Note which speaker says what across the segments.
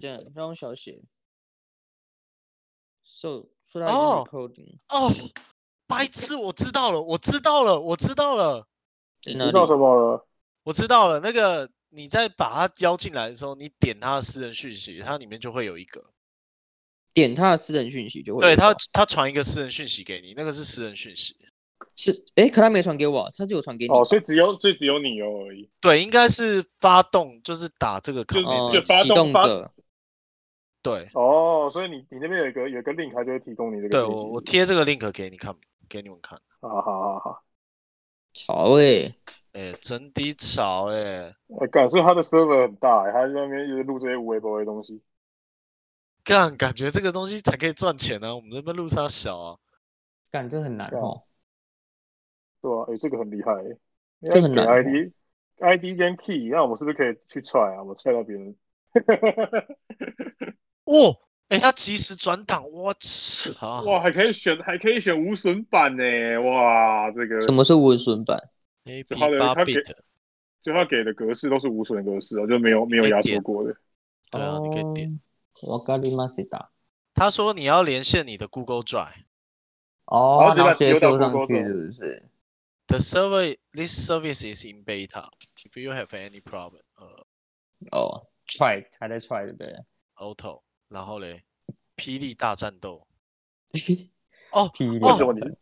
Speaker 1: 件，要用小写。So，所以它
Speaker 2: 哦
Speaker 1: 已经 coding。
Speaker 2: 哦，白痴，我知道了，我知道了，我知道了，
Speaker 1: 在
Speaker 3: 你
Speaker 1: 哪
Speaker 3: 知道
Speaker 1: 里？
Speaker 3: 什么了？
Speaker 2: 我知道了。那个你在把他邀进来的时候，你点他的私人讯息，它里面就会有一个，
Speaker 1: 点它的私人讯息就会有
Speaker 2: 对
Speaker 1: 一个。
Speaker 2: 他他传一个私人讯息给你，那个是私人讯息。
Speaker 1: 是，哎，可他没传给我啊，他只有传给你吧。
Speaker 3: 哦，所以只有所以只有你有而已。
Speaker 2: 对，应该是发动，就是打这个卡
Speaker 3: 就
Speaker 2: 面
Speaker 1: 哦
Speaker 3: 就发
Speaker 1: 启
Speaker 3: 动
Speaker 1: 动
Speaker 3: 发
Speaker 1: 者，
Speaker 2: 对
Speaker 3: 哦，所以你你那边有一个有一个 link，它就会提供你这个
Speaker 2: 对，
Speaker 3: 信息。
Speaker 2: 我我贴这个 link 给你看，给你们看。
Speaker 3: 好好好好，
Speaker 1: 潮哎，
Speaker 2: 哎、真的潮哎、
Speaker 3: 我感受它的 server 很大、欸，它在那边一直录这些无微博的东西。
Speaker 2: 干，感觉这个东西才可以赚钱啊！我们这边路差小啊，
Speaker 1: 干这很难
Speaker 3: 对啊
Speaker 1: 哦。
Speaker 3: 对啊，哎、这个很厉害、欸，
Speaker 1: 这很难
Speaker 3: 要给 ID ID 跟 key，那我们是不是可以去 try 啊？我 try 到别人。
Speaker 2: 哦，哎、他及时转档，我操！
Speaker 3: 哇，还可以选，还可以选无损版呢、哇，这个
Speaker 1: 什么是无损版？
Speaker 2: ，A B
Speaker 3: 他的
Speaker 2: 八
Speaker 3: 他
Speaker 2: bit，
Speaker 3: 给就他给的格式都是无损的格式哦，就没有没有压缩过的。
Speaker 2: 对啊，你可以点。
Speaker 1: 哦。我咖喱马西达。
Speaker 2: 他说你要连线你的 Google Drive。
Speaker 3: 然
Speaker 1: 哦
Speaker 3: 后，直
Speaker 1: 然
Speaker 3: 接把
Speaker 1: 后直接
Speaker 3: 丢到
Speaker 1: 丢上
Speaker 3: Google
Speaker 1: 去
Speaker 3: 上
Speaker 1: 是不是？
Speaker 2: The server, this service is in beta. If you have any problem, 呃
Speaker 1: 哦，try 还在 try 对不对？
Speaker 2: ，auto，然后嘞，霹雳大战斗。 哦，
Speaker 1: 霹雳
Speaker 2: 哦
Speaker 3: 为什么你是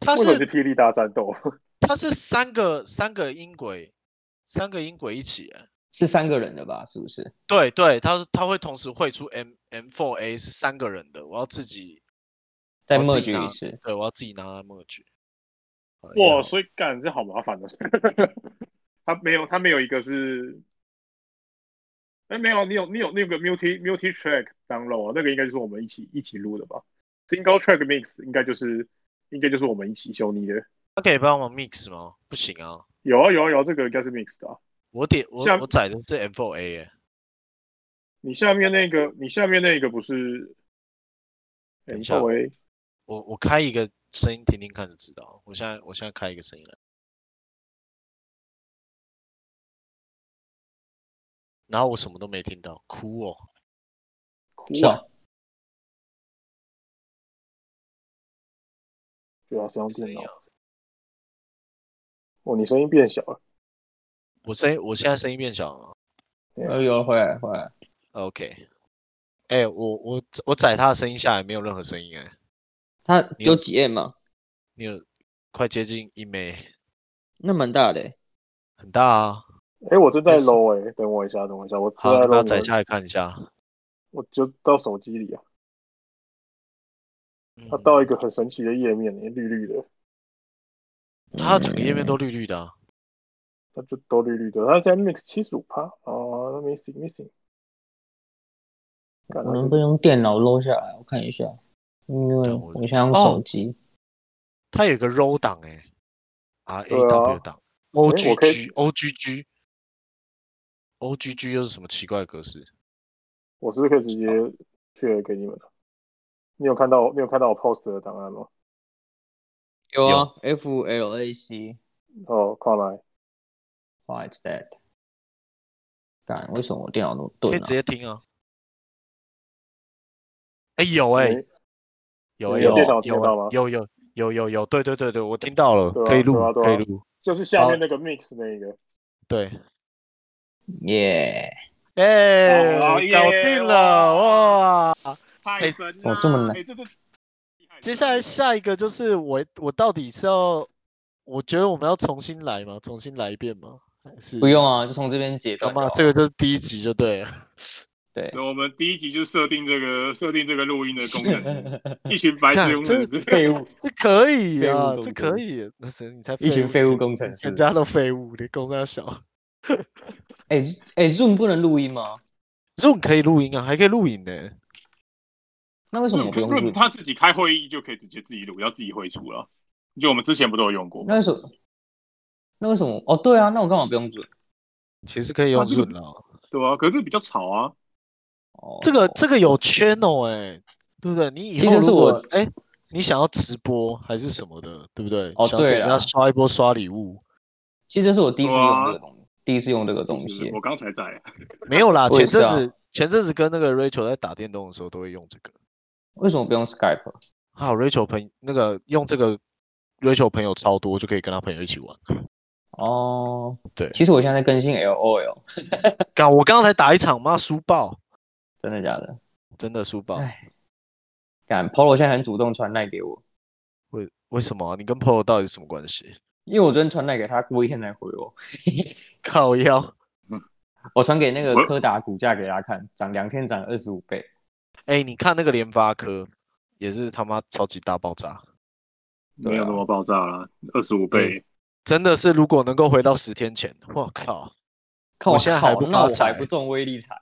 Speaker 2: 他
Speaker 3: 为什么是
Speaker 2: 是
Speaker 3: 霹雳大战斗？
Speaker 2: 他是三个三个音轨，三个音轨一起耶。
Speaker 1: 是三个人的吧？是不是？
Speaker 2: 对对，他他会同时绘出 M M4A 是三个人的，我要自己
Speaker 1: 再
Speaker 2: 我自
Speaker 1: merge
Speaker 2: 己拿
Speaker 1: 一次。
Speaker 2: 对，我要自己拿来 merge。好了
Speaker 3: 哇，
Speaker 2: 也好
Speaker 3: 所以干这好麻烦的。他没有，他没有一个是，哎，没有，你有你有那个 multi multi track download，、啊、那个应该就是我们一起一起录的吧？single track mix 应该就是应该就是我们一起修你的。
Speaker 2: 他可以帮我 mix 吗？不行啊，
Speaker 3: 有啊有啊有啊，这个应该是 mix 的、啊。
Speaker 2: 我点我
Speaker 3: 像
Speaker 2: 我载的是 M4A 耶。
Speaker 3: 你下面那个，你下面那个不是？哎
Speaker 2: 等一下
Speaker 3: 稍微
Speaker 2: 我我开一个声音听听看就知道。我现在我现在开一个声音来，然后我什么都没听到，哭哦！
Speaker 3: 哭
Speaker 1: 是
Speaker 3: 啊
Speaker 1: 啊，，
Speaker 3: 对啊，使用
Speaker 2: 声
Speaker 3: 电
Speaker 2: 音
Speaker 3: 脑
Speaker 2: 啊。
Speaker 3: 哦，你声音变小了。
Speaker 2: 我声音我现在声音变小了吗。
Speaker 1: 哎呦，回来回来，
Speaker 2: OK，哎、我我我载他的声音下来没有任何声音哎、
Speaker 1: 他
Speaker 2: 你
Speaker 1: 有几 M 啊？
Speaker 2: 你有快接近一枚，
Speaker 1: 那蛮大的欸。
Speaker 2: 很大啊。
Speaker 3: 哎，我正在
Speaker 1: 没事
Speaker 3: low 哎，等我一下，等我一下，啊我正
Speaker 2: 好，
Speaker 3: 在
Speaker 2: 那
Speaker 3: low
Speaker 2: 载
Speaker 3: 你
Speaker 2: 下
Speaker 3: 们，
Speaker 2: 来看一下。
Speaker 3: 我就到手机里啊。它
Speaker 2: 嗯
Speaker 3: 到一个很神奇的页面，绿绿的，
Speaker 2: 它嗯整个页面都绿绿的啊、
Speaker 3: 它就都绿绿的。它现在 mix 七十五趴哦，missing missing。干
Speaker 1: 我
Speaker 3: 它
Speaker 1: 能
Speaker 3: 这
Speaker 1: 不能用电脑搂下来？我看一下，因为
Speaker 2: 对我
Speaker 1: 我想用手机。
Speaker 2: 它有一个 row 档哎、r A
Speaker 3: 对啊
Speaker 2: W 档
Speaker 3: 我
Speaker 2: ，O
Speaker 3: 可以
Speaker 2: G G O G G O G G 又是什么奇怪的格式？
Speaker 3: 我是不是可以直接确给你们了？你有看到你有看到我 post 的档案吗？
Speaker 1: 有啊，F L A C
Speaker 3: 哦，跨来，
Speaker 1: Why is that？干，为什么我电脑都
Speaker 2: 可
Speaker 1: 钝
Speaker 2: 以直
Speaker 1: 了？
Speaker 2: 接听啊。哎、有哎、
Speaker 3: 没
Speaker 2: 有哎、
Speaker 1: 有
Speaker 2: 有
Speaker 1: 电
Speaker 3: 脑
Speaker 2: 有
Speaker 3: 听到吗
Speaker 2: 哎有有有有有，对对对对，我听到了，
Speaker 3: 对啊
Speaker 2: 可以录、
Speaker 3: 对啊对啊
Speaker 2: 可以录，
Speaker 3: 就是下面那个 mix 那一个。
Speaker 2: 对，
Speaker 1: 耶！
Speaker 2: 哎、
Speaker 3: 好哦耶
Speaker 2: 搞定了哇！
Speaker 3: 太神
Speaker 1: 怎么这么难
Speaker 3: 哎，这是
Speaker 2: 接下来下一个就是我，我到底是要，我觉得我们要重新来吗？重新来一遍吗？还是
Speaker 1: 不用啊，就从这边解断就
Speaker 2: 干
Speaker 1: 好
Speaker 2: 嘛？
Speaker 1: 了。
Speaker 2: 这个就是第一集就对了。
Speaker 1: 对，
Speaker 3: 我们第一集就设定这个设定这个录音的功能，一群白
Speaker 2: 干
Speaker 3: 痴工程师，
Speaker 1: 废物，
Speaker 2: 这可以
Speaker 1: 废物
Speaker 2: 啊，
Speaker 1: 工
Speaker 2: 这
Speaker 1: 程
Speaker 2: 可以。那谁你才
Speaker 1: 一群废物工程师
Speaker 2: 人。家都废物，你公司小。
Speaker 1: 哎哎，Zoom 不能录音吗？
Speaker 2: 这种可以录音啊，还可以录影呢、
Speaker 1: 那为什么我不用
Speaker 3: 润
Speaker 1: Zoom？
Speaker 3: 他自己开会议就可以直接自己录，要自己会出了。就我们之前不都有用过？
Speaker 1: 那为什么？那为什么？哦，对啊，那我干嘛不用 Zoom？
Speaker 2: 其实可以用
Speaker 3: 啊这个
Speaker 2: Zoom 啊。
Speaker 3: 对啊，可是这比较吵啊。
Speaker 1: 哦，
Speaker 2: 这个这个有 channel 哎、对不对？你以
Speaker 1: 这
Speaker 2: 后
Speaker 1: 就是
Speaker 2: 如
Speaker 1: 我
Speaker 2: 果哎、你想要直播还是什么的，对不对？
Speaker 1: 哦
Speaker 2: 想要给
Speaker 1: 对
Speaker 2: 人家
Speaker 1: 啦
Speaker 2: 刷一波刷礼物，
Speaker 1: 其实这是我第一次
Speaker 3: 哇
Speaker 1: 用这个东西，第一次用这个东
Speaker 3: 就是
Speaker 1: 西
Speaker 3: 我。刚才在，
Speaker 2: 没有啦，
Speaker 1: 我
Speaker 2: 前
Speaker 1: 也是
Speaker 2: 阵
Speaker 1: 啊
Speaker 2: 子前阵子跟那个 Rachel 在打电动的时候都会用这个。
Speaker 1: 为什么不用 Skype？啊
Speaker 2: 还有 Rachel 朋那个用这个 Rachel 朋友超多，就可以跟他朋友一起玩。
Speaker 1: 哦，
Speaker 2: 对
Speaker 1: 其实我现在在更新 LOL，
Speaker 2: 干，我刚刚才打一场，妈输爆，
Speaker 1: 真的假的？
Speaker 2: 真的输爆。
Speaker 1: 哎，干 Polo 现在很主动传赖给我，
Speaker 2: 为为什么啊、你跟 Polo 到底是什么关系？
Speaker 1: 因为我昨天传赖给他，过一天才回我。
Speaker 2: 靠腰。
Speaker 1: 我传给那个
Speaker 3: 我
Speaker 1: 柯达股价给他看，涨两天涨二十五倍。
Speaker 2: 哎、你看那个联发科，也是他妈超级大爆炸，
Speaker 1: 对啊
Speaker 3: 没有那么爆炸了，二十五倍。
Speaker 2: 真的是如果能够回到十天前，我靠，
Speaker 1: 靠，
Speaker 2: 我现在还不
Speaker 1: 靠那我
Speaker 2: 发财
Speaker 1: 还不中威力 彩，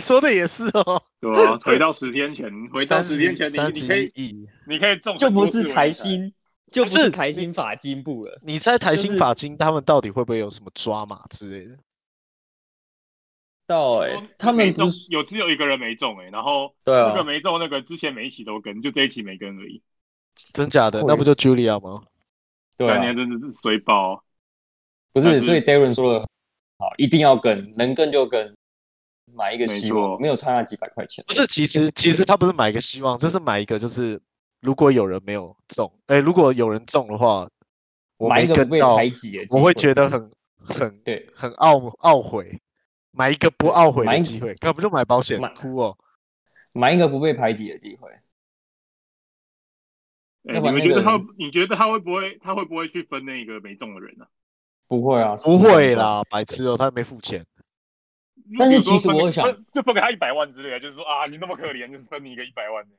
Speaker 2: 说的也是哦，
Speaker 3: 对啊，回到十天前，回到十天前，
Speaker 2: 三
Speaker 3: 你你可
Speaker 2: 十
Speaker 3: 以，
Speaker 2: 亿，
Speaker 3: 你可以中
Speaker 1: 就
Speaker 3: 很多
Speaker 1: 不
Speaker 3: 次
Speaker 1: 是
Speaker 3: 我
Speaker 1: 台
Speaker 3: 理解，
Speaker 1: 新，就不
Speaker 2: 是
Speaker 1: 是台新法进步了。
Speaker 2: 你猜台
Speaker 1: 就
Speaker 2: 新
Speaker 1: 是
Speaker 2: 法金他们到底会不会有什么抓马之类的？
Speaker 1: 到哎、
Speaker 2: 哦
Speaker 3: 说
Speaker 1: 他
Speaker 3: 没
Speaker 1: 们不
Speaker 3: 中
Speaker 1: 是
Speaker 3: 有只有一个人没中哎、然后
Speaker 1: 对啊
Speaker 3: 那个没中那个之前每一期都跟，就这一期没跟而已。
Speaker 2: 真假的？
Speaker 1: 会
Speaker 2: 那不就 Julia 吗？
Speaker 1: 对、
Speaker 3: 那
Speaker 1: 啊
Speaker 3: 年，真的是水爆，
Speaker 1: 不
Speaker 3: 但
Speaker 1: 是，
Speaker 3: 是
Speaker 1: 所以 Darren 说的好，一定要跟，能跟就跟，买一个希
Speaker 3: 没错
Speaker 1: 望，没有差那几百块钱
Speaker 2: 不。是，其实其实他不是买一个希望，就是买一个就是，如果有人没有中，哎、如果有人中的话，我
Speaker 1: 买
Speaker 2: 没
Speaker 1: 一个
Speaker 2: 跟
Speaker 1: 被
Speaker 2: 到，
Speaker 1: 排挤的机
Speaker 2: 我会觉得很很
Speaker 1: 对
Speaker 2: 很懊懊悔，买一个不懊悔
Speaker 1: 买
Speaker 2: 的
Speaker 1: 一
Speaker 2: 机会，要不就买保险
Speaker 1: 买，
Speaker 2: 哭哦。
Speaker 1: 买一个不被排挤的机会。
Speaker 3: 哎、
Speaker 1: 要不然
Speaker 3: 你们
Speaker 1: 那
Speaker 3: 觉
Speaker 1: 个
Speaker 3: 得他，你觉得他会不会，他会不会去分那个没中的人呢、啊？
Speaker 1: 不会啊，
Speaker 2: 不会。啦，白痴哦，他没付钱。
Speaker 1: 但是
Speaker 3: 比
Speaker 1: 其
Speaker 3: 如说
Speaker 1: 实
Speaker 3: 分给
Speaker 1: 我想
Speaker 3: 分就分给他一百万之类的，就是说啊，你那么可怜，就是分你一个一百万的。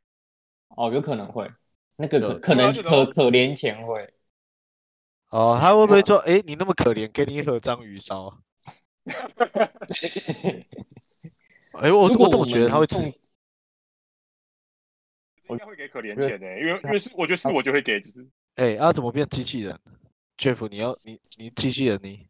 Speaker 1: 哦，有可能会，那个可
Speaker 2: 对
Speaker 1: 可能
Speaker 3: 对啊
Speaker 1: 可可怜钱会。
Speaker 2: 哦，他会不会
Speaker 1: 啊
Speaker 2: 说，哎、你那么可怜，给你一盒章鱼烧？哎、我
Speaker 1: 如果
Speaker 2: 我怎么
Speaker 1: 们
Speaker 2: 觉得他会吃
Speaker 1: 中？
Speaker 3: 应该会给可怜钱的、欸因为因为是我觉得是我就会给，就是
Speaker 2: 哎、啊，怎么变机器人？Jeff，你要你你机器人你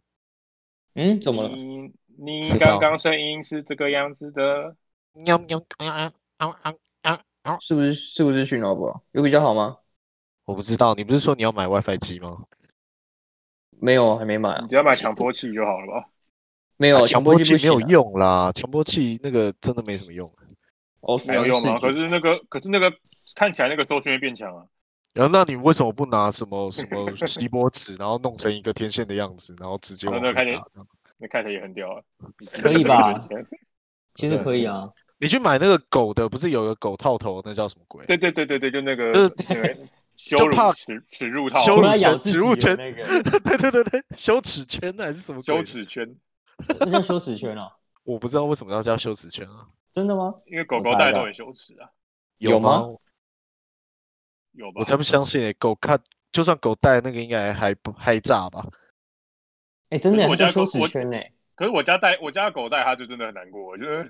Speaker 1: 嗯，怎么了？
Speaker 3: 你你
Speaker 2: 知道
Speaker 3: 刚刚声音是这个样子的，
Speaker 2: 喵喵啊啊啊啊啊！
Speaker 1: 是不是是不是讯号不好？有比较好吗？
Speaker 2: 我不知道，你不是说你要买 WiFi 机吗？
Speaker 1: 没有，还没买啊
Speaker 3: 你。只要买强迫器就好了吧？
Speaker 1: 没
Speaker 2: 啊
Speaker 1: 有，
Speaker 2: 强
Speaker 1: 迫
Speaker 2: 迫
Speaker 1: 器
Speaker 2: 器
Speaker 1: 不
Speaker 2: 没有
Speaker 1: 行啊。
Speaker 2: 用啦，强迫器那个真的没什么用。
Speaker 1: 哦，
Speaker 3: 没有用啊吗？
Speaker 1: 吗？
Speaker 3: 可是那个可是那个看起来那个周旋会变强啊。
Speaker 2: 然后，那你为什么不拿什么什么锡箔纸，然后弄成一个天线的样子，然后直接
Speaker 3: 好
Speaker 2: 往
Speaker 3: 的
Speaker 2: 回
Speaker 3: 看见
Speaker 2: 打这样？
Speaker 3: 那看起来也很屌啊，
Speaker 1: 可以吧其实
Speaker 2: 对
Speaker 1: 可以啊。
Speaker 2: 你去买那个狗的，不是有个狗套头，那叫什么鬼？
Speaker 3: 对对对对对，就那个
Speaker 2: 就是
Speaker 3: 那个羞
Speaker 2: 就
Speaker 3: 辱
Speaker 2: 怕
Speaker 3: 耻耻辱套、
Speaker 2: 羞
Speaker 1: 我
Speaker 2: 辱
Speaker 1: 们要咬
Speaker 2: 圈
Speaker 1: 自
Speaker 2: 植
Speaker 1: 己
Speaker 2: 物
Speaker 1: 的
Speaker 2: 圈
Speaker 1: 那个，
Speaker 2: 对对对对，羞耻圈还是什么鬼
Speaker 3: 羞
Speaker 2: 的？
Speaker 3: 耻圈，
Speaker 1: 那叫羞耻圈哦。
Speaker 2: 我不知道为什么要叫羞耻圈啊？
Speaker 1: 真的吗？
Speaker 3: 因为狗
Speaker 1: 我
Speaker 3: 狗
Speaker 1: 查
Speaker 3: 大家
Speaker 1: 一下
Speaker 3: 都很羞耻啊，
Speaker 1: 有
Speaker 2: 吗？
Speaker 1: 吗
Speaker 3: 有吧
Speaker 2: 我？才不相信、欸，狗看就算狗带那个应该还不还炸吧？
Speaker 1: 哎，真的
Speaker 3: 可是
Speaker 1: 那
Speaker 3: 我
Speaker 1: 叫
Speaker 3: 家狗
Speaker 1: 羞耻圈呢。
Speaker 3: 可是我家带我家的狗带它就真的很难过，我觉得。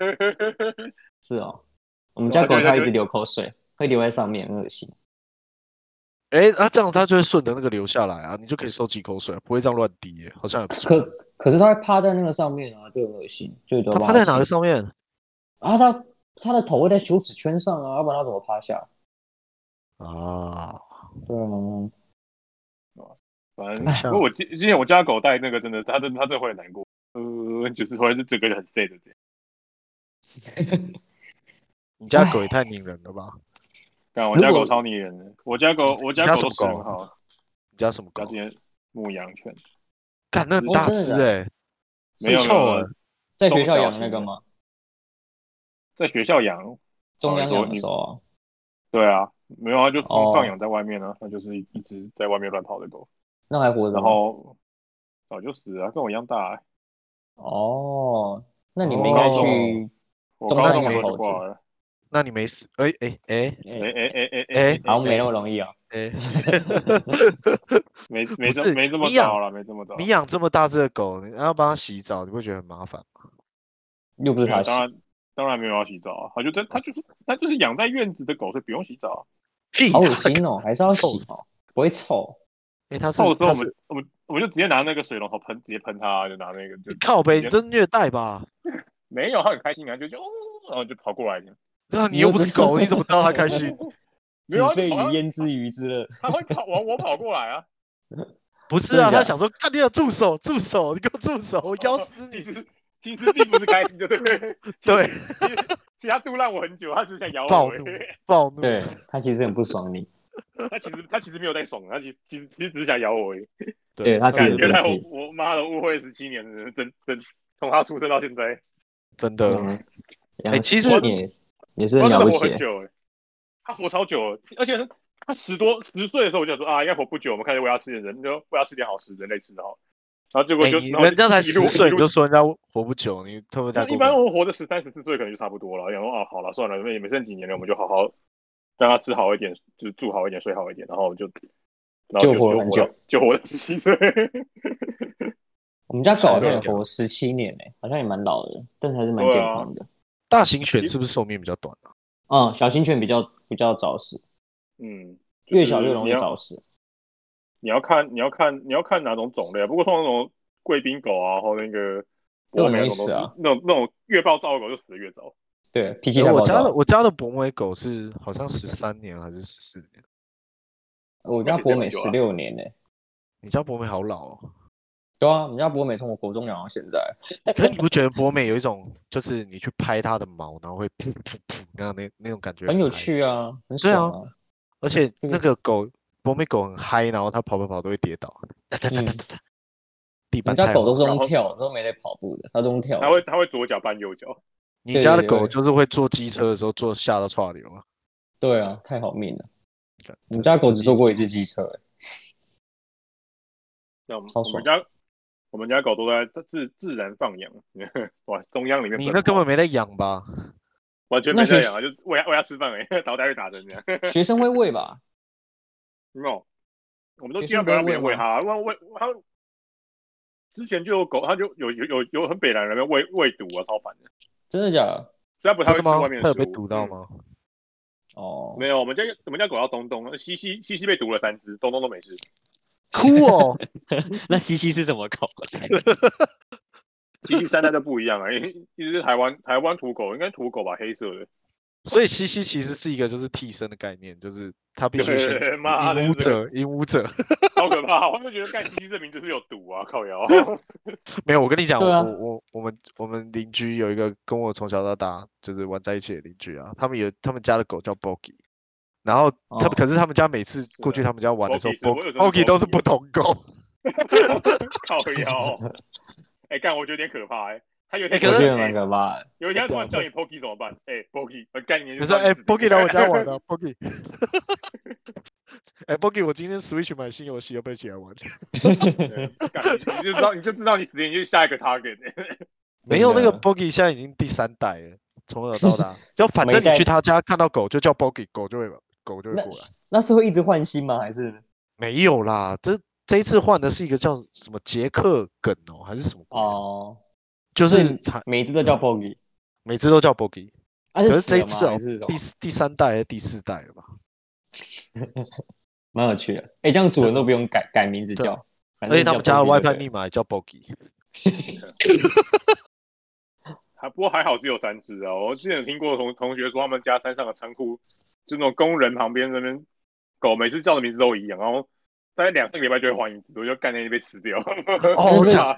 Speaker 1: 是哦，我们家狗
Speaker 3: 对对
Speaker 1: 它一
Speaker 3: 对
Speaker 1: 直流口水，会留在上面，很恶心。
Speaker 2: 哎、那、这样它就会顺着那个流下来啊，你就可以收几口水，不会这样乱滴、欸，好像也不错。
Speaker 1: 可可是它会趴在那个上面啊，就很恶心，就
Speaker 2: 它趴在哪个上面？
Speaker 1: 啊？它它的头会在羞耻圈上啊，要不然它怎么趴下？
Speaker 2: 啊，
Speaker 1: 对啊，
Speaker 3: 反
Speaker 2: 等一 下
Speaker 3: 正我今今天我家狗带那个真的，它真的它真的会很难过，呃，就是会是整个人很 sad 的这样。
Speaker 2: 你家狗也太拧人了吧？
Speaker 3: 但我
Speaker 1: 如
Speaker 3: 家
Speaker 1: 果
Speaker 3: 狗超拟人的，我家狗我
Speaker 2: 你家
Speaker 3: 家狗
Speaker 2: 什么
Speaker 3: 都吃
Speaker 2: 狗啊
Speaker 3: 很好，
Speaker 2: 你家什么
Speaker 3: 它
Speaker 2: 狗
Speaker 3: 今？天牧羊犬，
Speaker 2: 干，那很
Speaker 1: 哦
Speaker 2: 大
Speaker 1: 真的
Speaker 2: 只
Speaker 1: 假的
Speaker 2: 哎、
Speaker 3: 没有
Speaker 2: 是臭
Speaker 3: 没
Speaker 2: 哎、
Speaker 3: 有
Speaker 1: 在学校养那个吗？
Speaker 3: 在学校养，
Speaker 1: 中央养
Speaker 3: 你
Speaker 1: 的时候啊，
Speaker 3: 对啊，没有啊，就放
Speaker 1: 哦
Speaker 3: 放养在外面啊，它就是一只在外面乱跑的狗，
Speaker 1: 那还活着
Speaker 3: 然
Speaker 1: 吗？
Speaker 3: 后早就死了，跟我一样大欸，
Speaker 1: 哦，那你们应该去
Speaker 3: 我
Speaker 1: 中
Speaker 3: 高
Speaker 1: 山
Speaker 3: 中
Speaker 1: 养
Speaker 3: 的时候
Speaker 1: 猴
Speaker 3: 就挂了，
Speaker 2: 那你没死？哎哎哎
Speaker 3: 哎
Speaker 1: 哎，
Speaker 3: 哎哎哎哎，
Speaker 2: 哎
Speaker 1: 好像没那么容易啊。
Speaker 2: 哎，
Speaker 3: 没没
Speaker 2: 不
Speaker 3: 这
Speaker 2: 是
Speaker 3: 没这么
Speaker 2: 你养
Speaker 3: 早了，没这么早，
Speaker 2: 你养这么大只的狗，你还要帮它洗澡，你不会觉得很麻烦吗？
Speaker 1: 又不是
Speaker 3: 没有
Speaker 1: 他洗，
Speaker 3: 啊当然当然没有要洗澡啊，它就在它就是它就是养在院子的狗，所以不用洗澡啊。
Speaker 2: 屁
Speaker 1: 好
Speaker 2: 啦
Speaker 1: 恶心哦，还是要洗
Speaker 2: 臭死
Speaker 1: 哦，不会臭。
Speaker 2: 哎、它是
Speaker 3: 臭
Speaker 2: 它
Speaker 3: 的时候，我
Speaker 2: 是
Speaker 3: 们我们我们就直接拿那个水龙头喷，直接喷它，就拿那个就
Speaker 2: 靠背，
Speaker 3: 直
Speaker 2: 你
Speaker 3: 接
Speaker 2: 真虐待吧？
Speaker 3: 没有，它很开心啊，就就哦，然后就跑过来这样，
Speaker 2: 那啊你
Speaker 1: 你
Speaker 2: 又
Speaker 1: 又
Speaker 2: 不
Speaker 1: 不
Speaker 2: 是
Speaker 1: 是
Speaker 2: 狗，你怎么知道它 开心？
Speaker 3: 没有
Speaker 1: 子
Speaker 3: 啊，
Speaker 1: 非
Speaker 3: 它跑
Speaker 1: 鱼
Speaker 3: 到
Speaker 1: 焉知鱼之乐？
Speaker 3: 它会跑往我跑过来啊，
Speaker 2: 不是
Speaker 1: 真的
Speaker 2: 啊，
Speaker 1: 假
Speaker 2: 它
Speaker 1: 的
Speaker 2: 想说，看你要住手，住手，你给我住手，我咬死
Speaker 3: 其
Speaker 2: 你！
Speaker 3: 实其实并不是开心，就对了。
Speaker 2: 对，
Speaker 3: 其实其实他杜烂我很久，他只想咬
Speaker 2: 暴
Speaker 3: 我而
Speaker 2: 怒
Speaker 3: 已。
Speaker 2: 暴怒，
Speaker 1: 对他其实很不爽你，
Speaker 3: 他其实他其实没有在爽，啊他其实其实其实只是想咬我而已。
Speaker 1: 对他其实
Speaker 3: 感觉
Speaker 1: 真
Speaker 3: 来
Speaker 1: 是
Speaker 3: 我我妈的误会十七年了，真真从他出生到现在，
Speaker 2: 真的，
Speaker 1: 嗯，然后
Speaker 2: 哎其实
Speaker 1: 也也是
Speaker 3: 他
Speaker 1: 很
Speaker 3: 真
Speaker 1: 了不
Speaker 3: 的活
Speaker 1: 起
Speaker 3: 很，久哎、他活超久了，而且他十多十岁的时候我就想说啊，应该活不久，我们开始喂他吃点人，就喂他吃点好吃的，人类吃的好。然后结果
Speaker 2: 哎、
Speaker 3: 就、
Speaker 2: 你
Speaker 3: 然后
Speaker 2: 人家才
Speaker 3: 一
Speaker 2: 十
Speaker 3: 路
Speaker 2: 岁你
Speaker 3: 一路
Speaker 2: 就说人家活不久，你特不太
Speaker 3: 就
Speaker 2: 过
Speaker 3: 一般
Speaker 2: 分？
Speaker 3: 我活的十三十四岁可能就差不多了，然后啊，好了算了，因为也没剩几年了，我们就好好让他吃好一点，就是住好一点，睡好一点，然后就然后就
Speaker 1: 就活了很久
Speaker 3: 了，就活了十七岁。
Speaker 1: 我们家狗好像也
Speaker 2: 对
Speaker 1: 活十七年嘞，好像也蛮老的，但是还是蛮健康的。
Speaker 2: 大型犬是不是寿命比较短啊？
Speaker 1: 嗯，小型犬比较比较早死，
Speaker 3: 嗯，
Speaker 1: 越小越容
Speaker 3: 你
Speaker 1: 易
Speaker 3: 要
Speaker 1: 早死。
Speaker 3: 你要看你要看你要看哪种种类啊？不过通常那种贵宾狗啊，或那个
Speaker 1: 都
Speaker 3: 博
Speaker 1: 很
Speaker 3: 美
Speaker 1: 容
Speaker 3: 那
Speaker 1: 易
Speaker 3: 种
Speaker 1: 死
Speaker 3: 都
Speaker 1: 啊哦
Speaker 3: 是那种那种越暴躁的狗就死的越早。
Speaker 1: 对，脾气太
Speaker 2: 哎
Speaker 1: 暴
Speaker 2: 我家
Speaker 1: 躁
Speaker 2: 的
Speaker 1: 了。
Speaker 2: 我家的博美狗是好像十三年还是十四年？
Speaker 1: 我家博美
Speaker 3: 我家
Speaker 1: 十
Speaker 3: 很
Speaker 1: 六年嘞，
Speaker 2: 你家博美好老哦，
Speaker 1: 对啊，我们家博美从我国中养到现在，
Speaker 2: 可是你不觉得博美有一种就是你去拍它的毛，然后会噗噗噗那样那那种感觉
Speaker 1: 很有
Speaker 2: 嗨
Speaker 1: 趣啊，很
Speaker 2: 对啊
Speaker 1: 爽啊。
Speaker 2: 而且
Speaker 1: 这
Speaker 2: 那
Speaker 1: 个
Speaker 2: 个狗博美狗很嗨，然后它跑跑跑都会跌倒，哒哒哒
Speaker 1: 嗯
Speaker 2: 哒哒哒地
Speaker 1: 我
Speaker 2: 板
Speaker 1: 们家
Speaker 2: 太
Speaker 1: 狗
Speaker 2: 厚
Speaker 1: 都是
Speaker 2: 了
Speaker 1: 用
Speaker 3: 然后
Speaker 1: 跳，都没得跑步的，它都用跳的。
Speaker 3: 它会它会左脚绊右脚，
Speaker 2: 你
Speaker 1: 对
Speaker 2: 家的
Speaker 1: 对
Speaker 2: 狗
Speaker 1: 对
Speaker 2: 就是会坐机车的时候坐吓到岔流啊。
Speaker 1: 对啊，太好命了。
Speaker 2: 干
Speaker 1: 我们
Speaker 2: 真的
Speaker 1: 家狗
Speaker 2: 真
Speaker 1: 只
Speaker 2: 的
Speaker 1: 坐过一次机车、欸，
Speaker 3: 那我们
Speaker 1: 超
Speaker 3: 我
Speaker 1: 爽
Speaker 3: 们家我们家狗都在自自然放养， 哇，中央里面
Speaker 2: 你
Speaker 3: 奔
Speaker 2: 那根
Speaker 3: 跑
Speaker 2: 本没在养吧？
Speaker 3: 完全
Speaker 1: 那
Speaker 3: 没
Speaker 1: 学
Speaker 3: 在养啊，就喂它喂它吃饭而已， 然后它会打针这样。
Speaker 1: 学生会喂吧？
Speaker 3: 没有，我们都
Speaker 1: 学
Speaker 3: 尽
Speaker 1: 生
Speaker 3: 量不要让
Speaker 1: 不会
Speaker 3: 别人
Speaker 1: 喂
Speaker 3: 喂它，喂喂它。之前就有狗，它就有有有有很北南人喂喂毒啊，超烦的，
Speaker 1: 真的假的？
Speaker 3: 所以它不太
Speaker 2: 真的
Speaker 3: 会吃
Speaker 2: 吗
Speaker 3: 外面？
Speaker 2: 它
Speaker 3: 的
Speaker 2: 有
Speaker 3: 食物。
Speaker 2: 被毒到
Speaker 3: 嗯
Speaker 2: 吗？
Speaker 1: 哦，
Speaker 3: 没有，我们家我们家狗叫东东，西西西西被毒了三只，东东都没事。
Speaker 2: 哭哦！
Speaker 1: 那西西是什么狗？
Speaker 3: 西西三代都不一样啊，因为一只是台湾台湾土狗，应该土狗吧，黑色的。
Speaker 2: 所以西西其实是一个就是替身的概念，就是它必须先
Speaker 3: 对， 妈的，
Speaker 2: 引舞
Speaker 3: 这个
Speaker 2: 者，引舞者。
Speaker 3: 好可怕！我就觉得盖西西这名字是有毒啊，靠谣。
Speaker 2: 没有，我跟你讲，
Speaker 1: 对啊
Speaker 2: 我我我们我们邻居有一个跟我从小到大就是玩在一起的邻居啊，他们有他们家的狗叫 Boggy，然后他们、
Speaker 1: 哦
Speaker 2: 可是他们家每次过
Speaker 3: 啊
Speaker 2: 去他们家玩的时候
Speaker 3: Boggy 是我有时候是
Speaker 2: Boggy 都是
Speaker 3: Boggy
Speaker 2: 不同狗，
Speaker 3: 靠谣。哎、干，我觉得有点可怕哎、他有一
Speaker 2: 哎
Speaker 3: 天
Speaker 2: 可
Speaker 1: 我
Speaker 2: 是
Speaker 1: 觉
Speaker 3: 突
Speaker 1: 得
Speaker 3: 然
Speaker 1: 蛮可怕的。
Speaker 3: 有一天他突然叫你 Pokey 怎么办？哎、p o k e y 干你！
Speaker 2: 你说哎 Boggy 来我家玩了 Boggy，哎 Boggy 我今天 Switch 买新游戏要不要一起来玩？
Speaker 3: 对干你就知道，你就知道你你就是下一个 target、哎
Speaker 2: 没有那个
Speaker 1: 真的
Speaker 2: Boggy 现在已经第三代了，从小 到大，就反
Speaker 1: 每
Speaker 2: 正
Speaker 1: 代
Speaker 2: 你去他家看到狗就叫 Boggy，狗就会狗就会
Speaker 1: 那
Speaker 2: 过来。
Speaker 1: 那是会一直换新吗？还是？
Speaker 2: 没有啦，这这一次换的是一个叫什么捷克梗哦，还是什么鬼啊？
Speaker 1: 哦，
Speaker 2: 就
Speaker 1: 所以
Speaker 2: 是他
Speaker 1: 每一只都叫 Boggy，
Speaker 2: 每次都叫 Boggy，
Speaker 1: 啊
Speaker 2: 可
Speaker 1: 是
Speaker 2: 是
Speaker 1: 死
Speaker 2: 这
Speaker 1: 了
Speaker 2: 一
Speaker 1: 吗
Speaker 2: 次哦
Speaker 1: 还是什么
Speaker 2: 第四第三代还是第四代了吧？
Speaker 1: 蛮有趣的。哎，这样主人
Speaker 2: 真的
Speaker 1: 都不用改改名字
Speaker 2: 对
Speaker 1: 叫，反
Speaker 2: 而
Speaker 1: 正
Speaker 2: 且他
Speaker 1: 叫
Speaker 2: 们家的
Speaker 1: Boggy 就
Speaker 2: WiFi
Speaker 1: 对
Speaker 2: 密码也叫 Boggy，
Speaker 3: 还啊不过还好只有三只啊。我之前有听过同同学说，他们家山上的仓库，就那种工人旁边那边狗，每次叫的名字都一样，然后大概两三个礼拜就会换一只，我就干那一被吃掉。
Speaker 2: 哦
Speaker 3: 对
Speaker 2: 这
Speaker 3: 啊
Speaker 2: 样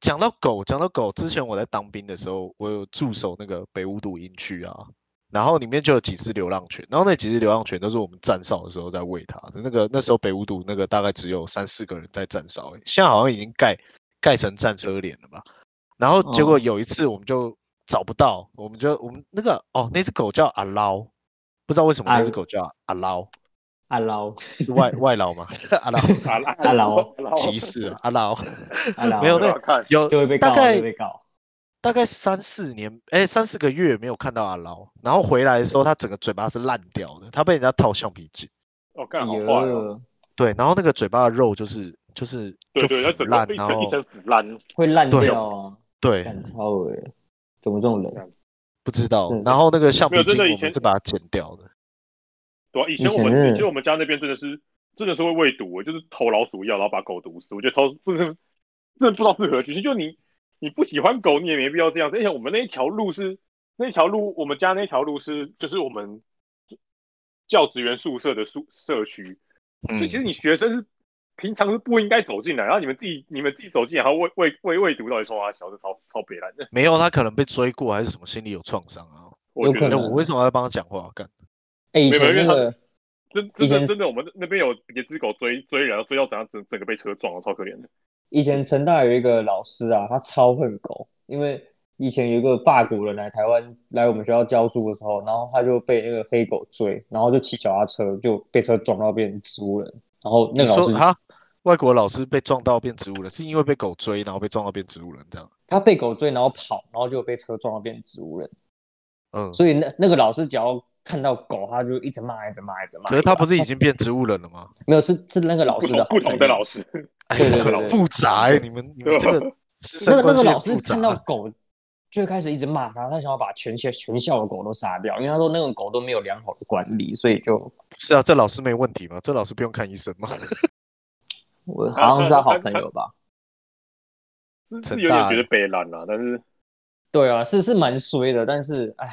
Speaker 2: 讲到狗，讲到狗，之前我在当兵的时候，我有驻守那个北五堵营区啊，然后里面就有几只流浪犬，然后那几只流浪犬都是我们站哨的时候在喂它的。那个那时候北五堵那个大概只有三四个人在站哨而已，现在好像已经盖盖成战车脸了吧。然后结果
Speaker 1: 哦
Speaker 2: 有一次我们就找不到，我们就我们那个哦，那只狗叫阿捞，不知道为什么那
Speaker 1: 阿
Speaker 2: 只狗叫阿捞，
Speaker 1: 阿捞
Speaker 2: 是外外劳吗？阿捞
Speaker 3: 阿拉
Speaker 1: 阿劳
Speaker 3: 阿劳
Speaker 2: 歧视啊，阿捞
Speaker 1: 阿捞，
Speaker 2: 没有那
Speaker 3: 对啊看
Speaker 2: 有
Speaker 1: 就会被
Speaker 2: 大
Speaker 1: 告，就
Speaker 2: 概
Speaker 1: 会被告。
Speaker 2: 大概三四年，哎，三四个月没有看到阿捞，然后回来的时候，他整个嘴巴是烂掉的，他被人家套橡皮筋，
Speaker 3: 哦，干好
Speaker 1: 哟
Speaker 2: 哎
Speaker 3: 坏哦，
Speaker 2: 对，然后那个嘴巴的肉就是就是
Speaker 3: 对
Speaker 2: 就
Speaker 3: 对，它
Speaker 2: 腐
Speaker 3: 整个
Speaker 2: 烂，哦
Speaker 3: 一
Speaker 2: 然
Speaker 3: 层一
Speaker 2: 后
Speaker 3: 层腐烂，
Speaker 1: 会烂
Speaker 2: 对
Speaker 1: 掉啊！
Speaker 2: 对，
Speaker 1: 干超恶的，怎么这种人？
Speaker 2: 不知道
Speaker 1: 嗯，
Speaker 2: 然后那个橡
Speaker 3: 没有
Speaker 2: 皮
Speaker 3: 真
Speaker 2: 筋
Speaker 3: 的以
Speaker 2: 我
Speaker 3: 前
Speaker 2: 们是把它剪掉的，
Speaker 3: 对啊，以前
Speaker 1: 以
Speaker 3: 我
Speaker 1: 前
Speaker 3: 们
Speaker 1: 是
Speaker 3: 以前我们家那边真的是真的是会喂毒，欸就是投老鼠药，然后把狗毒死。我觉得超真的是真的不知道是何许，就你你不喜欢狗，你也没必要这样子。而且我们那一条路是那条路，我们家那条路是就是我们教职员宿舍的宿社区，所以
Speaker 2: 嗯
Speaker 3: 其，实你学生是平常是不应该走进来，然后你们自己你们自己走进来，然后喂喂喂喂毒到底说啊，小子超超北蓝的，
Speaker 2: 没有，他可能被追过，还是什么心理有创伤啊？
Speaker 3: 我
Speaker 1: 有
Speaker 3: 觉
Speaker 1: 可
Speaker 2: 那
Speaker 3: 得
Speaker 1: 能
Speaker 2: 我为什么要帮他讲话？干，
Speaker 1: 哎、以
Speaker 3: 没有
Speaker 1: 前
Speaker 3: 因为
Speaker 1: 那
Speaker 3: 他
Speaker 1: 个
Speaker 3: 真
Speaker 1: 以
Speaker 3: 真
Speaker 1: 前
Speaker 3: 的真的，我们那边有别只狗追追人，然后追到怎样整整个被车撞了，超可怜的。
Speaker 1: 以前成大有一个老师啊，他超恨狗，因为以前有一个法国人来台湾来我们学校教书的时候，然后他就被那个黑狗追，然后就骑脚踏车就被车撞到变成植物人，然后那
Speaker 2: 你
Speaker 1: 个老
Speaker 2: 说
Speaker 1: 师
Speaker 2: 他外国老师被撞到变植物人，是因为被狗追，然后被撞到变植物人这样？
Speaker 1: 他被狗追，然后跑，然后就被车撞到变成植物人，
Speaker 2: 嗯，
Speaker 1: 所以那那个老师只要看到狗，他就一直骂，一直骂，一直骂。
Speaker 2: 可是他不
Speaker 1: 一直
Speaker 2: 是已经变植物人了吗？
Speaker 1: 骂没有是是那个老
Speaker 3: 不
Speaker 1: 师
Speaker 3: 同
Speaker 1: 的
Speaker 3: 不同的老师，
Speaker 2: 哎
Speaker 1: 对对
Speaker 2: 呀，
Speaker 1: 对
Speaker 2: 很
Speaker 1: 对
Speaker 2: 复杂哎，你们你们 这个师
Speaker 1: 那个那
Speaker 2: 生关
Speaker 1: 个
Speaker 2: 系
Speaker 1: 老
Speaker 2: 很
Speaker 1: 师
Speaker 2: 复
Speaker 1: 看到
Speaker 2: 杂。
Speaker 1: 狗，最开始一直骂他，他想要把全校全校的狗都杀掉，因为他说那种狗都没有良好的管理，所以就是
Speaker 2: 啊，这老师没问题吗？这老师不用看医生吗？
Speaker 1: 我好像是他好朋友吧？
Speaker 3: 是
Speaker 2: 成
Speaker 3: 是有点
Speaker 2: 大
Speaker 3: 觉得北蓝啦、但是
Speaker 1: 对啊，是是蛮衰的，但是唉，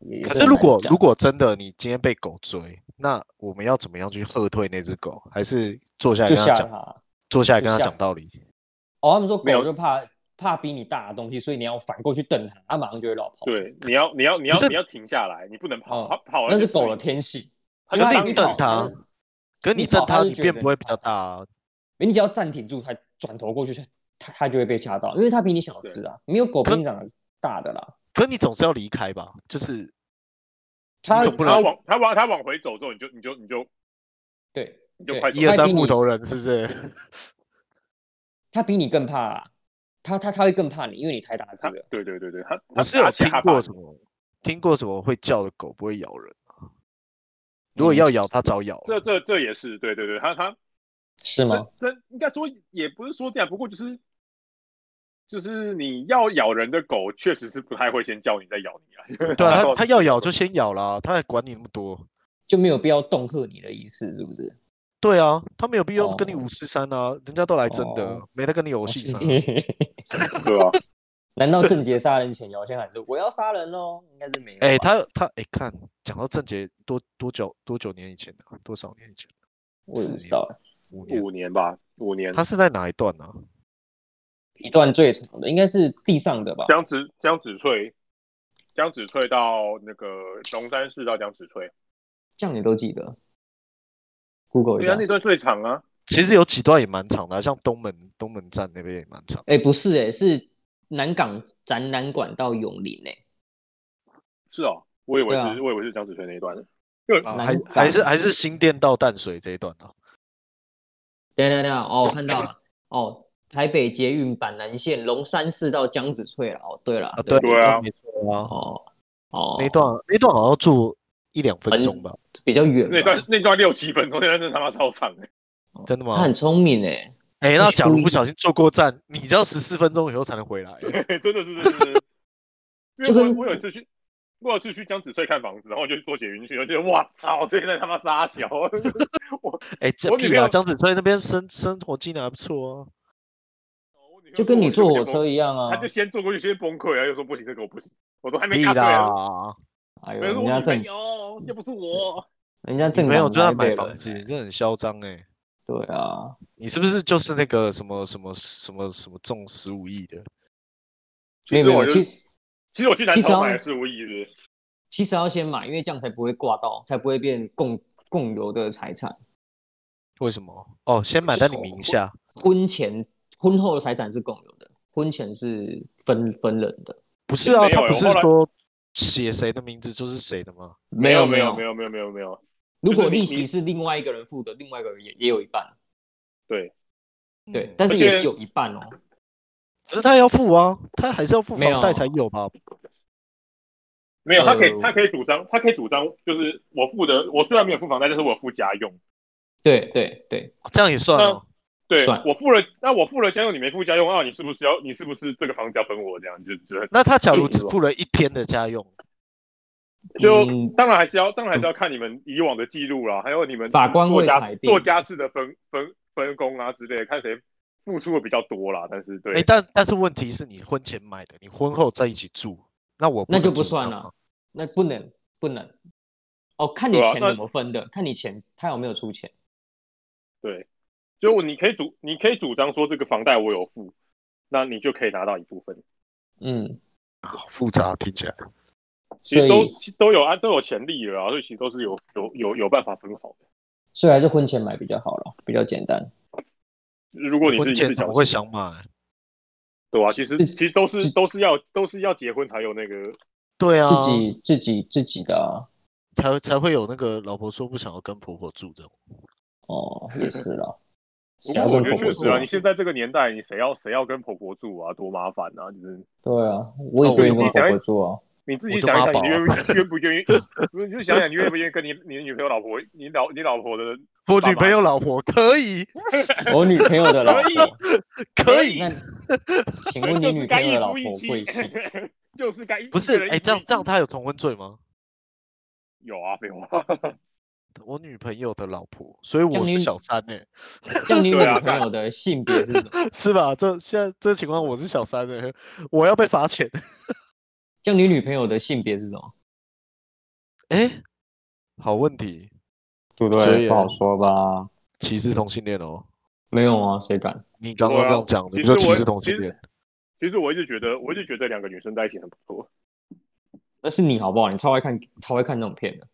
Speaker 1: 也
Speaker 2: 可是如果如
Speaker 1: 果
Speaker 2: 果真的你今天被狗追，那我们要怎么样去喝退那只狗？还是坐下来
Speaker 1: 就
Speaker 2: 跟他
Speaker 1: 吓
Speaker 2: 讲，
Speaker 1: 他，
Speaker 2: 坐下来跟他
Speaker 1: 就吓
Speaker 2: 讲道理？
Speaker 1: 哦，他们说
Speaker 3: 没有
Speaker 1: 狗就怕怕比你大的东西，所以你要反过去瞪它，它马上就会绕跑。，
Speaker 3: 对，你要你要你要
Speaker 2: 不是
Speaker 3: 你要停下来，你不能跑，
Speaker 1: 嗯
Speaker 3: 它跑了
Speaker 1: 那
Speaker 3: 就是追
Speaker 1: 狗的，天性。
Speaker 3: 它
Speaker 1: 因为
Speaker 2: 可
Speaker 1: 它
Speaker 2: 是
Speaker 3: 当
Speaker 2: 你
Speaker 1: 一
Speaker 2: 瞪
Speaker 1: 跑
Speaker 2: 它
Speaker 1: 它就
Speaker 2: 可是
Speaker 1: 你
Speaker 2: 你瞪
Speaker 1: 跑它
Speaker 2: 它，
Speaker 1: 就
Speaker 2: 你
Speaker 1: 觉
Speaker 2: 变
Speaker 1: 得
Speaker 2: 不会比较大啊？
Speaker 1: 你只要暂停住它，转头过去，它它它就会被吓到，因为它比你小只啊，没有狗比你长得大的啦。
Speaker 2: 可是你总是要离开吧？就是
Speaker 1: 它
Speaker 2: 你总不
Speaker 3: 它
Speaker 2: 能
Speaker 1: 它
Speaker 3: 往它往它往回走之后，你就你就你就
Speaker 1: 对，
Speaker 3: 你就
Speaker 1: 对
Speaker 3: 快走
Speaker 2: 一二
Speaker 1: 它
Speaker 2: 三
Speaker 1: 比你
Speaker 2: 木头人是 不是？
Speaker 1: 它比你更怕啊，它它它会更怕你，因为你太大只
Speaker 3: 它
Speaker 1: 了。
Speaker 3: 对对对对，它
Speaker 2: 我是有听过什
Speaker 3: 么？
Speaker 2: 么，听过什么会叫的狗不会咬人啊、如果要咬，它早咬了。
Speaker 3: 这这这也是对对对，它它
Speaker 1: 是吗？
Speaker 3: 这这应该说也不是说这样，不过就是就是你要咬人的狗，确实是不太会先叫你再咬你 啊。
Speaker 2: 对
Speaker 1: 哦
Speaker 2: 啊，它 它要咬就先咬啦，它还管你那么多？
Speaker 1: 就没有必要恫吓你的意思，是不是？
Speaker 2: 对啊，它没有必要跟你
Speaker 1: 哦
Speaker 2: 五四三啊，人家都来真的，
Speaker 1: 哦
Speaker 2: 没得跟你游戏啥。
Speaker 3: 对啊 吧？
Speaker 1: 难道郑杰杀人前有先喊说我要杀人哦？应该是没有吧。
Speaker 2: 哎、他他哎、看讲到郑杰多多久多久年以前的、啊？多少年以前？
Speaker 1: 我也不知道，
Speaker 2: 五年。
Speaker 3: 五年吧，五年。
Speaker 2: 他是在哪一段呢、啊？
Speaker 1: 一段最长的应该是地上的吧？
Speaker 3: 江子江子翠，江子翠到那个龙山寺到江子翠，
Speaker 1: 这样你都记得？Google 一
Speaker 3: 对啊，
Speaker 1: 下
Speaker 3: 那。段最长啊。
Speaker 2: 其实有几段也蛮长的啊、像东门东门站那边也蛮长。
Speaker 1: 哎、不是哎、是南港展览馆到永林哎、
Speaker 3: 是哦，我以为是，
Speaker 1: 对啊
Speaker 3: 我以为是江子翠那一段的。因为
Speaker 2: 啊、
Speaker 1: 南
Speaker 2: 还
Speaker 1: 港
Speaker 2: 还是还是新店到淡水这一段啊？
Speaker 1: 等一下等一下哦，我看到了哦，台北捷运板南线龙山寺到江子翠了哦。对了，
Speaker 2: 啊，对
Speaker 3: 对啊
Speaker 2: 没错啊，
Speaker 1: 哦哦，
Speaker 2: 那一段那一段好像坐一两分
Speaker 1: 很
Speaker 2: 钟吧？
Speaker 1: 比较远吧，
Speaker 3: 那段那段六七分钟，那段真的他妈超长的。
Speaker 2: 真的吗
Speaker 1: 他很聪明哎、
Speaker 2: 哎、
Speaker 1: 那
Speaker 2: 那
Speaker 1: 是
Speaker 2: 假如
Speaker 1: 故
Speaker 2: 不
Speaker 1: 意
Speaker 2: 小心坐过站，你就要十四分钟以后才能回来、欸
Speaker 3: 真的是， 真的是真的是。
Speaker 1: 就
Speaker 3: 因为
Speaker 1: 跟
Speaker 3: 我我有一次去，我有一次去江子翠看房子，然后我就坐捷运去，我就觉得哇操，这在他妈傻小， 我
Speaker 2: 哎、这
Speaker 3: 我女
Speaker 2: 屁
Speaker 3: 朋
Speaker 2: 啦，
Speaker 3: 友
Speaker 2: 江子翠那边生生活技能还不错啊。
Speaker 1: 就跟你坐火，
Speaker 3: 我
Speaker 1: 车
Speaker 3: 女
Speaker 1: 一样
Speaker 3: 朋友就直接崩他
Speaker 1: 啊
Speaker 3: 就。先坐过去，先崩溃啊，又说不行，这个我不行，我都还没
Speaker 2: 屁
Speaker 3: 看对啊。
Speaker 2: 啦，
Speaker 1: 哎呦，
Speaker 3: 没有是
Speaker 1: 人
Speaker 3: 我
Speaker 1: 家
Speaker 3: 女
Speaker 1: 正
Speaker 3: 朋友，又不是我。
Speaker 1: 人家
Speaker 2: 你
Speaker 1: 正
Speaker 2: 朋友
Speaker 1: 港
Speaker 2: 就在
Speaker 1: 台北
Speaker 2: 买房
Speaker 1: 人
Speaker 2: 子，
Speaker 1: 欸
Speaker 2: 你这很嚣张哎。
Speaker 1: 对啊，
Speaker 2: 你是不是就是那个什么什么什么什么中十五亿的？
Speaker 1: 没有
Speaker 3: 其实
Speaker 1: 没有，
Speaker 3: 我就
Speaker 1: 其
Speaker 3: 是，其实我去南
Speaker 1: 其实
Speaker 3: 朝
Speaker 1: 好
Speaker 3: 买的
Speaker 1: 像
Speaker 3: 是无意的，
Speaker 1: 其实要先买，因为这样才不会挂到，才不会变共共有的财产。
Speaker 2: 为什么？哦，先买
Speaker 1: 就
Speaker 2: 在
Speaker 1: 是
Speaker 2: 你
Speaker 1: 我
Speaker 2: 名下，
Speaker 1: 婚前、婚后的财产是共有的，婚前是分分人的。
Speaker 2: 不是啊？
Speaker 3: 没有
Speaker 2: 他不
Speaker 3: 我
Speaker 2: 是
Speaker 3: 后来
Speaker 2: 说写谁的名字就是谁的吗？
Speaker 1: 没
Speaker 3: 有
Speaker 1: 没
Speaker 3: 没没
Speaker 1: 有。
Speaker 3: 有没有没有没有，
Speaker 1: 如
Speaker 3: 就是
Speaker 1: 果
Speaker 3: 你
Speaker 1: 利
Speaker 3: 你
Speaker 1: 息是另外一个人付的，另外一个人也也有一半，对
Speaker 2: 嗯，
Speaker 1: 但是
Speaker 3: 而且
Speaker 1: 也是有一半哦。
Speaker 2: 可是他要付啊，他还是要付
Speaker 1: 没
Speaker 2: 房贷
Speaker 1: 有
Speaker 2: 才有吧？
Speaker 3: 没有，他可以
Speaker 1: 呃
Speaker 3: 他可以主张，他可以主张就是我付的，我虽然没有付房贷，但是我有付家用。
Speaker 1: 对对对，
Speaker 2: 这样也算
Speaker 3: 那
Speaker 2: 哦。
Speaker 3: 对
Speaker 1: 算，
Speaker 3: 我付了，那我付了家用，你没付家用啊？你是不是要，你是不是这个房子要分我？这样就就
Speaker 2: 那他假
Speaker 1: 就
Speaker 2: 如只
Speaker 1: 是
Speaker 3: 嗯
Speaker 1: 吧
Speaker 2: 付了一天的家用，
Speaker 3: 就、
Speaker 1: 嗯
Speaker 3: 当然还是要，当然还是要看你们以往的记录啦，还有你们
Speaker 1: 法官
Speaker 3: 做
Speaker 1: 会
Speaker 3: 家
Speaker 1: 裁定
Speaker 3: 做。家事的分分分工啊之类的，看谁付出的比较多啦。但是对，
Speaker 2: 哎、但但是问题是你婚前买的，你婚后在一起住，那我
Speaker 1: 那
Speaker 2: 能
Speaker 1: 就不
Speaker 2: 主张
Speaker 1: 算了
Speaker 2: 吗。
Speaker 1: 那不能不能。哦，看你
Speaker 3: 对啊
Speaker 1: 钱
Speaker 3: 那
Speaker 1: 怎么分的，看你钱他有没有出钱。
Speaker 3: 对，就你可以主你可以主张说这个房贷我有付，那你就可以拿到一部分，
Speaker 1: 嗯，
Speaker 2: 好复杂，听起来。
Speaker 3: 其
Speaker 1: 所
Speaker 3: 实
Speaker 1: 以
Speaker 3: 都其实都有啊都有潜力了啊，所以其实都是有有有有办法分好的。
Speaker 1: 所以还是婚前买比较好了，比较简单。
Speaker 3: 如果你是
Speaker 2: 婚
Speaker 3: 一次
Speaker 2: 前
Speaker 3: 缴
Speaker 2: 我
Speaker 3: 清
Speaker 2: 会想买，
Speaker 3: 对啊，其实
Speaker 1: 自
Speaker 3: 其实都是
Speaker 1: 自
Speaker 3: 都是要都是要结婚才有那个，
Speaker 2: 对啊，
Speaker 1: 自己自己自己的啊、
Speaker 2: 才会才会有那个老婆说不想要跟婆婆住这种。
Speaker 1: 哦，也是啦。
Speaker 3: 不
Speaker 1: 想
Speaker 3: 过
Speaker 1: 要
Speaker 3: 我
Speaker 1: 跟
Speaker 3: 觉得
Speaker 1: 婆
Speaker 3: 确
Speaker 1: 婆
Speaker 3: 实
Speaker 1: 住
Speaker 3: 啊，
Speaker 1: 啊
Speaker 3: 你现在这个年代，你谁要谁要跟婆婆住啊，多麻烦啊！就是
Speaker 1: 对啊，我也
Speaker 2: 哦
Speaker 1: 不愿意跟
Speaker 2: 我
Speaker 3: 自己
Speaker 1: 婆
Speaker 3: 想
Speaker 1: 婆住啊。
Speaker 3: 你自己
Speaker 2: 我就
Speaker 3: 想一
Speaker 2: 妈
Speaker 3: 想，
Speaker 2: 宝
Speaker 3: 你
Speaker 2: 啊
Speaker 3: 愿不愿不愿意？不是，就想想你愿不愿意跟你你女朋友、老婆、你老你老婆的
Speaker 2: 我
Speaker 3: 爸
Speaker 2: 女
Speaker 3: 妈
Speaker 2: 朋友老婆可以
Speaker 1: 我女朋友的老
Speaker 3: 可以
Speaker 1: 婆，
Speaker 2: 可以，
Speaker 1: 那请问你
Speaker 3: 就
Speaker 1: 女
Speaker 3: 是该
Speaker 1: 朋友
Speaker 3: 一
Speaker 1: 的老
Speaker 3: 夫一
Speaker 1: 婆
Speaker 3: 妻
Speaker 1: 贵姓？，
Speaker 3: 就是该一
Speaker 2: 不
Speaker 3: 一
Speaker 2: 是
Speaker 3: 个人
Speaker 2: 哎、
Speaker 3: 一
Speaker 2: 这样
Speaker 3: 妻
Speaker 2: 这样她有重婚罪吗？
Speaker 3: 有啊，废话，
Speaker 2: 我女朋友的老婆，所以
Speaker 1: 这样
Speaker 2: 我是
Speaker 1: 你
Speaker 2: 小三哎、
Speaker 1: 像你女
Speaker 3: 对啊
Speaker 1: 朋友的性别是什么？
Speaker 2: 是吧？这现在这情况我是小三哎、我要被罚 钱
Speaker 1: 像你女朋友的性别是什么？
Speaker 2: 哎、好问题，
Speaker 1: 对不
Speaker 2: 所以
Speaker 1: 对？不好说吧？
Speaker 2: 歧视同性恋哦。
Speaker 1: 没有啊，谁敢？
Speaker 2: 你刚刚这样讲，
Speaker 3: 对啊
Speaker 2: 你说
Speaker 3: 其实
Speaker 2: 歧
Speaker 3: 我
Speaker 2: 视同性
Speaker 3: 其实
Speaker 2: 恋？
Speaker 3: 其实我一直觉得，我一直觉得两个女生在一起很不错。
Speaker 1: 那是你好不好？你超爱看，超爱看那种片的。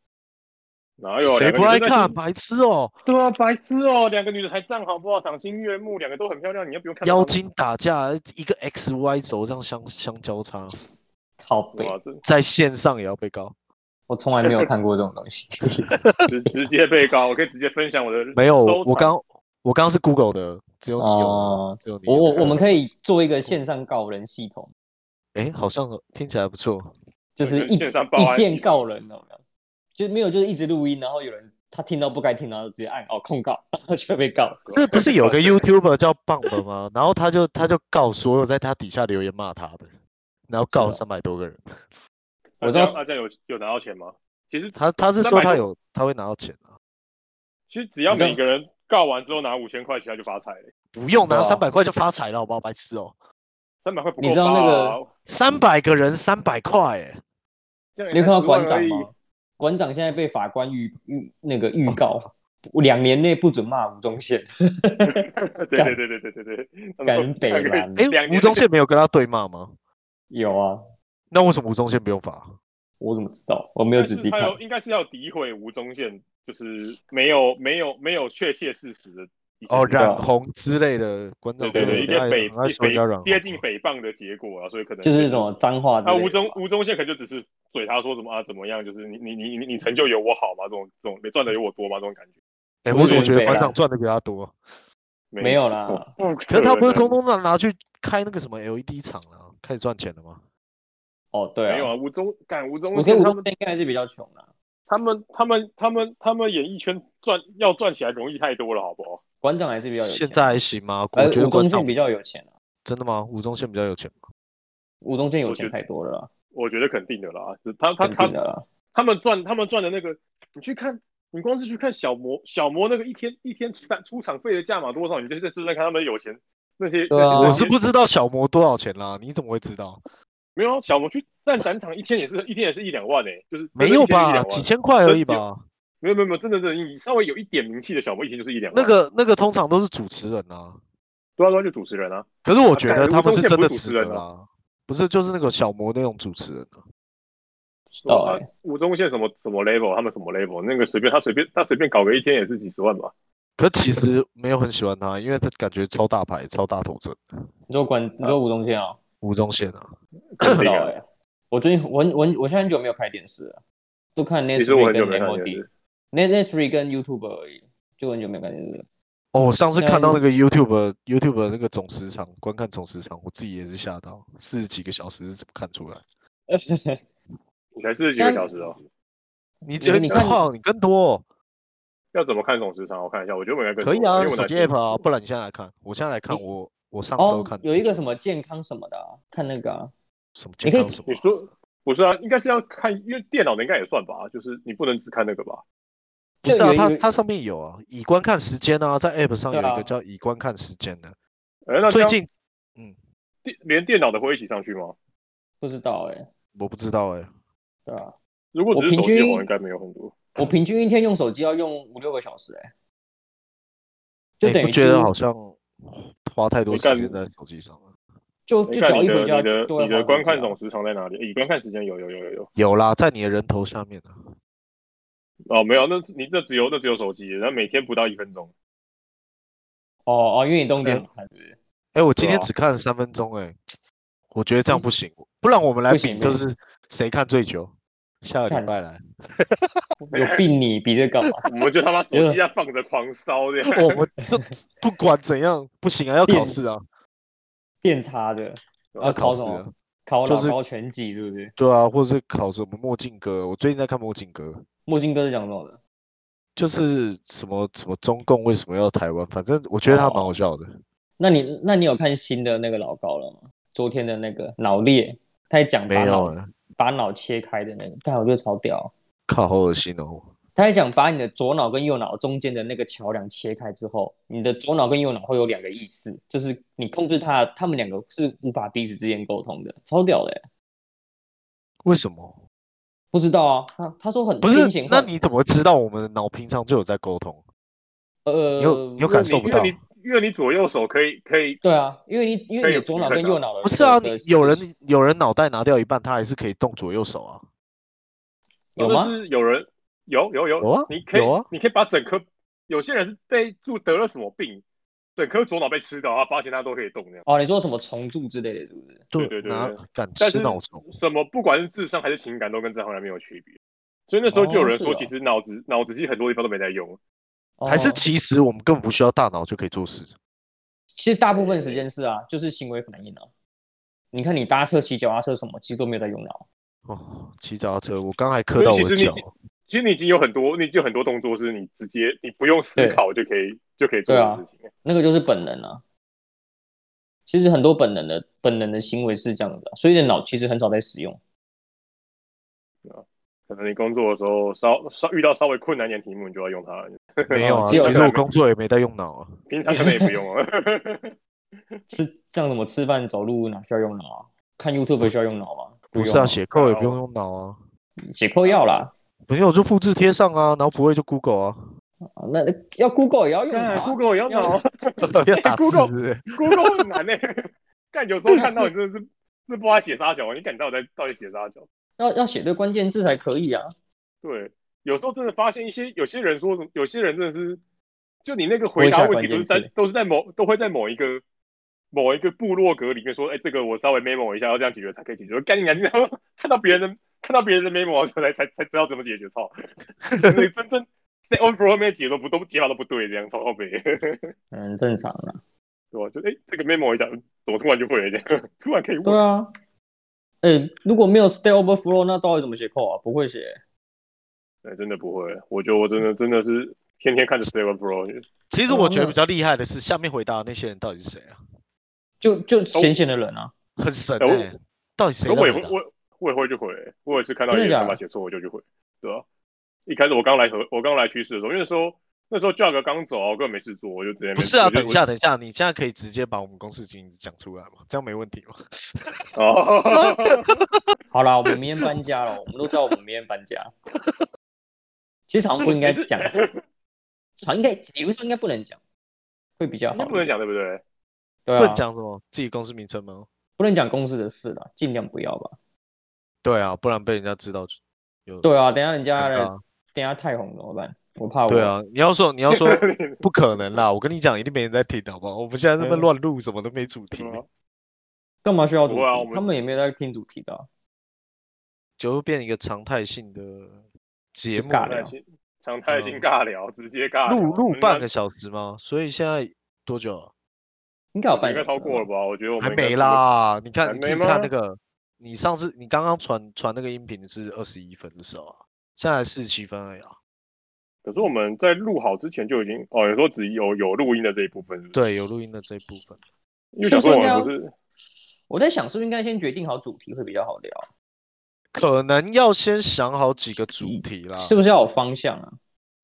Speaker 3: 哪有
Speaker 2: 谁
Speaker 3: 啊两个
Speaker 2: 不爱
Speaker 3: 女生在一起
Speaker 2: 看？白痴哦！
Speaker 3: 对啊，白痴哦，两个女的才站好不好？赏心悦目，两个都很漂亮，你又不用看到
Speaker 2: 妖
Speaker 3: 她们
Speaker 2: 精打架，一个 X Y 轴这样相相交叉，
Speaker 1: 靠
Speaker 3: 对
Speaker 1: 背，
Speaker 3: 啊，这
Speaker 2: 在线上也要被告。
Speaker 1: 我从来没有看过这种东西。
Speaker 3: 直直接被告，我可以直接分享我的
Speaker 2: 没有，
Speaker 3: 收
Speaker 2: 我我
Speaker 3: 藏啊
Speaker 2: 刚我刚刚是 Google 的，只有你有，
Speaker 1: 哦
Speaker 2: 只有你
Speaker 1: 我
Speaker 2: 有。
Speaker 1: 我我们可以做一个线上告人系统，
Speaker 2: 哎，好像听起来不错。
Speaker 1: 就是一
Speaker 3: 线上报案
Speaker 1: 一键告人，懂吗？就没有，就是一直录音，然后有人他听到不该听，然后直接按哦控告， 然后就被告。
Speaker 2: 这不是有 个 YouTuber 叫 Bump 吗？然后他就他就告所有在他底下留言骂他的，然后
Speaker 3: 啊
Speaker 2: 告
Speaker 1: 的
Speaker 2: 三百多个人。
Speaker 1: 我知
Speaker 3: 大家
Speaker 1: 道
Speaker 3: 大啊家有有拿到钱吗？其实
Speaker 2: 他他是
Speaker 3: 300
Speaker 2: 说他
Speaker 3: 多
Speaker 2: 有他会拿到钱啊，
Speaker 3: 其实只要
Speaker 1: 你知道
Speaker 3: 每个人告完之后拿五千块，其他就发财了。
Speaker 2: 不用拿
Speaker 1: 对啊
Speaker 2: 三百块就发财了，好不好？白痴哦，
Speaker 3: 三百块不够
Speaker 1: 你知道
Speaker 3: 发
Speaker 1: 那个
Speaker 3: 啊
Speaker 2: 三百个人三百块，哎，
Speaker 3: 这样
Speaker 1: 你
Speaker 3: 也
Speaker 1: 有看到
Speaker 3: 才10万
Speaker 1: 馆长
Speaker 3: 而已
Speaker 1: 吗？馆长现在被法官预预那个预告，两年内不准骂吴宗宪，
Speaker 3: 对对对对对对对，他们
Speaker 1: 敢
Speaker 3: 说
Speaker 1: 北
Speaker 3: 两个
Speaker 1: 蓝
Speaker 2: 哎
Speaker 3: 嗯两，年
Speaker 2: 吴宗宪没有跟他对骂吗？
Speaker 1: 有啊，
Speaker 2: 那为什么吴宗宪不用罚？
Speaker 1: 我怎么知道？我没有
Speaker 3: 但是
Speaker 1: 仔细
Speaker 3: 他
Speaker 1: 看。
Speaker 3: 有应该是要诋毁吴宗宪，就是没有没有没有确切事实的一些
Speaker 2: 哦，
Speaker 1: 知道
Speaker 2: 染红之类的观众
Speaker 3: 啊对对
Speaker 2: 会
Speaker 3: 对，一
Speaker 2: 很
Speaker 3: 些
Speaker 2: 爱
Speaker 3: 诽
Speaker 2: 很爱说人家染
Speaker 3: 诽
Speaker 2: 红
Speaker 3: 接近诽谤的结果啊，所以可能
Speaker 1: 就是什么脏话之
Speaker 3: 啊，
Speaker 1: 类的
Speaker 3: 吴宗吴宗宪可能就只是怼他说什么啊怎么样，就是你你你你你成就有我好吗？这种这种赚的有我多吗？这种感觉
Speaker 2: 哎，
Speaker 1: 我
Speaker 2: 我怎么
Speaker 1: 觉得
Speaker 2: 觉得
Speaker 1: 北
Speaker 2: 馆
Speaker 1: 兰
Speaker 2: 长赚的比他多？啊
Speaker 1: 没有啦，
Speaker 3: 错，
Speaker 2: 嗯可是他不是通
Speaker 3: 能
Speaker 2: 通拿拿去开那个什么 LED 厂了、啊开始赚钱了吗？
Speaker 1: 哦，对
Speaker 3: 没有
Speaker 1: 啊，
Speaker 3: 啊，吴宗干吴宗
Speaker 1: 我觉
Speaker 3: 宪
Speaker 1: 得吴
Speaker 3: 他
Speaker 1: 宗
Speaker 3: 们
Speaker 1: 宪应该还是比较穷啦。
Speaker 3: 他们他们他们他们演艺圈赚要赚起来容易太多了，好不好？
Speaker 1: 馆长还是比较有钱。
Speaker 2: 现在还行吗？
Speaker 1: 呃
Speaker 2: 我觉得
Speaker 1: 吴
Speaker 2: 馆
Speaker 1: 宗
Speaker 2: 长
Speaker 1: 宪比较有钱啊，
Speaker 2: 真的吗？吴宗宪比较有钱吗？
Speaker 1: 吴宗宪有
Speaker 3: 我觉
Speaker 1: 钱
Speaker 3: 得
Speaker 1: 太多了啦，
Speaker 3: 我觉得肯定的啦，就是他他
Speaker 1: 肯
Speaker 3: 他
Speaker 1: 定的啦。
Speaker 3: 他们赚他们赚的那个，你去看，你光是去看小魔小魔那个一天一天出出场费的价码多少，你就在就在看他们有钱那些。
Speaker 1: 对啊
Speaker 3: 那些
Speaker 2: 我
Speaker 3: 那
Speaker 2: 是
Speaker 3: 些
Speaker 2: 不知道小魔多少钱啦，你怎么会知道？
Speaker 3: 没有啊小魔去烂展场一天也是一天也是一两万诶、就是
Speaker 2: 没
Speaker 3: 真的
Speaker 2: 有
Speaker 3: 一天一
Speaker 2: 吧，
Speaker 3: 两万
Speaker 2: 几千块而已吧。
Speaker 3: 没有没有没有，真的真的，你稍微有一点名气的小魔一天就是一两万。
Speaker 2: 那个那个通常都是主持人啊，
Speaker 3: 对啊对啊，就主持人啊，
Speaker 2: 可是我觉
Speaker 3: 啊
Speaker 2: 得
Speaker 3: 干
Speaker 2: 他们是真的
Speaker 3: 吴宗宪不
Speaker 2: 值
Speaker 3: 是主持
Speaker 2: 得
Speaker 3: 人啊
Speaker 2: 啦。不是，就是那个小魔那种主持人啊，
Speaker 1: 知道
Speaker 3: 他啊吴宗宪什么什么 level，他们什么 level，那个随便他随便他随便搞个一天也是几十万吧。
Speaker 2: 可其实没有很喜欢他，因为他感觉超大牌、超大头针。
Speaker 1: 你说馆，你说吴宗宪啊？
Speaker 2: 吴宗宪啊，
Speaker 1: 不知
Speaker 3: 对
Speaker 1: 道
Speaker 3: 啊
Speaker 1: 哎、我最近我我我现在很久没有开电视了，都看
Speaker 3: 其实我
Speaker 1: Netflix
Speaker 3: 很久
Speaker 1: 跟
Speaker 3: 没看
Speaker 1: MOD
Speaker 3: 电视。
Speaker 1: Net- Netflix 跟 YouTube 而已，就很久没有看电视了。
Speaker 2: 哦，我上次
Speaker 1: 那
Speaker 2: 看到
Speaker 1: 你
Speaker 2: 那个 YouTube YouTube 的那个总时长，观看总时长，我自己也是吓到，四十几个小时是怎么看出来？
Speaker 3: 你才四十几个小时哦，
Speaker 2: 你
Speaker 1: 你
Speaker 2: 这
Speaker 1: 你看
Speaker 2: 靠你更多哦、
Speaker 3: 要怎么看总时长？我看一下，我觉得我应该跟
Speaker 2: 可以啊，
Speaker 3: 因为我
Speaker 2: 手
Speaker 3: 拿
Speaker 2: 机 app 啊，不然你现在来看，我现在来看
Speaker 1: 你
Speaker 2: 我我上周
Speaker 1: 哦
Speaker 2: 看，
Speaker 1: 有一个什么健康什么的、啊，看那个、啊，
Speaker 2: 什么
Speaker 1: 你
Speaker 2: 健
Speaker 1: 可以
Speaker 2: 康什么
Speaker 3: 你，说不是啊？应该是要看，因为电脑的应该也算吧，就是你不能只看那个吧？
Speaker 2: 不是啊，
Speaker 1: 就有一
Speaker 2: 它
Speaker 1: 个
Speaker 2: 它上面有啊，已观看时间啊，在 app 上有
Speaker 1: 对啊
Speaker 2: 一个叫已观看时间的，
Speaker 3: 哎，那这
Speaker 2: 最
Speaker 3: 样
Speaker 2: 近
Speaker 3: 电连电脑的会一起上去吗？
Speaker 1: 不知道哎、
Speaker 2: 我不知道哎、
Speaker 1: 对啊，
Speaker 3: 如果只是手
Speaker 1: 我平
Speaker 3: 机
Speaker 1: 均
Speaker 3: 的话，应该没有很多。
Speaker 1: 我平均一天用手机要用五六个小时哎、欸就
Speaker 2: 你
Speaker 1: 等于
Speaker 2: 不觉得
Speaker 1: 是
Speaker 2: 好像花太多
Speaker 3: 你
Speaker 2: 时
Speaker 3: 干
Speaker 2: 间在手机上了？
Speaker 1: 就
Speaker 3: 你
Speaker 1: 就
Speaker 3: 看
Speaker 1: 缴
Speaker 3: 你
Speaker 1: 一
Speaker 3: 的
Speaker 1: 回家
Speaker 3: 你的
Speaker 1: 都要
Speaker 3: 你的
Speaker 1: 还
Speaker 3: 观
Speaker 1: 回
Speaker 3: 看
Speaker 1: 家
Speaker 3: 总时长在哪里？诶观看时间有有有有有
Speaker 2: 有啦，在你的人头下面啊。
Speaker 3: 哦，没有，那你那只有那只有手机，然后每天不到一分钟。
Speaker 1: 哦哦，因为你冬
Speaker 2: 对
Speaker 1: 天很看，对
Speaker 2: 哎、我今
Speaker 3: 对
Speaker 2: 天
Speaker 3: 啊
Speaker 2: 只看了三分钟、哎，我觉得这样不行，不然我们来
Speaker 1: 不
Speaker 2: 比，
Speaker 1: 行
Speaker 2: 就
Speaker 1: 不
Speaker 2: 是谁看最久。下个
Speaker 1: 看
Speaker 2: 礼拜来，
Speaker 1: 不对有病你比这干嘛？
Speaker 3: 我们就他妈手机在放着狂烧这样。
Speaker 2: 我们 就不管怎样，不行啊，要考
Speaker 1: 电哦
Speaker 2: 试啊，
Speaker 1: 变差的，
Speaker 2: 要
Speaker 1: 要
Speaker 2: 考
Speaker 1: 考
Speaker 2: 试
Speaker 1: 什
Speaker 2: 啊
Speaker 1: 么？，考
Speaker 2: 就
Speaker 1: 老
Speaker 2: 是
Speaker 1: 高全集是不是？
Speaker 2: 对啊，或者是考什么墨镜哥，我最近在看墨镜哥，
Speaker 1: 墨镜哥是讲什么的？
Speaker 2: 就是什么什么中共为什么要台湾，反正我觉得他
Speaker 1: 哦
Speaker 2: 蛮好笑的。
Speaker 1: 那你那你有看新的那个老高了吗？昨天的那个脑裂，他在讲
Speaker 2: 没
Speaker 1: 把
Speaker 2: 有
Speaker 1: 脑
Speaker 2: 哎、
Speaker 1: 把脑切开的那个，但我觉得超屌。
Speaker 2: 靠，好恶心哦。
Speaker 1: 他在讲把你的左脑跟右脑中间的那个桥梁切开之后，你的左脑跟右脑会有两个意识，就是你控制它，他们两个是无法彼此之间沟通的，超屌的欸、
Speaker 2: 为什么？
Speaker 1: 不知道啊，他他说很
Speaker 2: 不
Speaker 1: 明
Speaker 2: 是
Speaker 1: 显，
Speaker 2: 那
Speaker 1: 会
Speaker 2: 你怎么知道我们的脑平常就有在沟通？
Speaker 1: 呃
Speaker 2: 你有你有感受不到
Speaker 3: 因为你因为你左右手可以可以
Speaker 1: 对啊，因为你因为
Speaker 3: 可以
Speaker 1: 你的左脑跟右脑的
Speaker 2: 不是啊，
Speaker 1: 的
Speaker 2: 你有人有人脑袋拿掉一半，他还是可以动左右手啊。
Speaker 1: 有
Speaker 3: 那
Speaker 1: 吗？
Speaker 3: 是有人有有 有
Speaker 2: 有啊
Speaker 3: 你可以
Speaker 2: 有啊
Speaker 3: 你可以把整颗有些人被住得了什么病，整颗左脑被吃掉，他啊发现他都可以动这样。
Speaker 1: 哦，你说什么重铸之类的，是不是？
Speaker 2: 对
Speaker 3: 对对
Speaker 2: 拿
Speaker 3: 对
Speaker 2: 敢
Speaker 3: 但
Speaker 2: 吃
Speaker 3: 是
Speaker 2: 脑虫，
Speaker 3: 什么不管是智商还是情感都跟正常人没有区别。所以那时候就有人说，
Speaker 1: 哦是
Speaker 3: 其
Speaker 1: 哦
Speaker 3: 实脑子、脑子其实很多地方都没在用。
Speaker 2: 还是
Speaker 1: 哦
Speaker 2: 其实我们根本不需要大脑就可以做事？
Speaker 1: 其实大部分时间是啊，就是行为反应啊。你看你搭车、骑脚踏车什么，其实都没有在用脑。
Speaker 2: 哦，骑脚踏车，我刚还磕
Speaker 3: 因为
Speaker 2: 到
Speaker 3: 其
Speaker 2: 我的
Speaker 3: 实你
Speaker 2: 脚。
Speaker 3: 其实你已经有很多，你已经有很多动作是你直接你不用思考就可以就可以做
Speaker 1: 对
Speaker 3: 的
Speaker 1: 啊
Speaker 3: 事情。
Speaker 1: 那个就是本能啊。其实很多本能的本能的行为是这样的啊、所以你的脑其实很少在使用。
Speaker 3: 可能你工作的时候稍稍遇到稍微困难一点题目，你就要用它。
Speaker 2: 没有啊，
Speaker 1: 只有
Speaker 2: 其实
Speaker 3: 大
Speaker 2: 我
Speaker 3: 脑
Speaker 2: 工作也没在用脑啊。
Speaker 3: 平常可能也不用啊。
Speaker 1: 吃像什么吃饭、走路哪需要用脑啊？看 YouTube 需要用脑吗？
Speaker 2: 不
Speaker 1: 用
Speaker 2: 是啊，
Speaker 1: 啊
Speaker 2: 写扣也
Speaker 3: 哦
Speaker 2: 不用用脑啊，
Speaker 1: 解扣要啦，
Speaker 2: 没有就复制贴上啊，然后不会就 Google 啊，
Speaker 1: 啊那那要 Google 也要用脑
Speaker 3: 干
Speaker 1: 啊、
Speaker 3: Google 也要脑
Speaker 2: 要打字
Speaker 3: Google
Speaker 2: 是不是
Speaker 3: ，Google 很难呢、欸。但有时候看到你真的是是不知道他写啥小，你感觉到底在到底写啥小？
Speaker 1: 要要写对关键字才可以啊。
Speaker 3: 对，有时候真的发现一些有些人说什么，有些人真的是，就你那个
Speaker 1: 不
Speaker 3: 回
Speaker 1: 会
Speaker 3: 答
Speaker 1: 下
Speaker 3: 问题都
Speaker 1: 关键
Speaker 3: 是在
Speaker 1: 字
Speaker 3: 都是在某都会在某一个某一个部落格里面说，哎、这个我稍微 memo 一下，要这样解决才可以解决。干你娘！你知道吗看到别人的看到别人的 memo 才才才知道怎么解决， 操！你真正 stay on for 后面解都不都解法都不对，这样超靠北， 对
Speaker 1: 嗯，正常啦。
Speaker 3: 吧？就哎、这个 memo 一下，怎么突然就会了这样， 突然可以问
Speaker 1: 对。啊，哎、如果没有 Stay Overflow，那到底怎么写扣啊？不会写、
Speaker 3: 哎，真的不会，我觉得我真
Speaker 1: 嗯
Speaker 3: 的真的是天天看着 Steven Pro，
Speaker 2: 其实
Speaker 1: 对啊
Speaker 2: 我觉得
Speaker 1: 那
Speaker 3: 嗯
Speaker 2: 比较厉害的是下面回答的那些人到底是谁啊？
Speaker 1: 就就闲闲的人啊，
Speaker 2: 很神
Speaker 3: 哎
Speaker 2: 哎、
Speaker 3: 我
Speaker 2: 到底谁
Speaker 3: 可
Speaker 2: 在
Speaker 3: 哦我也
Speaker 2: 回
Speaker 3: 会
Speaker 2: 答？
Speaker 3: 我我也会去回，我也是看到
Speaker 1: 真的
Speaker 3: 有人
Speaker 1: 假
Speaker 3: 他妈
Speaker 1: 的
Speaker 3: 写错我就去回，对吧、一开始我刚来和我刚来趋势的时候，因为那时候那时候价格刚走啊，我根本没事做，我就直接
Speaker 2: 不是啊，等一
Speaker 3: 一
Speaker 2: 下，等一下，你现在可以直接把我们公司经营讲出来吗？这样没问题吗？
Speaker 3: 哦，
Speaker 1: 好啦，我们明天搬家了，我们都知道我们明天搬 家。其实好 像不应该 讲，好应该理论上应该不能讲，会比较
Speaker 3: 你
Speaker 1: 好。
Speaker 3: 不能讲对不对？
Speaker 1: 对
Speaker 2: 不
Speaker 1: 啊
Speaker 2: 能，讲什么自己公司名称吗？
Speaker 1: 不能讲公司的事啦，尽量不要吧。
Speaker 2: 对啊，不然被人家知道就有
Speaker 1: 对啊，等一下人家
Speaker 2: 尴
Speaker 1: 来，
Speaker 2: 尬。
Speaker 1: 等一下太红怎么办？我怕我。
Speaker 2: 对，啊，你要 说你要说不可能啦，我跟你讲，一定没人在听，好不好？我们现在这么
Speaker 1: 嗯
Speaker 2: 乱录，什么都没主题，
Speaker 3: 哦
Speaker 1: 干嘛需要主
Speaker 3: 不
Speaker 1: 题？
Speaker 3: 会啊我们
Speaker 1: 他们也没有在听主题的啊、
Speaker 2: 就会变一个常态性的节
Speaker 1: 就
Speaker 2: 目
Speaker 1: 尬
Speaker 3: 常
Speaker 1: 聊嗯
Speaker 2: 了
Speaker 3: 态性常态性尬聊，直接尬聊
Speaker 2: 录录
Speaker 3: 嗯
Speaker 2: 半个小时吗？所以现在多久啊？
Speaker 1: 应该有
Speaker 3: 那
Speaker 1: 半
Speaker 3: 应
Speaker 1: 个
Speaker 3: 该
Speaker 1: 小时
Speaker 3: 超过了
Speaker 1: 吧？
Speaker 3: 吧？我觉得我们
Speaker 2: 还
Speaker 3: 应该
Speaker 2: 没，啦，你
Speaker 3: 还
Speaker 2: 看你自己
Speaker 3: 没吗
Speaker 2: 看那个，你上次你刚刚传传那个音频是二十一分的时候啊，现在四十七分而已啊。
Speaker 3: 可是我们在录好之前就已经哦，你说只有有录音的这一部分是不是，
Speaker 2: 对，有录音的这一部分。
Speaker 3: 因为想说我们不是
Speaker 1: 我在想，是不是应该先决定好主题会比较好聊？
Speaker 2: 可能要先想好几个主题啦。
Speaker 1: 是不是要有方向啊？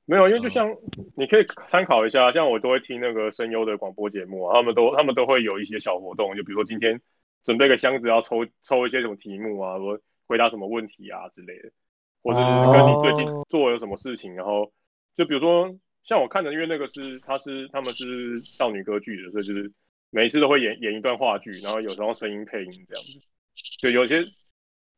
Speaker 3: 没有，因为就
Speaker 2: 嗯
Speaker 3: 像你可以参考一下，像我都会听那个声优的广播节目啊，他们都他们都会有一些小活动，就比如说今天准备个箱子，要抽抽一些什么题目啊，或回答什么
Speaker 2: 哦
Speaker 3: 问题啊之类的，或者是跟你最近做了什么事情，然后就比如说像我看的，因为那个是他是他们是少女歌剧的，所以就是每一次都会演演一段话剧，然后有时候声音配音这样子。对，有些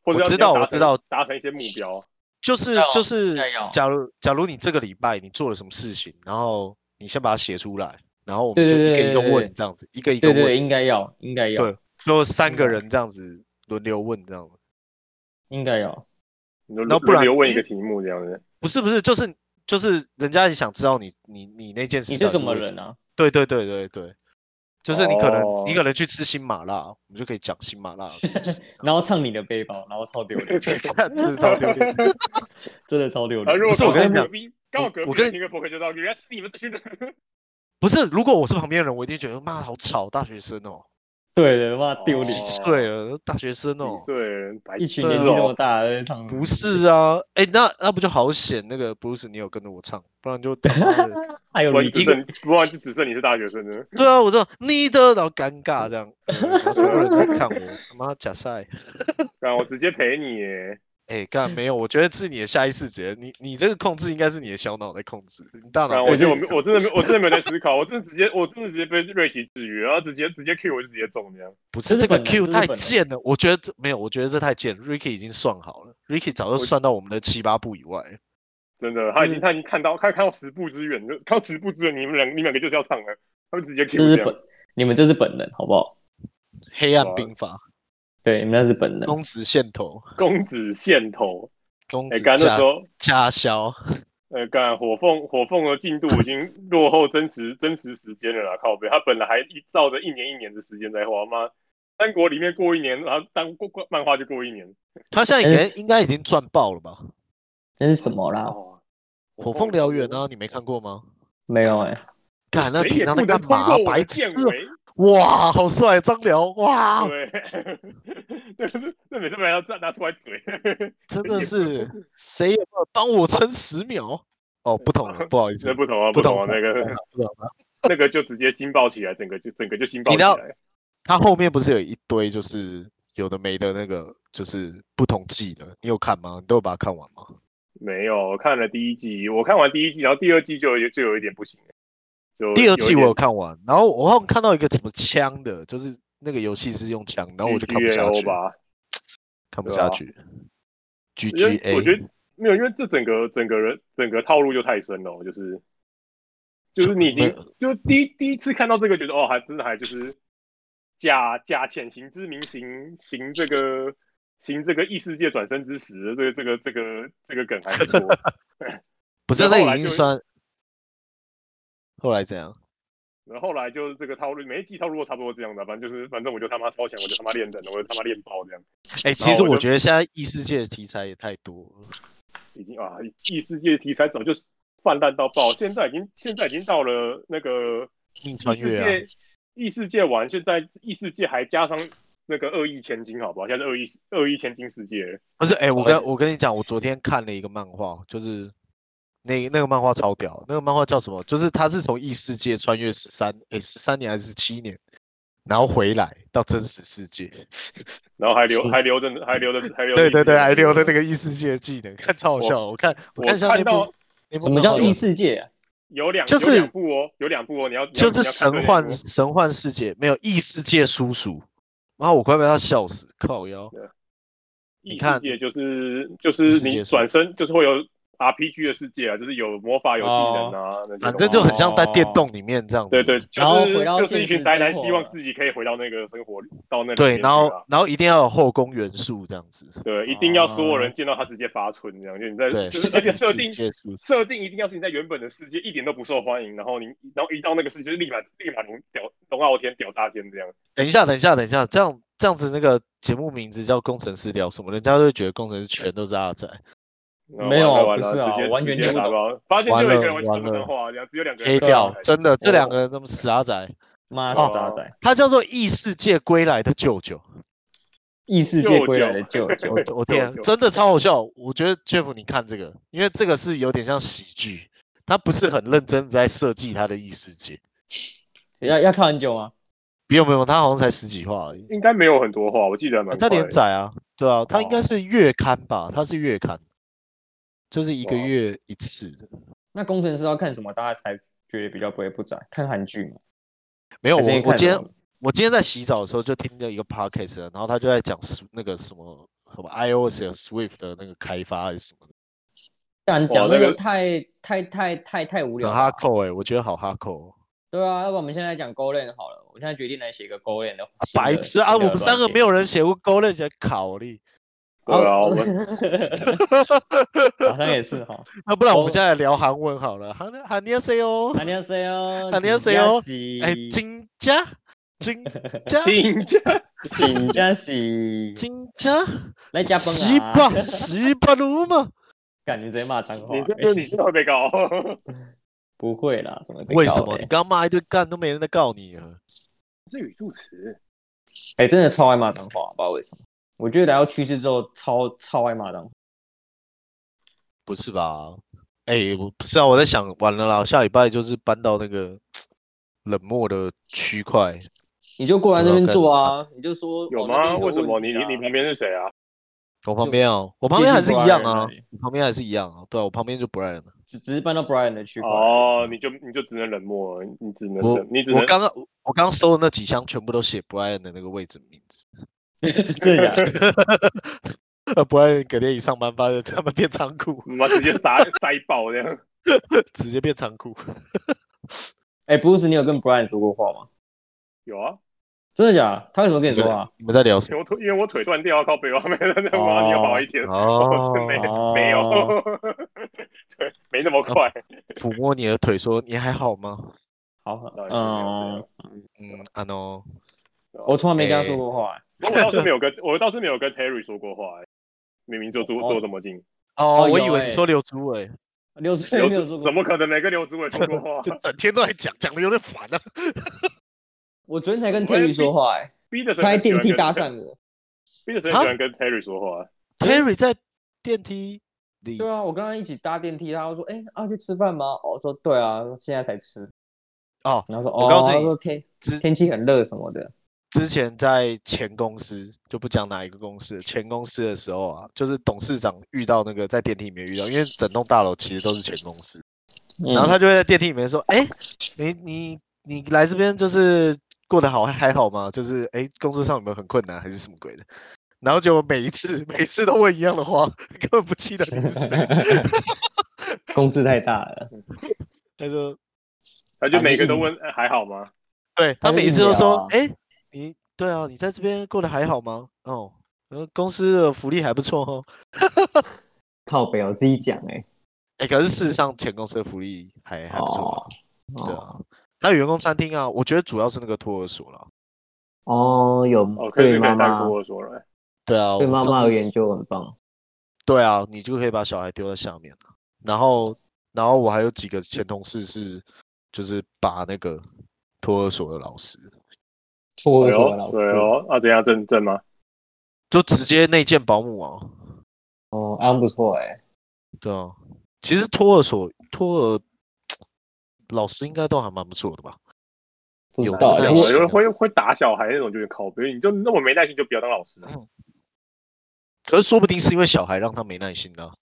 Speaker 3: 或
Speaker 2: 我
Speaker 3: 者要
Speaker 2: 知
Speaker 3: 先
Speaker 2: 道
Speaker 3: 达
Speaker 2: 我知
Speaker 3: 成
Speaker 2: 道
Speaker 3: 达成一些目标。
Speaker 2: 就是
Speaker 1: 要
Speaker 2: 就是
Speaker 1: 要要，
Speaker 2: 假如假如你这个礼拜你做了什么事情，然后你先把它写出来，然后我们
Speaker 1: 对
Speaker 2: 就
Speaker 1: 对
Speaker 2: 一个
Speaker 1: 对
Speaker 2: 一个
Speaker 1: 对
Speaker 2: 问
Speaker 1: 对
Speaker 2: 这样子，一个一个
Speaker 1: 对对
Speaker 2: 问，
Speaker 1: 对，应该要，应该要
Speaker 2: 对，就三个
Speaker 1: 应该
Speaker 2: 人这样子轮流问这样子。
Speaker 1: 应该要。
Speaker 3: 你就
Speaker 2: 然后不然
Speaker 3: 留问一个题目这样子，
Speaker 2: 不是不是，就是就是人家也想知道你你你那件事
Speaker 1: 你是
Speaker 2: 到底
Speaker 1: 什么
Speaker 2: 为
Speaker 1: 人啊？
Speaker 2: 对对对对对，就是你可能、你
Speaker 3: 哦
Speaker 2: 可能去吃新麻辣，我们就可以讲新麻辣的故 事 这
Speaker 1: 然后唱你的背包，然后超丢脸，
Speaker 2: 样，真的超丢脸。
Speaker 1: 真的超丢
Speaker 3: 啊，
Speaker 1: 脸。
Speaker 3: 如果
Speaker 2: 不是我跟你讲
Speaker 3: 刚好隔壁，刚好隔
Speaker 2: 我
Speaker 3: 壁
Speaker 2: 我跟
Speaker 3: 的
Speaker 2: 你
Speaker 3: 听个播客就知道，原来是你们这群人。
Speaker 2: 不是，如果我是旁边的人，我一定觉得妈好吵，大学生哦，
Speaker 1: 对的，妈丢脸。
Speaker 2: 几
Speaker 3: 哦
Speaker 2: 岁了，大学生
Speaker 3: 几
Speaker 2: 哦。
Speaker 3: 岁？白
Speaker 1: 一群
Speaker 2: 对
Speaker 1: 年纪
Speaker 2: 哦
Speaker 1: 这么大在唱，
Speaker 2: 不是啊，哎、那那不就好险？那个 Bruce，你有跟着我唱，不然就他妈的
Speaker 1: 还有
Speaker 3: 不然
Speaker 1: 你
Speaker 3: 只剩不然就只剩你是大学生了。
Speaker 2: 对啊，我知道你的，然后尴尬
Speaker 1: 嗯
Speaker 2: 这样，呃然后所有人在看我，他妈假赛，
Speaker 3: 然后我直接陪你 耶，
Speaker 2: 哎、 干没有，我觉得是你的下意识觉得，你你这个控制应该是你的小脑在控制，你大
Speaker 3: 然
Speaker 2: 脑
Speaker 3: 后
Speaker 2: 被
Speaker 3: 我就我
Speaker 2: 这个
Speaker 3: 没我真的没我真的没有在思考，我真的直接我真的直接被瑞奇制约，然后直接直接 Q 我就直接中这样。
Speaker 2: 不
Speaker 1: 这
Speaker 2: 是
Speaker 1: 是
Speaker 2: 这个
Speaker 1: 本能这
Speaker 2: Q
Speaker 1: 是
Speaker 2: 太
Speaker 1: 本能
Speaker 2: 贱了，我觉得这没有，我觉得这太贱了，Ricky 已经算好了，Ricky 早就算到我们的七八步以外了，
Speaker 3: 真的，他
Speaker 1: 嗯
Speaker 3: 已经他已经看到他看到十步之远，就看到十步之远，你们两你们两个就是要唱了，他们直接 Q
Speaker 1: 这是
Speaker 3: 这样
Speaker 1: 本，你们这是本能，好不好？
Speaker 2: 黑暗
Speaker 3: 哇
Speaker 2: 兵法，
Speaker 1: 对，你们那是本能。
Speaker 2: 公子线头，
Speaker 3: 公子线头。
Speaker 2: 公
Speaker 3: 哎，
Speaker 2: 子
Speaker 3: 刚刚那
Speaker 2: 家
Speaker 3: 时候，
Speaker 2: 家销，
Speaker 3: 呃，刚火凤火凤的进度已经落后真实真实时间了啦，靠背，他本来还一照着一年一年的时间在画，妈，三国里面过一年，然后当过过漫画就过一年。
Speaker 2: 他现在
Speaker 1: 哎
Speaker 2: 应该应该已经赚爆了吧？
Speaker 1: 那是什么啦？
Speaker 3: 哦，
Speaker 2: 火凤燎原啊，你没看过吗？
Speaker 1: 没有哎、
Speaker 2: 哦看那
Speaker 3: 谁
Speaker 2: 平
Speaker 3: 也
Speaker 2: 常
Speaker 3: 不
Speaker 2: 在
Speaker 3: 能
Speaker 2: 干
Speaker 3: 通
Speaker 2: 嘛啊
Speaker 3: 过？我
Speaker 2: 白
Speaker 3: 的
Speaker 2: 痴啊
Speaker 3: 剑
Speaker 2: 哦！
Speaker 3: 围。
Speaker 2: 哇，好帅，张辽！哇，
Speaker 3: 对，那是那每次把它拿拿出来嘴，
Speaker 2: 真的是谁有没有帮我撑十秒？哦，不同 了，不好意思
Speaker 3: 那，不同啊，
Speaker 2: 不
Speaker 3: 同
Speaker 2: 同
Speaker 3: 啊，
Speaker 2: 了不
Speaker 3: 那
Speaker 2: 同
Speaker 3: 个
Speaker 2: 了不同了。
Speaker 3: 那个就直接新爆起来，整个就整个就新爆
Speaker 2: 你
Speaker 3: 起
Speaker 2: 知道
Speaker 3: 来。
Speaker 2: 他后面不是有一堆就是有的没的那个，就是不同季的，你有看吗？你都有把它看完吗？
Speaker 3: 没有，我看了第一季，我看完第一季，然后第二季就有就有一点不行了，就
Speaker 2: 第二
Speaker 3: 有
Speaker 2: 季
Speaker 3: 一
Speaker 2: 我
Speaker 3: 点
Speaker 2: 有看完，然后我好像看到一个什么枪的，就是那个游戏是用枪，然后我就看不下
Speaker 3: GGAO
Speaker 2: 去，
Speaker 3: 吧。
Speaker 2: 看不
Speaker 3: 对
Speaker 2: 下
Speaker 3: 啊
Speaker 2: 去。
Speaker 3: 我觉得
Speaker 2: GGA，
Speaker 3: 我觉得没有，因为这整个整个人整个套路就太深了，就是就是你已经就第一第一次看到这个，觉得哦，还真的还就是假假潜行之名行行这个行这个异世界转身之时，这个这个这个这个梗 还不错。
Speaker 2: 不是
Speaker 3: 然后
Speaker 2: 那
Speaker 3: 后来
Speaker 2: 已经
Speaker 3: 就
Speaker 2: 算。后来怎样？
Speaker 3: 然后后来就是这个套路，每一季套路都差不多这样的，反正就是反正我就他妈超强，我就他妈练人，我就他妈练爆这样。
Speaker 2: 哎、其实
Speaker 3: 后我
Speaker 2: 我
Speaker 3: 就
Speaker 2: 觉得现在异世界的题材也太多了。
Speaker 3: 已经啊，异世界题材早就泛滥到爆，现在已经现在已经到了那个
Speaker 2: 逆穿
Speaker 3: 异世
Speaker 2: 越啊，
Speaker 3: 界，异世界完，现在异世界还加上那个恶意千金，好不好？现在是恶意恶意千金世界了，
Speaker 2: 不是？哎、我
Speaker 1: 超
Speaker 2: 跟我跟你讲，我昨天看了一个漫画，就是那那个漫画超屌，那个漫画叫什么？就是他是从异世界穿越十三哎十三年还是十七年，然后回来到真实世界。
Speaker 3: 然后还留
Speaker 1: 是
Speaker 3: 还留着还留着还留着
Speaker 2: 对对对，还留着那
Speaker 3: 个。
Speaker 2: 个异世界的技能，看超好
Speaker 3: 我
Speaker 2: 笑。我看我
Speaker 3: 我
Speaker 2: 看像那
Speaker 3: 看
Speaker 2: 部
Speaker 3: 到
Speaker 2: 那部
Speaker 1: 什么
Speaker 2: 漫
Speaker 1: 叫
Speaker 2: 画
Speaker 1: 异
Speaker 2: 有
Speaker 1: 世界、啊？
Speaker 3: 有两
Speaker 2: 就是
Speaker 3: 有两部哦，有两部哦，你要你要
Speaker 2: 就是
Speaker 3: 你
Speaker 2: 神
Speaker 3: 要看这两
Speaker 2: 幻
Speaker 3: 部哦
Speaker 2: 神幻世界，没有异世界叔叔。然后我快被他笑死，靠腰！
Speaker 3: 异
Speaker 2: 你看
Speaker 3: 世界就是就
Speaker 2: 异
Speaker 3: 是
Speaker 2: 世界
Speaker 3: 你
Speaker 2: 是
Speaker 3: 转身就是会有 RPG 的世界啊，就是有魔法有技能啊，那些东西
Speaker 2: 哦反正就很像在电
Speaker 1: 哦
Speaker 2: 动里面这样子。
Speaker 3: 对对，就
Speaker 1: 然后
Speaker 3: 是
Speaker 1: 回到
Speaker 3: 就是
Speaker 1: 现
Speaker 3: 一群
Speaker 1: 实
Speaker 3: 宅男，
Speaker 1: 生活
Speaker 3: 希望
Speaker 1: 了
Speaker 3: 自己可以回到那个生活到那里
Speaker 2: 对，
Speaker 3: 面
Speaker 2: 然
Speaker 3: 去
Speaker 2: 后
Speaker 3: 啊
Speaker 2: 然后一定要有后宫元素这样子。
Speaker 3: 对，一定要所有人见到他直接发春这样，就你在
Speaker 2: 哦对，
Speaker 3: 呃就是而且设定
Speaker 2: 世界树
Speaker 3: 设定一定要是你在原本的世界一点都不受欢迎，然后你然后一到那个世界就立马立马龙屌龙傲天屌炸天这样，
Speaker 2: 等一下，等一下，等一下，这样这样子，那个节目名字叫《工程师聊什么》，人家就会觉得工程师全都是阿仔。
Speaker 3: 然后
Speaker 1: 没有
Speaker 3: 完了完
Speaker 1: 不
Speaker 3: 了，
Speaker 1: 是啊
Speaker 3: 直接
Speaker 1: 完全
Speaker 3: 直接
Speaker 1: 听不
Speaker 3: 打
Speaker 1: 懂
Speaker 3: 包，发现
Speaker 2: 完
Speaker 3: 就有
Speaker 2: 了
Speaker 3: 一个人完全
Speaker 2: 完
Speaker 3: 不
Speaker 2: 了
Speaker 3: 生化，然后只有两个人
Speaker 2: 黑
Speaker 1: 对啊
Speaker 2: 掉，真的，这
Speaker 3: 哦
Speaker 2: 两个人他们死阿仔。
Speaker 1: 妈
Speaker 2: 哦
Speaker 1: 傻仔，
Speaker 2: 他叫做异世界归来的舅舅。
Speaker 1: 异世界归来的舅舅
Speaker 2: 我，我
Speaker 3: 舅
Speaker 2: 天啊
Speaker 3: 舅，
Speaker 2: 真的超好笑。我觉得 Jeff，你看这个，因为这个是有点像喜剧，他不是很认真地在设计他的异世界。
Speaker 1: 要要看很久啊吗？
Speaker 2: 没有没有，他好像才十几话而已。
Speaker 3: 应该没有很多话，我记得还蛮
Speaker 2: 他
Speaker 3: 快
Speaker 2: 连
Speaker 3: 的
Speaker 2: 载啊，对啊，他应该
Speaker 1: 哦
Speaker 2: 是月刊吧？他是月刊，就是一个
Speaker 1: 哇
Speaker 2: 月一次。
Speaker 1: 那工程师要看什么，大家才觉得比较不会不宰？看韩剧吗？
Speaker 2: 没有，我
Speaker 1: 还是因为
Speaker 2: 我
Speaker 1: 看哦
Speaker 2: 今
Speaker 1: 什
Speaker 2: 天
Speaker 1: 么
Speaker 2: 我今天在洗澡的时候就听到一个 podcast，然后他就在讲 Sw- 那个什么什么 iOS 有 Swift 的那个开发还是什么的，哦
Speaker 1: 但讲
Speaker 3: 那
Speaker 1: 那个
Speaker 3: 个
Speaker 1: 太太太太太无聊
Speaker 2: 很
Speaker 1: 了
Speaker 2: 哈
Speaker 1: 吧。
Speaker 2: 扣哎，我觉得好哦哈扣。
Speaker 1: 对啊，要不然我们现在讲 Golan 好了。我现在决定来写一个 Golan 的新的。
Speaker 2: 白痴啊！
Speaker 1: 新
Speaker 2: 我
Speaker 1: 的
Speaker 2: 们三个
Speaker 1: 软
Speaker 2: 没有人写过勾勒写考虑，
Speaker 3: 对啊，我们
Speaker 1: 件。好哦像也是哈。
Speaker 2: 那不然我
Speaker 1: 我
Speaker 2: 们现在聊韩文好了。韩韩尼亚 C 哦，
Speaker 1: 안녕하세요，
Speaker 2: 안녕하세요 哎，
Speaker 1: 진
Speaker 2: 金家金 家
Speaker 3: 定价
Speaker 1: 啊
Speaker 2: 哎
Speaker 1: 진짜씨，
Speaker 2: 金家
Speaker 1: 来加
Speaker 2: 西
Speaker 1: 班啊！
Speaker 2: 巴西巴鲁嘛？
Speaker 1: 感觉直接骂脏话。哎
Speaker 3: 你这就是你是会 被告。
Speaker 1: 不会啦，怎么被
Speaker 2: 为
Speaker 1: 告
Speaker 2: 什么
Speaker 1: 嘞
Speaker 2: 你？刚骂一堆干都没人在告你啊？
Speaker 3: 是语助词，
Speaker 1: 哎、真的超爱骂脏话，不知道为什么。我觉得来到趋势之后，超超爱骂脏话。
Speaker 2: 不是吧？哎，我不是啊，我在想，完了啦，下礼拜就是搬到那个冷漠的区块，
Speaker 1: 你就过来
Speaker 2: 不
Speaker 1: 那
Speaker 2: 知道
Speaker 1: 边
Speaker 2: 该
Speaker 1: 坐
Speaker 2: 怎么
Speaker 1: 啊，你就说
Speaker 3: 有
Speaker 1: 哦那
Speaker 3: 吗？
Speaker 1: 边有
Speaker 3: 为什么
Speaker 1: 问
Speaker 3: 你
Speaker 1: 题
Speaker 3: 你
Speaker 1: 啊
Speaker 3: 你旁边是谁啊？
Speaker 2: 我旁
Speaker 1: 就
Speaker 2: 边哦，我旁
Speaker 1: 接
Speaker 2: 边还
Speaker 1: 近
Speaker 2: 是一
Speaker 1: Brian
Speaker 2: 样
Speaker 1: 那
Speaker 2: 啊
Speaker 1: 里，
Speaker 2: 我旁边还是一样啊，对啊，我旁边就 Brian 了。
Speaker 1: 只只是搬到 Brian 的区块？
Speaker 3: 哦，你就你就只能冷漠了，你只能
Speaker 2: 我
Speaker 3: 忍你只能
Speaker 2: 我刚刚我刚收的那几箱全部都写 Brian 的那个位置名字，
Speaker 1: 这样
Speaker 2: 呃，Brian 隔天一上班发现他们变仓库，
Speaker 3: 妈直接 塞塞爆这样。
Speaker 2: 直接变仓库。
Speaker 1: 哎、b r u c e 你有跟 Brian 说过话吗？
Speaker 3: 有啊，
Speaker 1: 真的假的？他为什么啊跟你说话？
Speaker 2: 你们在聊什
Speaker 3: 因为我腿因为我腿断掉，靠北我还没在那挖你好一 点
Speaker 2: 么？。哦，
Speaker 3: 真没 没有，对，没那么快。
Speaker 1: 哦
Speaker 2: 抚摸你的腿说你还好吗？
Speaker 1: 好狠，
Speaker 3: 那也是
Speaker 1: 嗯，
Speaker 2: 嗯，啊 no，
Speaker 1: 我从来没跟他说过话、哎
Speaker 3: 我倒是没有跟 我倒是没有跟 Terry 说过话，欸明明就坐
Speaker 1: 哦
Speaker 3: 坐这么近，
Speaker 2: 哦，
Speaker 1: 哦
Speaker 2: 我
Speaker 1: 有
Speaker 2: 以为
Speaker 1: 欸
Speaker 2: 你说刘 祖伟，
Speaker 1: 六岁
Speaker 3: 刘
Speaker 1: 没有说过
Speaker 3: 怎。么可能没跟刘子伟说过 话？
Speaker 2: 就整天都在讲，讲的有点烦啊。
Speaker 1: 我昨天才跟 Terry 说话、哎，
Speaker 3: 逼的
Speaker 1: 他在电梯搭，讪啊我。
Speaker 3: 逼的很喜欢跟 Terry 说话。
Speaker 2: Terry 在电梯里
Speaker 1: 对，啊，我跟他一起搭电梯，他就说：“哎、啊，去吃饭吗？”哦，说对啊，现在才吃。
Speaker 2: 哦，
Speaker 1: 然后说：“
Speaker 2: 我告
Speaker 1: 哦，
Speaker 2: 诉你
Speaker 1: 他说天
Speaker 2: 之
Speaker 1: 天气很热什么的。
Speaker 2: 之前在前公司就不讲哪一个公司，前公司的时候啊，就是董事长遇到那个在电梯里面遇到，因为整栋大楼其实都是前公司，”
Speaker 1: 然
Speaker 2: 然
Speaker 1: 嗯
Speaker 2: 后他就会在电梯里面说：“哎、你你你来这边就是过得好还好吗？就是哎、工作上有没有很困难还是什么鬼的？”然后结果每一次每一次都问一样的话，根本不记得你是 谁。
Speaker 1: 公司嗯太大了，
Speaker 2: 他说
Speaker 3: 他
Speaker 1: 啊
Speaker 3: 就每个
Speaker 1: 嗯
Speaker 3: 都问哎还好吗？：“
Speaker 2: 对
Speaker 1: 他
Speaker 2: 他
Speaker 1: 就
Speaker 2: 每一
Speaker 1: 硬
Speaker 2: 次都
Speaker 1: 聊
Speaker 2: 说
Speaker 1: 啊，
Speaker 2: 哎、你对啊，你在这边过得还好吗？哦，呃公司的福利还不错哦。”
Speaker 1: 靠北我自己讲哎、
Speaker 2: 哎、可是事实上前公司的福利还还不错啊、对
Speaker 1: 哦
Speaker 2: 啊。还有员工餐厅啊，我觉得主要是那个托儿所啦。
Speaker 1: 哦，有
Speaker 3: 哦，可
Speaker 1: 对
Speaker 3: 是可
Speaker 1: 妈
Speaker 3: 以单
Speaker 1: 妈
Speaker 3: 说说了。
Speaker 2: 对啊，
Speaker 1: 对
Speaker 2: 我
Speaker 1: 妈
Speaker 2: 上
Speaker 1: 妈
Speaker 2: 次
Speaker 1: 而言就很棒。
Speaker 2: 对啊，你就可以把小孩丢在下面了然后，然后我还有几个前同事是，就是把那个托儿所的老师，
Speaker 1: 托
Speaker 3: 哎
Speaker 1: 儿所
Speaker 3: 呦
Speaker 1: 的，老
Speaker 3: 对
Speaker 1: 师
Speaker 3: 哦，啊，怎样正正吗？
Speaker 2: 就直接内建保姆啊。
Speaker 1: 哦，安不错哎、
Speaker 2: 对啊，其实托儿所托儿老师应该都还蛮不错的吧？
Speaker 1: 不知
Speaker 2: 有
Speaker 1: 道
Speaker 2: 那
Speaker 1: 哎、
Speaker 2: 种
Speaker 1: 我
Speaker 3: 有人会会打小孩那种就有点靠背，你就那么没耐心就不要当老师了。
Speaker 2: 可是说不定是因为小孩让他没耐心的啊、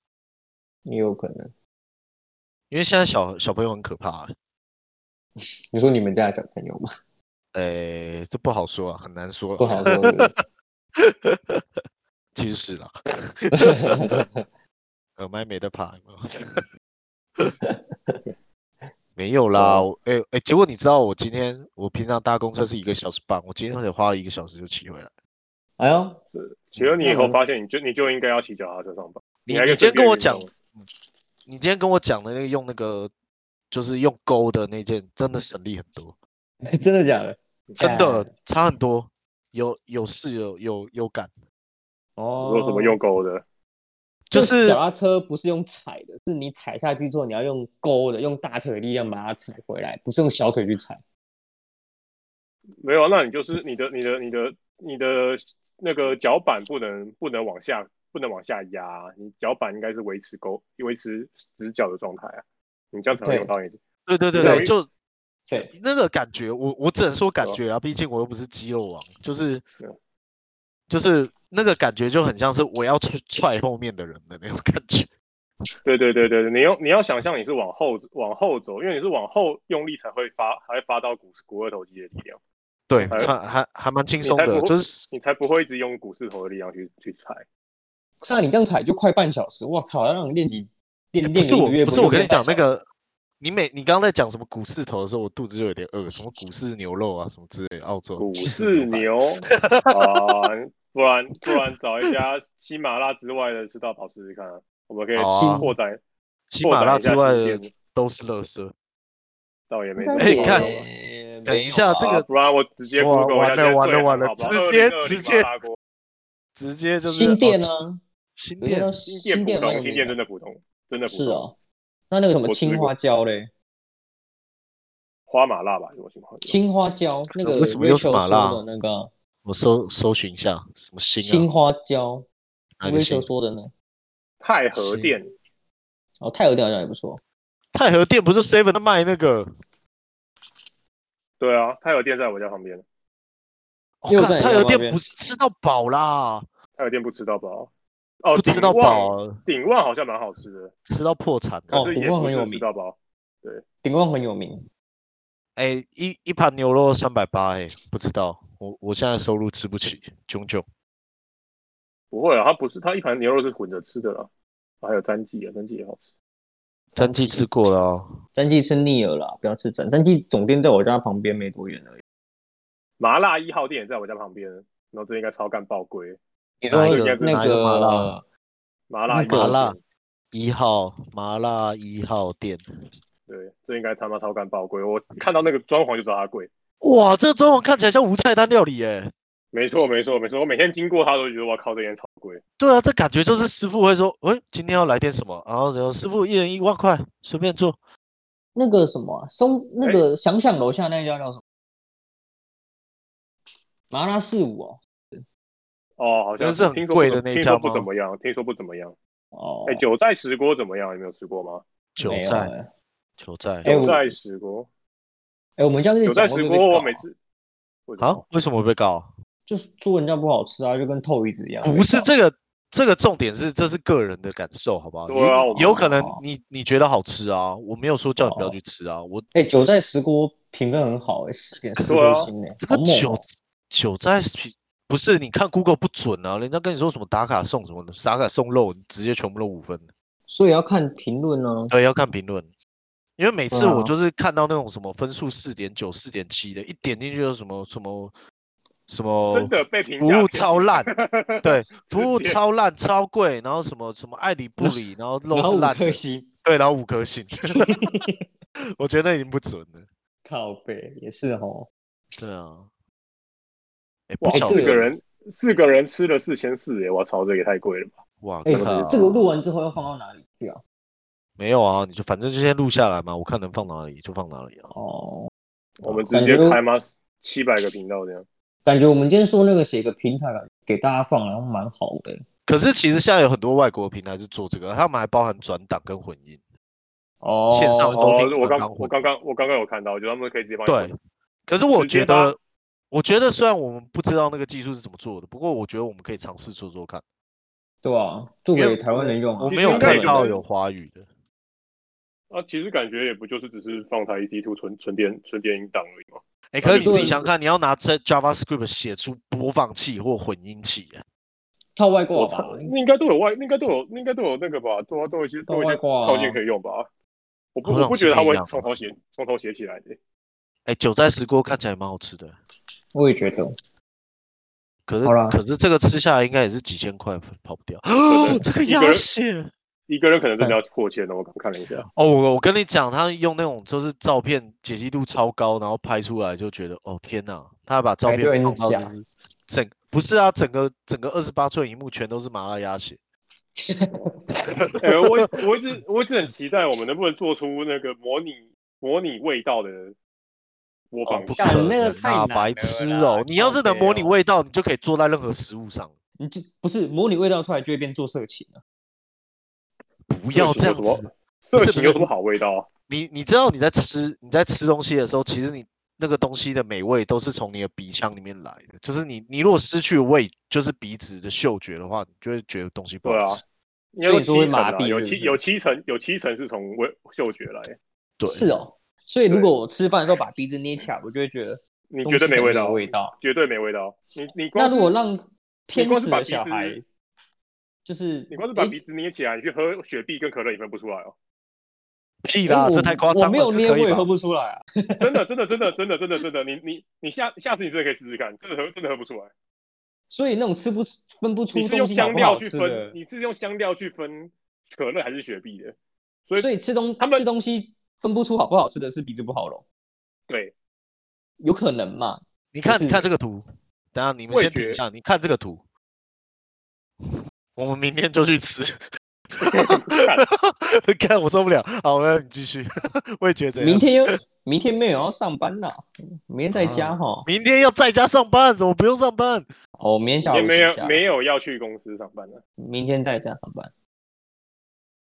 Speaker 1: 也有可能。
Speaker 2: 因为现在小小朋友很可怕、欸，
Speaker 1: 你说你们家的小朋友吗？
Speaker 2: 诶，这不好说啊，很难说
Speaker 1: 不
Speaker 2: 啊。
Speaker 1: 好说对不对。
Speaker 2: 其实是啦，耳麦没得爬 有没有没有啦，
Speaker 1: 哦
Speaker 2: 我哎哎、结果你知道我今天我平常搭公车是一个小时半，我今天才花了一个小时就骑回来。
Speaker 1: 哎呦，
Speaker 3: 只有你以后
Speaker 1: 嗯
Speaker 3: 发现，你就你就应该要骑脚踏车上班。
Speaker 2: 你
Speaker 3: 还
Speaker 2: 你
Speaker 3: 可以
Speaker 2: 今天
Speaker 3: 随便
Speaker 2: 跟我
Speaker 3: 运
Speaker 2: 讲嗯
Speaker 3: 动，
Speaker 2: 你今天跟我讲的那个用那个就是用勾的那件，真的省力很多，
Speaker 1: 真的假的？哎
Speaker 2: 真的
Speaker 1: 干
Speaker 2: 差很多，有有事有有有感，
Speaker 1: 哦，
Speaker 3: 说什么用钩的，
Speaker 1: 就
Speaker 2: 就
Speaker 1: 是脚踏车不是用踩的，是你踩下去之后，你要用勾的，用大腿力量把它踩回来，不是用小腿去踩。
Speaker 3: 没有啊？那你就是你的你的你的你的那个脚板不能不能往下不能往下压啊，你脚板应该是维持勾维持直角的状态啊。你这样才会
Speaker 1: 对
Speaker 3: 用到你。
Speaker 2: 对对对
Speaker 3: 对
Speaker 2: 对，就
Speaker 1: 对，
Speaker 2: 那个感觉，我我只能说感
Speaker 3: 对啊
Speaker 2: 觉啊，毕竟我又不是肌肉王，就是
Speaker 3: 对啊
Speaker 2: 就是那个感觉就很像是我要去踹后面的人的那种感觉，
Speaker 3: 对对对对对，你用你要想象你是往后往后走，因为你是往后用力才会发，还会发到股股二头肌的力量，
Speaker 2: 对，
Speaker 3: 还
Speaker 2: 算还还蛮轻
Speaker 3: 哎你
Speaker 2: 松
Speaker 3: 才
Speaker 2: 的，
Speaker 3: 不会
Speaker 2: 就是
Speaker 3: 你才不会一直用股四头的力量去去踩。
Speaker 1: 不是啊，你这样踩就快半小时，我操，要让你练几练
Speaker 2: 哎不
Speaker 1: 练
Speaker 2: 是
Speaker 1: 个一
Speaker 2: 我
Speaker 1: 个月，
Speaker 2: 不是
Speaker 1: 就
Speaker 2: 我跟你
Speaker 1: 练半
Speaker 2: 讲那
Speaker 1: 小时
Speaker 2: 个，你每你刚刚在讲什么股市头的时候，我肚子就有点饿，什么股市牛肉啊什么之类的，澳洲
Speaker 3: 股
Speaker 2: 市
Speaker 3: 市
Speaker 2: 牛排
Speaker 3: 牛啊，不然不然找一家喜马拉之外的吃到饱试试看啊，我们可以
Speaker 2: 好啊
Speaker 3: 拓展，
Speaker 2: 喜
Speaker 3: 拓
Speaker 2: 马
Speaker 3: 展
Speaker 2: 拉
Speaker 3: 一下
Speaker 2: 之外
Speaker 3: 新
Speaker 2: 的
Speaker 3: 店
Speaker 2: 都是垃圾。
Speaker 3: 倒也没
Speaker 1: 应
Speaker 3: 多
Speaker 1: 该
Speaker 2: 哎
Speaker 1: 也
Speaker 3: 少
Speaker 2: 看
Speaker 3: 吧
Speaker 1: 没
Speaker 2: 等一
Speaker 1: 有啊
Speaker 3: 啊
Speaker 2: 下
Speaker 1: 吧
Speaker 2: 这个
Speaker 3: 不然我直接
Speaker 2: 哇
Speaker 3: Google
Speaker 2: 啊
Speaker 3: 一下
Speaker 2: 完了
Speaker 3: 现在
Speaker 2: 完了
Speaker 3: 最
Speaker 2: 完了
Speaker 3: 好吧
Speaker 2: 直接
Speaker 3: 2020
Speaker 2: 直接
Speaker 3: 麻辣锅
Speaker 2: 直接就是
Speaker 1: 新店
Speaker 2: 哦
Speaker 1: 啊，
Speaker 2: 新
Speaker 1: 有一家
Speaker 2: 店
Speaker 1: 叫
Speaker 3: 新
Speaker 1: 新
Speaker 3: 店
Speaker 1: 店
Speaker 3: 普
Speaker 1: 蛮有
Speaker 3: 通，
Speaker 1: 名
Speaker 3: 新店
Speaker 1: 的
Speaker 3: 真的普通，真的普
Speaker 1: 是
Speaker 3: 通。
Speaker 1: 哦，那那个什么
Speaker 3: 我吃
Speaker 1: 青
Speaker 3: 过
Speaker 1: 花椒嘞，
Speaker 3: 花马辣吧，什么情况？
Speaker 1: 青花椒那个
Speaker 2: 为什么又是
Speaker 1: Rachel
Speaker 2: 麻辣
Speaker 1: 说的那个
Speaker 2: 我搜搜寻一下什么新
Speaker 1: 青
Speaker 2: 啊，
Speaker 1: 花椒
Speaker 2: 哪个新
Speaker 1: ，Rachel？说的呢，
Speaker 3: 太和店
Speaker 1: 哦，太和店好像也不错，
Speaker 2: 太和店不是 Seven 卖那个？
Speaker 3: 对啊，太和店在我家旁边，
Speaker 2: 哦
Speaker 1: 又
Speaker 2: 干
Speaker 1: 在你
Speaker 2: 太
Speaker 1: 家
Speaker 2: 和
Speaker 1: 旁
Speaker 2: 店
Speaker 1: 边
Speaker 2: 不是吃到饱啦，
Speaker 3: 太和店不吃到饱。哦，
Speaker 2: 不吃到饱啊，
Speaker 3: 鼎旺，鼎旺好像蛮好吃的，
Speaker 2: 吃到破产的
Speaker 1: 哦。
Speaker 3: 可是也
Speaker 1: 鼎旺
Speaker 3: 不
Speaker 1: 很有
Speaker 3: 是
Speaker 1: 名
Speaker 3: 吃到饱。
Speaker 1: 鼎旺很有名，
Speaker 2: 哎，一一盘牛肉三百八，哎，不知道，我我现在收入吃不起，囧囧。
Speaker 3: 不会啊，它不是，它一盘牛肉是混着吃的啦。还有詹记啊，詹记也好吃。
Speaker 2: 詹记吃过了啊，
Speaker 1: 詹记吃腻了啦，不要吃詹，詹记总店在我家旁边没多远而已。
Speaker 3: 麻辣一号店也在我家旁边，然后这应该超干爆贵。
Speaker 1: 你
Speaker 2: 哪一
Speaker 1: 说
Speaker 2: 个
Speaker 1: 那
Speaker 2: 哪一个麻辣
Speaker 1: 个
Speaker 3: 麻辣
Speaker 1: 那
Speaker 3: 一
Speaker 1: 个
Speaker 3: 号
Speaker 2: 麻
Speaker 3: 店
Speaker 2: 辣一号麻辣一号店，
Speaker 3: 对，这应该他妈超干爆贵。我看到那个装潢就知道它贵。
Speaker 2: 哇，这个装潢看起来像无菜单料理哎。
Speaker 3: 没错，没错，没错。我每天经过它都觉得哇靠，这间超贵。
Speaker 2: 对啊，这感觉就是师傅会说，喂、今天要来点什么？然后然后师傅一人一万块，随便做。
Speaker 1: 那个什么啊松那
Speaker 2: 哎
Speaker 1: 个想想楼下那家叫什么？麻辣四五哦，
Speaker 3: 哦，好像
Speaker 2: 但是很
Speaker 3: 听说
Speaker 2: 贵
Speaker 3: 不
Speaker 2: 的
Speaker 3: 怎
Speaker 2: 那
Speaker 3: 听
Speaker 2: 家
Speaker 3: 说不
Speaker 2: 吗
Speaker 3: 怎么样，听说不怎么样。
Speaker 1: 哦，
Speaker 3: 哎，九寨石锅怎么样？你没有吃过吗？
Speaker 2: 九
Speaker 1: 没有
Speaker 2: 寨，
Speaker 1: 哎，
Speaker 2: 九寨。
Speaker 1: 哎
Speaker 3: 九
Speaker 1: 我
Speaker 3: 寨石锅，
Speaker 1: 哎，我们这样
Speaker 3: 九
Speaker 1: 子
Speaker 3: 寨
Speaker 1: 讲
Speaker 3: 石
Speaker 1: 会不
Speaker 3: 锅，
Speaker 1: 会
Speaker 3: 我
Speaker 1: 被
Speaker 3: 每
Speaker 1: 告啊？
Speaker 3: 次为什么
Speaker 2: 啊？为什么会被告？
Speaker 1: 就是说人家不好吃啊，就跟透一子一样。
Speaker 2: 不是这个，这个重点是这是个人的感受，好不好？
Speaker 3: 对
Speaker 2: 有
Speaker 3: 啊我
Speaker 2: 有可能
Speaker 1: 哦
Speaker 2: 你你觉得好吃啊，我没有说叫你不要
Speaker 1: 哦
Speaker 2: 去吃啊。我
Speaker 1: 哎，九寨石锅评分很好哎，四点四
Speaker 3: 对啊
Speaker 1: 颗星哎，
Speaker 2: 这
Speaker 1: 好
Speaker 2: 个
Speaker 1: 猛
Speaker 2: 九
Speaker 1: 哦！
Speaker 2: 九寨是不是你看 Google 不准啊？人家跟你说什么打卡送什么的，打卡送肉，你直接全部都五分。
Speaker 1: 所以要看评论哦。
Speaker 2: 对，要看评论，因为每次我
Speaker 1: 啊
Speaker 2: 就是看到那种什么分数四点九、四点七的，一点进去就什么什么什么，
Speaker 3: 真的被评
Speaker 2: 服
Speaker 3: 价
Speaker 2: 务
Speaker 3: 偏
Speaker 2: 超烂，对，服
Speaker 3: 直
Speaker 2: 务
Speaker 3: 接
Speaker 2: 超烂、超贵，然后什么什么爱理不
Speaker 1: 然后
Speaker 2: 理，然后
Speaker 1: 然
Speaker 2: 肉
Speaker 1: 后
Speaker 2: 是
Speaker 1: 五
Speaker 2: 烂
Speaker 1: 颗
Speaker 2: 的，
Speaker 1: 星，
Speaker 2: 对，然后五颗 星，我觉得那已经不准了。
Speaker 1: 靠背也是哦。
Speaker 2: 对啊，哎，
Speaker 3: 哇
Speaker 2: 不，晓
Speaker 1: 这
Speaker 2: 得
Speaker 3: 四个人四个人吃了四千四，哎，我操，这也太贵了吧！
Speaker 2: 哇
Speaker 1: 哎
Speaker 2: 靠，，
Speaker 1: 这个录完之后要放到哪里去啊？
Speaker 2: 没有啊，你就反正就先录下来嘛，我看能放哪里就放哪里啊。
Speaker 1: 哦，
Speaker 3: 我们直
Speaker 1: 感
Speaker 3: 接
Speaker 1: 觉
Speaker 3: 开吗？七百个频道这样，
Speaker 1: 感觉我们今天说那个写个平台给大家放，然后蛮好的。
Speaker 2: 可是其实现在有很多外国平台是做这个，他们还包含转档跟混音。
Speaker 1: 哦
Speaker 2: 线上收
Speaker 3: 哦
Speaker 2: 听，
Speaker 3: 我
Speaker 2: 刚
Speaker 3: 刚
Speaker 2: 混
Speaker 3: 我刚刚我刚刚有看到，我觉得他们可以直接帮你
Speaker 2: 对，可是我
Speaker 3: 直接
Speaker 2: 觉
Speaker 3: 拉
Speaker 2: 得，我觉得虽然我们不知道那个技术是怎么做的，不过我觉得我们可以尝试做做看。
Speaker 1: 对啊，做
Speaker 2: 因为
Speaker 1: 给台湾人用啊。
Speaker 2: 我
Speaker 3: 其
Speaker 2: 没
Speaker 3: 实
Speaker 2: 有
Speaker 3: 应该
Speaker 2: 看
Speaker 3: 也
Speaker 2: 到
Speaker 3: 就是
Speaker 2: 有华语的，
Speaker 3: 啊，其实感觉也不就是只是放台 EC Two 纯纯电纯电音档而已嘛。
Speaker 2: 哎，
Speaker 3: 那
Speaker 2: 可是
Speaker 1: 就
Speaker 2: 你自己
Speaker 1: 是
Speaker 2: 想想看，你要拿这 JavaScript 写出播放器或混音器，
Speaker 1: 套外挂
Speaker 3: 我
Speaker 1: 吧
Speaker 3: 操，，应该都有外，应该都有，应该都有那个吧，都都有一些
Speaker 1: 都
Speaker 3: 都有一
Speaker 1: 外
Speaker 3: 些
Speaker 1: 挂啊
Speaker 3: 套件可以用吧。我不
Speaker 2: 好像
Speaker 3: 我不觉得他
Speaker 2: 是
Speaker 3: 会
Speaker 2: 这样
Speaker 3: 从头写从头写起来的。
Speaker 2: 哎，九寨石锅看起来蛮好吃的，
Speaker 1: 我也觉得。
Speaker 2: 可是
Speaker 1: 好啦
Speaker 2: 可是这个吃下来应该也是几千块跑不掉。
Speaker 3: 对
Speaker 2: 这个
Speaker 3: 一个
Speaker 2: 鸭
Speaker 3: 人
Speaker 2: 血
Speaker 3: 一个人可能真的要破千了，我刚看了一下，
Speaker 2: 哦，我我跟你讲，他用那种就是照片解析度超高，然后拍出来就觉得哦天哪，他还把照
Speaker 1: 感觉
Speaker 2: 片
Speaker 1: 哎很
Speaker 2: 放到
Speaker 1: 假
Speaker 2: 就是整不是啊，整个整个二十八寸荧幕全都是麻辣鸭血。
Speaker 3: 哎我我一直我一直很期待我们能不能做出那个模拟模拟味道的模
Speaker 2: 哦，
Speaker 3: 仿
Speaker 2: 不
Speaker 3: 器。
Speaker 2: 可
Speaker 1: 干那个
Speaker 2: 能
Speaker 1: 太
Speaker 2: 啊，
Speaker 1: 难
Speaker 2: 白
Speaker 1: 了
Speaker 2: 痴
Speaker 1: 啦
Speaker 2: 哦！你要是
Speaker 1: 靠
Speaker 2: 能模拟
Speaker 1: 北哦
Speaker 2: 味道，你就可以做在任何食物上。
Speaker 1: 你这不是模拟味道出来就会变做色情啊了？
Speaker 2: 不要这
Speaker 3: 什
Speaker 2: 样
Speaker 3: 么什
Speaker 2: 子
Speaker 3: 么，色
Speaker 2: 不是
Speaker 3: 情
Speaker 2: 不
Speaker 3: 有
Speaker 2: 是
Speaker 3: 什么好味道啊？
Speaker 2: 你你知道你在吃你在吃东西的时候，其实你那个东西的美味都是从你的鼻腔里面来的。就是你你如果失去了味，就是鼻子的嗅觉的话，你就会觉得东西不
Speaker 3: 对
Speaker 2: 好
Speaker 3: 啊
Speaker 2: 吃。
Speaker 3: 应该说
Speaker 1: 所以说会
Speaker 3: 七成啊
Speaker 1: 麻痹
Speaker 3: 有
Speaker 1: 是不
Speaker 3: 七
Speaker 1: 是
Speaker 3: 有七成有七成是从味嗅觉来，
Speaker 2: 对，
Speaker 1: 是哦。所以如
Speaker 3: 对
Speaker 1: 果我吃饭的时候把鼻子捏起来，我就会觉得
Speaker 3: 你
Speaker 1: 东
Speaker 3: 绝对
Speaker 1: 西
Speaker 3: 没
Speaker 1: 很
Speaker 3: 味道，
Speaker 1: 味道。
Speaker 3: 绝对没味道。你你光
Speaker 1: 那
Speaker 3: 是
Speaker 1: 如果让偏
Speaker 3: 光是
Speaker 1: 食
Speaker 3: 把
Speaker 1: 的
Speaker 3: 鼻
Speaker 1: 小
Speaker 3: 子
Speaker 1: 孩，就是
Speaker 3: 你光是把
Speaker 1: 诶
Speaker 3: 鼻子捏起来，你去喝雪碧跟可乐，你分不出来哦。
Speaker 2: 屁
Speaker 1: 诶
Speaker 2: 啦，
Speaker 1: 哎我
Speaker 2: 这太夸张了，
Speaker 1: 我没有捏，
Speaker 2: 可
Speaker 1: 我
Speaker 2: 以
Speaker 1: 也
Speaker 2: 吧
Speaker 1: 喝不出来啊。
Speaker 3: 真的，真的，真的，真的，真的，真的，你你你下下次你真的可以试试看，真的喝真的喝不出来。
Speaker 1: 所以那种吃不吃分不出
Speaker 3: 你是
Speaker 1: 东
Speaker 3: 用
Speaker 1: 西好
Speaker 3: 香
Speaker 1: 不
Speaker 3: 料
Speaker 1: 好
Speaker 3: 去
Speaker 1: 吃
Speaker 3: 分，
Speaker 1: 的，
Speaker 3: 你是用香料去分可乐还是雪碧的？所以
Speaker 1: 所以吃东
Speaker 3: 他们
Speaker 1: 吃东西分不出好不好吃的是鼻子不好咯，
Speaker 3: 对，
Speaker 1: 有可能嘛？
Speaker 2: 你看，
Speaker 1: 是
Speaker 2: 你看这个图，等一下你们
Speaker 3: 味
Speaker 2: 先停
Speaker 3: 觉
Speaker 2: 一下，你看这个图， 我们明天就去吃。 看我受不了，好，那你继续。味觉怎样？
Speaker 1: 明天又明天没有要上班啦，明天在
Speaker 2: 啊
Speaker 1: 家哈。
Speaker 2: 明天要在家上班，怎么不用上班？
Speaker 1: 哦，明天下午
Speaker 3: 也没
Speaker 1: 请假
Speaker 3: 有没有要去公司上班的，
Speaker 1: 明天在家上班。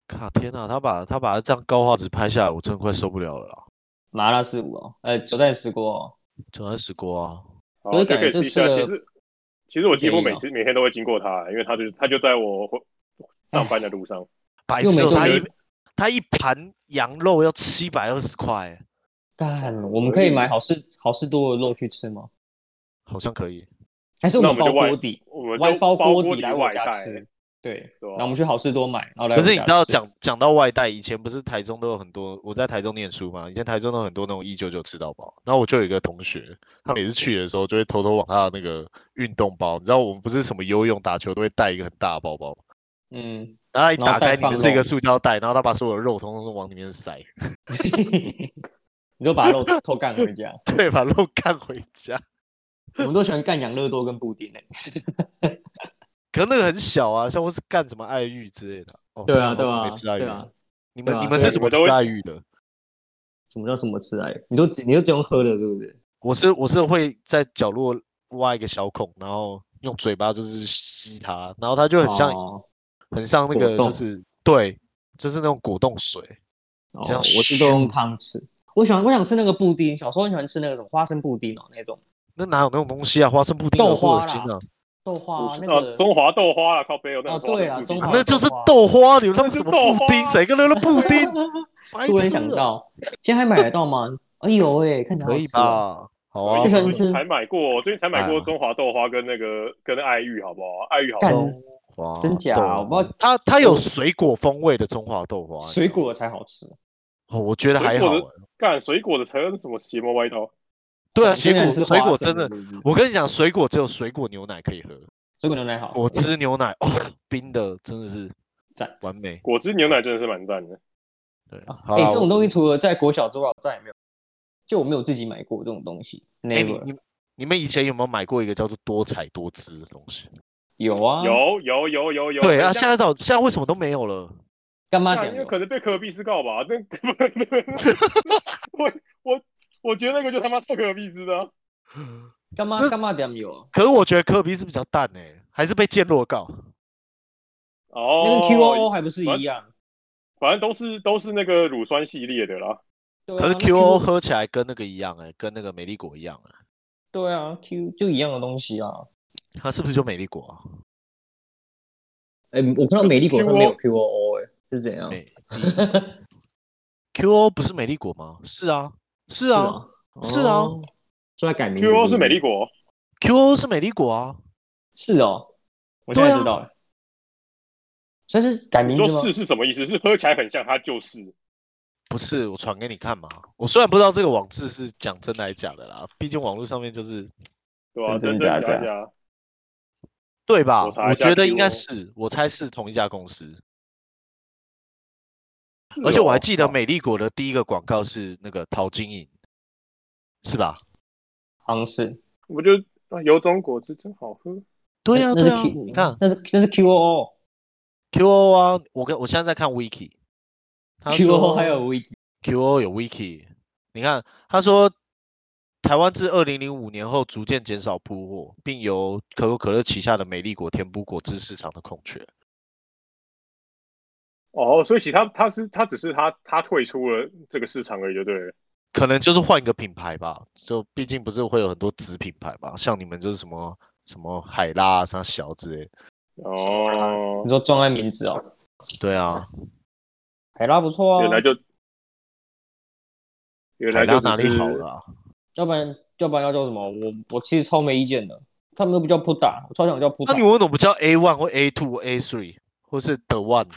Speaker 2: 靠，天哪，他把他把这样高画质拍下来，我真的快受不了了啦。
Speaker 1: 麻辣四五哦，呃，九寨石锅哦，
Speaker 2: 九安石锅啊，
Speaker 3: 好，
Speaker 1: 可是
Speaker 3: 就
Speaker 1: 感
Speaker 3: 可以
Speaker 1: 觉
Speaker 3: 试
Speaker 1: 这
Speaker 3: 一
Speaker 1: 次的
Speaker 3: 下。其实其实我几乎每
Speaker 1: 便宜哦啊
Speaker 3: 次每天都会经过它，因为它就他就在我回上班的路上。
Speaker 2: 白
Speaker 1: 又没
Speaker 2: 痴哦、
Speaker 1: 做
Speaker 2: 他
Speaker 1: 人
Speaker 2: 一他一盘羊肉要七百二十块，欸
Speaker 1: 干，我们可
Speaker 3: 嗯
Speaker 1: 以买好事好事多的肉去吃吗？
Speaker 2: 好像可以。
Speaker 1: 还是我
Speaker 3: 那
Speaker 1: 们包
Speaker 3: 我们就外
Speaker 1: 锅底，
Speaker 3: 我们
Speaker 1: 外
Speaker 3: 就
Speaker 1: 包
Speaker 3: 锅
Speaker 1: 底来我
Speaker 3: 外
Speaker 1: 家
Speaker 3: 带，
Speaker 1: 吃。对，
Speaker 3: 对哦吧
Speaker 1: 然后我们去啊好事多买，然后来
Speaker 2: 可
Speaker 1: 我
Speaker 2: 是你
Speaker 1: 家
Speaker 2: 知道
Speaker 1: 吃
Speaker 2: 讲讲到外带，以前不是台中都有很多，我在台中念书嘛，以前台中都有很多那种一九九吃到饱。然后我就有一个同学，他每次去的时候就会偷偷往他的那个运动包，你知道我们不是什么游泳、打球都会带一个很大的包包吗，
Speaker 1: 嗯，
Speaker 2: 然后他一
Speaker 1: 然后
Speaker 2: 打开
Speaker 1: 带
Speaker 2: 里面
Speaker 1: 放
Speaker 2: 是一
Speaker 1: 肉
Speaker 2: 个塑胶袋，然后他把所有的肉统统都往里面塞，
Speaker 1: 你就把肉 偷干回家。
Speaker 2: 对，把肉干回家。
Speaker 1: 我们都喜欢干养乐多跟布丁欸诶、
Speaker 2: 可是那个很小啊，像我是干什么爱玉之类的。哦，
Speaker 1: 对啊，
Speaker 2: 好
Speaker 1: 对
Speaker 2: 久
Speaker 1: 啊
Speaker 2: 没，吃爱玉
Speaker 1: 对
Speaker 2: 了。
Speaker 1: 啊。
Speaker 2: 你们、
Speaker 1: 对啊
Speaker 2: 你们
Speaker 1: 对啊
Speaker 2: 是
Speaker 1: 你
Speaker 2: 怎么
Speaker 3: 们
Speaker 2: 吃
Speaker 3: 都会
Speaker 2: 爱玉的？
Speaker 1: 什么叫什么吃来？你都只你就只用喝的，对不对？
Speaker 2: 我是我是会在角落挖一个小孔，然后用嘴巴就是吸它，然后它就很像、
Speaker 1: 哦，
Speaker 2: 很像那
Speaker 1: 果
Speaker 2: 个就
Speaker 1: 冻
Speaker 2: 是对，就是那种果冻水。
Speaker 1: 哦
Speaker 2: 这样
Speaker 1: 我是都用汤匙。我喜欢我想吃那个布丁，小时候很喜欢吃那个什么花生布丁哦，那种
Speaker 2: 那哪有那种东西啊？花生布丁
Speaker 1: 豆
Speaker 2: 有多
Speaker 1: 花
Speaker 2: 恶心
Speaker 1: 啦
Speaker 2: 啊！
Speaker 1: 豆花、
Speaker 3: 不是
Speaker 1: 那
Speaker 3: 啊
Speaker 1: 个
Speaker 3: 中华豆花啊，靠北有那
Speaker 1: 哦
Speaker 3: 种
Speaker 1: 对
Speaker 3: 花
Speaker 1: 啊
Speaker 3: 生
Speaker 1: 中
Speaker 3: 布
Speaker 1: 华
Speaker 2: 啊
Speaker 3: 丁
Speaker 2: 那
Speaker 1: 豆
Speaker 2: 就是
Speaker 1: 花？
Speaker 2: 豆花，你们他妈
Speaker 3: 那
Speaker 2: 什
Speaker 3: 是
Speaker 2: 么
Speaker 3: 豆
Speaker 2: 布丁？
Speaker 3: 花
Speaker 2: 谁跟那个布丁白
Speaker 1: 突然
Speaker 2: 痴
Speaker 1: 想
Speaker 2: 啊
Speaker 1: 到，现在还买得到吗？哎呦喂、看起来
Speaker 2: 可
Speaker 1: 好
Speaker 2: 以
Speaker 1: 吃哦。
Speaker 2: 吧？好
Speaker 3: 我
Speaker 2: 啊
Speaker 1: 就，喜欢
Speaker 3: 最
Speaker 1: 吃
Speaker 3: 近才买过，我最近才买过
Speaker 2: 哎
Speaker 3: 中华豆花跟那个跟爱玉，好不好？爱玉好
Speaker 1: 干
Speaker 3: 吃，
Speaker 2: 中华
Speaker 1: 真假啊
Speaker 2: 豆
Speaker 1: 我不知道
Speaker 2: 它它有
Speaker 1: 我
Speaker 2: 水果风味的中华豆花，你知
Speaker 1: 水
Speaker 2: 道
Speaker 1: 果才好吃，
Speaker 2: 吗哦，我觉得
Speaker 3: 水
Speaker 2: 还
Speaker 3: 果
Speaker 2: 好
Speaker 3: 的
Speaker 2: 欸。
Speaker 3: 干水果的才是什么邪魔歪道？
Speaker 2: 对啊，
Speaker 1: 你
Speaker 2: 水
Speaker 1: 竟然
Speaker 2: 果
Speaker 1: 是
Speaker 2: 水
Speaker 1: 花
Speaker 2: 果
Speaker 1: 生
Speaker 2: 真的，
Speaker 1: 是不是
Speaker 2: 我跟你讲，水果只有水果牛奶可以喝，
Speaker 1: 水果牛奶好。
Speaker 2: 果汁牛奶哦，冰的真的是
Speaker 1: 赞
Speaker 2: 完美。
Speaker 3: 果汁牛奶真的是蛮赞的，
Speaker 2: 对，
Speaker 1: 啊
Speaker 2: 好
Speaker 1: 哎、
Speaker 2: 啦
Speaker 1: 这种
Speaker 2: 我
Speaker 1: 东西除了在国小之外，我再也没有，就我没有自己买过这种东西
Speaker 2: 哎，你
Speaker 1: ，never、
Speaker 2: 你你们以前有没有买过一个叫做多彩多姿的东西？
Speaker 1: 有啊，
Speaker 3: 有有有有有。
Speaker 2: 对啊，
Speaker 3: 等一
Speaker 2: 现
Speaker 3: 下
Speaker 2: 在到现在为什么都没有了？
Speaker 1: 干妈
Speaker 3: 干
Speaker 1: 点
Speaker 3: 因为
Speaker 1: 有
Speaker 3: 可能被科尔必斯告吧？那 我我我觉得那个就他妈臭科尔必斯的啊，
Speaker 1: 干妈
Speaker 2: 那
Speaker 1: 干妈点有，啊
Speaker 2: 可是我觉得科比是比较淡诶、还是被见落告。
Speaker 1: 那跟
Speaker 3: 哦，
Speaker 1: QO 还不是一样？
Speaker 3: 反正都是都是那个乳酸系列的啦。
Speaker 1: 对啊
Speaker 2: 可是
Speaker 1: 那
Speaker 2: QO 喝起来跟那个一样诶、跟那个美丽果一样诶、
Speaker 1: 对啊，Q 就一样的东西啊。
Speaker 2: 它是不是就美丽果啊？
Speaker 1: 哎、我看到美丽果上面有
Speaker 3: QO
Speaker 1: QOO 哎、是怎样？
Speaker 2: 美 QO 不是美丽果吗？是啊，是啊
Speaker 1: 是
Speaker 2: 是啊
Speaker 1: 哦所以它改名字
Speaker 3: QO
Speaker 1: 不
Speaker 3: 是美丽果，
Speaker 2: ，QO 是美丽果啊。
Speaker 1: 是哦，我现
Speaker 2: 对
Speaker 1: 在
Speaker 2: 啊
Speaker 1: 知道了。所以是改
Speaker 3: 你
Speaker 1: 名字
Speaker 3: 说
Speaker 1: 吗？
Speaker 3: 是是什么意思？是喝起来很像，它就是。
Speaker 2: 不是，我传给你看嘛。我虽然不知道这个网志是讲真的还是假的啦，毕竟网络上面就是
Speaker 3: 对吧、
Speaker 1: 真
Speaker 3: 真
Speaker 1: 真
Speaker 3: 真
Speaker 1: 假假
Speaker 3: 假，
Speaker 2: 对吧？
Speaker 3: 我查
Speaker 2: 我
Speaker 3: 一下
Speaker 2: 觉得应该
Speaker 3: Q
Speaker 2: 是，我猜是同一家公司。
Speaker 3: 是
Speaker 2: 而且我还
Speaker 3: 哦
Speaker 2: 记得美丽果的第一个广告是那个陶晶莹，是吧？
Speaker 1: 好像是。
Speaker 3: 我就啊有种果汁真好喝。
Speaker 2: 对
Speaker 1: 哎那
Speaker 2: 啊，
Speaker 1: 那
Speaker 2: 对
Speaker 1: 是
Speaker 2: 啊，
Speaker 1: Q，
Speaker 2: 你看
Speaker 1: 那是那是 QOO。
Speaker 2: QO 啊，我跟我现在在看 Wiki，他
Speaker 1: QO
Speaker 2: 说
Speaker 1: 还有 Wiki，
Speaker 2: QO 有 Wiki，你看他说台湾自二零零五年后逐渐减少铺货，并由可口可乐旗下的美丽果填补果汁市场的空缺。
Speaker 3: 哦，所以其实它它是它只是它它退出了这个市场而已，就对了。
Speaker 2: 可能就是换一个品牌吧，就毕竟不是会有很多子品牌吧，像你们就是什么什么海拉啊、啥小之类的。
Speaker 3: 哦
Speaker 1: 你，说装在名字哦？
Speaker 2: 对啊，
Speaker 1: 海拉不错啊
Speaker 3: 原，来就原
Speaker 2: 海拉
Speaker 3: 来就
Speaker 2: 哪
Speaker 3: 只
Speaker 2: 里
Speaker 3: 是
Speaker 2: 好了啊、
Speaker 1: 要不然要不然要叫什么？我我其实超没意见的，他们都不叫 put 打，我超想叫 put
Speaker 2: 那
Speaker 1: 打
Speaker 2: 你，为什么不叫 A one 或 A two、A three 或是 The one、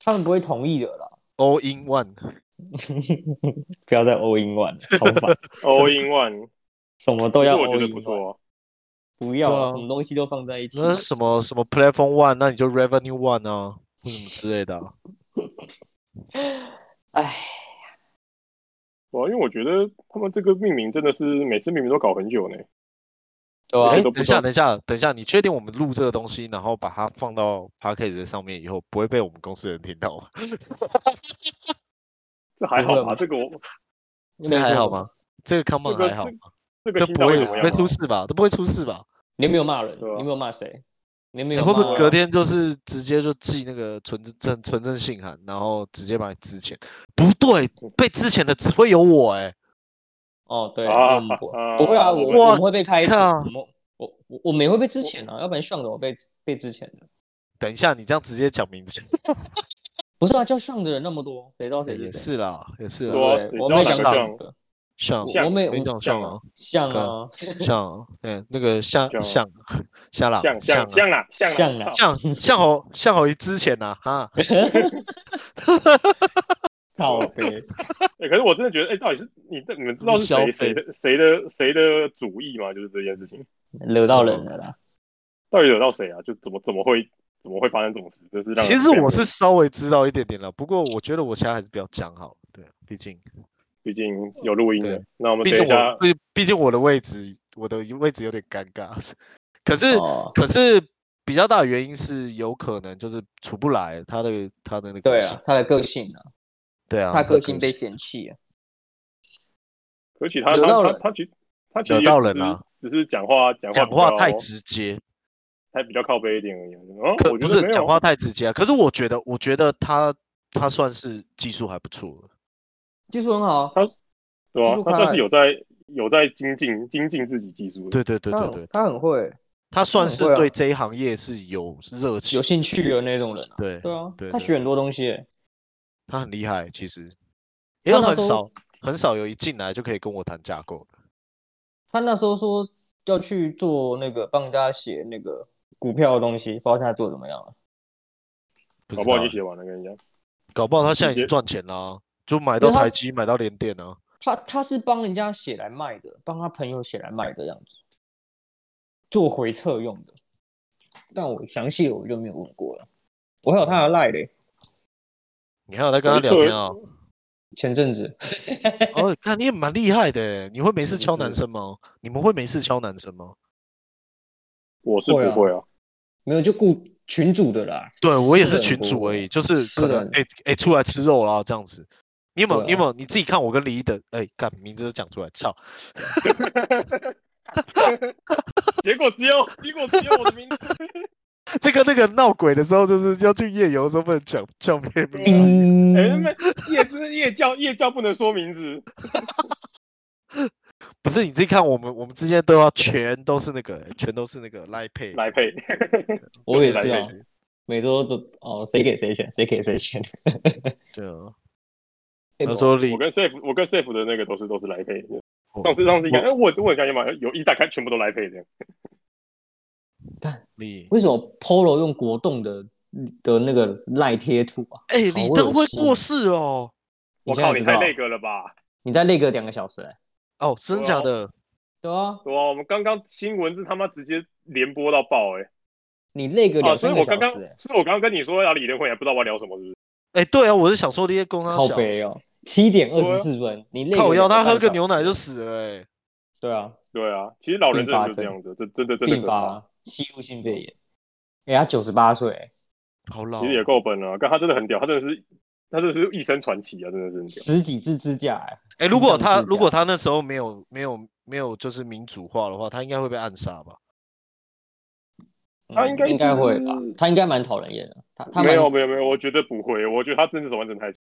Speaker 1: 他们不会同意的啦。
Speaker 2: All in one？
Speaker 1: 不要再 all in one，了超 烦，
Speaker 3: all in one，
Speaker 1: 什么都
Speaker 3: 其实
Speaker 1: 要
Speaker 3: 我
Speaker 1: all
Speaker 3: 觉
Speaker 1: in
Speaker 3: 得不
Speaker 1: one，
Speaker 3: 错、啊。
Speaker 1: 不要
Speaker 2: 对
Speaker 1: 啊，
Speaker 2: 啊嗯
Speaker 1: 什么东西都放在一起。
Speaker 2: 那是什么什么 Platform one？那你就 Revenue one 啊，或什么之类的啊、
Speaker 1: 哎，
Speaker 3: 啊哇，因为我觉得他们这个命名真的是每次命名都搞很久呢。
Speaker 1: 对啊
Speaker 3: 我
Speaker 1: 吧
Speaker 2: 哎、
Speaker 3: 觉？得
Speaker 2: 等
Speaker 3: 不
Speaker 2: 一下，
Speaker 3: 错
Speaker 2: 等一下，等一下，你确定我们录这个东西，然后把它放到 Podcast 上面以后，不会被我们公司的人听到吗？
Speaker 3: 这还好
Speaker 1: 不是
Speaker 3: 吧？
Speaker 1: 吧
Speaker 3: 这个我
Speaker 1: 你
Speaker 2: 这个还好？吗？这个 Come on
Speaker 3: 这个
Speaker 2: 还好
Speaker 3: 这
Speaker 2: 吗？
Speaker 3: 这个
Speaker 2: 这
Speaker 3: 听
Speaker 2: 不
Speaker 3: 到
Speaker 2: 会
Speaker 3: 怎么
Speaker 2: 不
Speaker 3: 样
Speaker 2: 会
Speaker 3: 啊？
Speaker 2: 出事吧？都不会出事吧？
Speaker 1: 你有没有骂人？
Speaker 3: 对啊
Speaker 1: 你有没有骂谁？你有没
Speaker 2: 你
Speaker 1: 有
Speaker 2: 会
Speaker 1: 骂？
Speaker 2: 不会
Speaker 3: 啊
Speaker 2: 隔天就是直接就寄那个存证存证信函，然后直接把你支遣？不对，被支遣的只会有我哎、
Speaker 1: 哦，对，
Speaker 3: 啊
Speaker 1: 我们不
Speaker 3: 啊
Speaker 1: 不会啊，我
Speaker 2: 哇
Speaker 1: 我们会被开除，
Speaker 2: 靠
Speaker 1: 我们我我我们也会被之前啊，要不然上的我被被之前的，
Speaker 2: 等一下，你这样直接讲名字
Speaker 1: 不是啊，叫上的人那么多，谁知道谁
Speaker 2: 也
Speaker 1: 谁？
Speaker 2: 是啦，也是
Speaker 3: 对啊
Speaker 2: 啦，
Speaker 1: 对
Speaker 3: 谁
Speaker 1: 我没
Speaker 3: 知
Speaker 2: 道
Speaker 1: 讲
Speaker 2: 哪个
Speaker 1: 上的，我
Speaker 2: 像
Speaker 1: 我没
Speaker 2: 没讲
Speaker 3: 像
Speaker 2: 像啊，
Speaker 1: 像
Speaker 2: 对
Speaker 1: 啊，
Speaker 2: 像对那个像
Speaker 3: 像啊
Speaker 2: 像啊像啦
Speaker 3: 像
Speaker 2: 像
Speaker 3: 像像啦像
Speaker 1: 像
Speaker 3: 啦
Speaker 1: 啦，
Speaker 3: 操
Speaker 2: 像啊像侯像侯一之前呐哈，啊
Speaker 1: 靠背，
Speaker 3: 欸可是我真的觉得，哎、到底是你这你们知道是
Speaker 2: 消
Speaker 3: 谁
Speaker 2: 费
Speaker 3: 谁的谁的谁的主意吗？就是这件事情
Speaker 1: 惹到人了啦。
Speaker 3: 到底惹到谁啊？就怎么怎么会怎么会发生这种事？这是让人
Speaker 2: 其实
Speaker 3: 非常
Speaker 2: 我是稍微知道一点点了，不过我觉得我现在还是不要讲好了，对，啊毕竟
Speaker 3: 毕竟有录音的
Speaker 2: 对，
Speaker 3: 那我们
Speaker 2: 毕
Speaker 3: 等
Speaker 2: 竟
Speaker 3: 一
Speaker 2: 我
Speaker 3: 下，
Speaker 2: 毕毕竟我的位置我的位置有点尴尬， 可是
Speaker 1: 哦，
Speaker 2: 可是比较大的原因是有可能就是处不来他的他的那个
Speaker 1: 对
Speaker 2: 性
Speaker 1: 啊，他的个性啊，
Speaker 2: 对啊，
Speaker 1: 他
Speaker 2: 个
Speaker 1: 个性被嫌弃啊，
Speaker 3: 而且他
Speaker 1: 惹到
Speaker 3: 他他
Speaker 1: 人
Speaker 3: 他其实他其
Speaker 2: 惹
Speaker 3: 实也
Speaker 2: 到
Speaker 3: 只
Speaker 2: 人
Speaker 3: 是
Speaker 2: 啊，
Speaker 3: 只是讲话讲话
Speaker 2: 讲
Speaker 3: 比
Speaker 2: 话
Speaker 3: 较
Speaker 2: 太直接，
Speaker 3: 还比较靠背一点而已。嗯，
Speaker 2: 可
Speaker 3: 哦我
Speaker 2: 不
Speaker 3: 觉得
Speaker 2: 是
Speaker 3: 没
Speaker 2: 讲
Speaker 3: 有
Speaker 2: 话太直接啊，可是我觉得我觉得他他算是技术还不错的，
Speaker 1: 技术很好啊，
Speaker 3: 对吧、
Speaker 1: 技术
Speaker 3: 他
Speaker 1: 派
Speaker 3: 但是有在有在精进精进自己技术的，
Speaker 2: 对对对
Speaker 1: 他
Speaker 2: 对
Speaker 1: 很
Speaker 2: 对，
Speaker 1: 他很会，
Speaker 2: 他算
Speaker 1: 很
Speaker 2: 是
Speaker 1: 嗯会啊
Speaker 2: 对这一行业是有热情
Speaker 1: 有，兴趣的那种人啊。
Speaker 2: 对
Speaker 1: 对啊
Speaker 2: 对，
Speaker 1: 他
Speaker 2: 对
Speaker 1: 学很多东西耶，
Speaker 2: 他很厉害，其实，
Speaker 1: 他
Speaker 2: 因为
Speaker 1: 那
Speaker 2: 很
Speaker 1: 时
Speaker 2: 少
Speaker 1: 候
Speaker 2: 很少有一进来就可以跟我谈架构的。
Speaker 1: 他那时候说要去做那个帮人家写那个股票的东西，不知道他做得怎么样了。
Speaker 2: 不
Speaker 3: 搞
Speaker 2: 知
Speaker 3: 不好
Speaker 2: 道
Speaker 3: 就，写完了。跟你讲，
Speaker 2: 搞不好他现在已
Speaker 3: 直
Speaker 2: 经
Speaker 3: 接
Speaker 2: 赚钱啦、就买到
Speaker 1: 因为他
Speaker 2: 台积，买到联电啊。
Speaker 1: 他他是帮人家写来卖的，帮他朋友写来卖的样子，做回测用的。但我详细的我就没有问过了，我还有
Speaker 2: 哦
Speaker 1: 他的赖嘞，
Speaker 2: 你还有在跟他
Speaker 3: 回
Speaker 2: 聊
Speaker 3: 撤
Speaker 2: 天啊？
Speaker 1: 前阵子
Speaker 2: 哦，看你也蛮厉害的欸，你会没事
Speaker 1: 不
Speaker 2: 敲男
Speaker 1: 是
Speaker 2: 生吗？你们会没事敲男生吗？
Speaker 3: 我是不
Speaker 1: 会啊
Speaker 3: 会啊，
Speaker 1: 没有就雇群主的啦，
Speaker 2: 对我也
Speaker 1: 私
Speaker 2: 是
Speaker 1: 人
Speaker 2: 群主
Speaker 1: 活
Speaker 2: 而已，就是
Speaker 1: 私
Speaker 2: 可能
Speaker 1: 人
Speaker 2: 哎哎、欸出来吃肉啦这样子。你有没有？
Speaker 1: 对
Speaker 2: 你有没有？你自己看我跟李一的，哎、干名字都讲出来，操！
Speaker 3: 结果只有结果只有我的名字。
Speaker 2: 这个那个闹鬼的时候，就是要去夜游的时候不能讲叫别人名字。
Speaker 3: 哎、他
Speaker 1: 嗯，
Speaker 3: 们夜是夜教，夜教不能说名字。
Speaker 2: 不是你自己看，我们我们之间都要全都是那个，欸全都是那个赖配。
Speaker 3: 来配，
Speaker 1: 我也
Speaker 3: 就是是来
Speaker 1: 啊
Speaker 3: 这，
Speaker 1: 每周都哦，谁给谁钱，谁给谁钱。
Speaker 2: 对啊，
Speaker 1: 那
Speaker 2: 他说李
Speaker 3: 我，跟 safe，我跟 safe 的那个都是都是来配。
Speaker 2: 我
Speaker 3: 上次上次一看，哎，我我很想也买，有一打开全部都来配的。
Speaker 2: 李，
Speaker 1: 为什么 Polo 用国栋的的那个赖贴图啊？
Speaker 2: 哎，
Speaker 1: 好
Speaker 2: 李
Speaker 1: 恶
Speaker 2: 登辉
Speaker 1: 心
Speaker 2: 过世哦，
Speaker 3: 我
Speaker 1: 现在
Speaker 3: 靠，你
Speaker 1: 知道啊
Speaker 3: 太那个了吧？
Speaker 1: 你在那个两个小时、欸，
Speaker 2: 哦，真的假的？
Speaker 1: 对啊，
Speaker 3: 对啊，我们刚刚新闻是他妈直接连播到爆哎、
Speaker 1: 你那个
Speaker 3: 啊，
Speaker 1: 两
Speaker 3: 所以
Speaker 1: 三
Speaker 3: 我
Speaker 1: 个小
Speaker 3: 刚刚，
Speaker 1: 时、欸，
Speaker 3: 所以我刚刚跟你说要李连辉，还不知道我要聊什么，是不是？
Speaker 2: 哎，对啊，我是想说那些工商
Speaker 1: 靠
Speaker 2: 小，
Speaker 1: 北哦，七点二十四分，你那
Speaker 2: 靠
Speaker 1: 个
Speaker 2: 腰，
Speaker 1: 两
Speaker 2: 他
Speaker 1: 三
Speaker 2: 喝个
Speaker 1: 小
Speaker 2: 牛奶
Speaker 1: 时啊
Speaker 2: 就死了，哎，
Speaker 1: 对啊，
Speaker 3: 对啊，其实老人真的
Speaker 1: 并发
Speaker 3: 就是这
Speaker 1: 症
Speaker 3: 样子，这真的真的
Speaker 1: 并
Speaker 3: 可怕，
Speaker 1: 发啊吸入性肺炎，哎、他九十八岁欸，
Speaker 2: 好老哦
Speaker 3: 其实也够本了、啊。但他真的很屌，他真的是，他真的是一生传奇啊，真的是很屌。
Speaker 1: 十几支支架、欸，
Speaker 2: 哎，如果
Speaker 1: 心脏
Speaker 2: 他
Speaker 1: 支
Speaker 2: 如果
Speaker 1: 架
Speaker 2: 他那时候没有没有没有就是民主化的话，他应该会被暗杀吧？
Speaker 3: 他
Speaker 1: 嗯
Speaker 3: 应该
Speaker 1: 应该会
Speaker 3: 是
Speaker 1: 吧，他应该蛮讨人厌的，他他
Speaker 3: 没
Speaker 1: 蛮
Speaker 3: 有没有没有，我觉得不会，我觉得他真的是完整太强。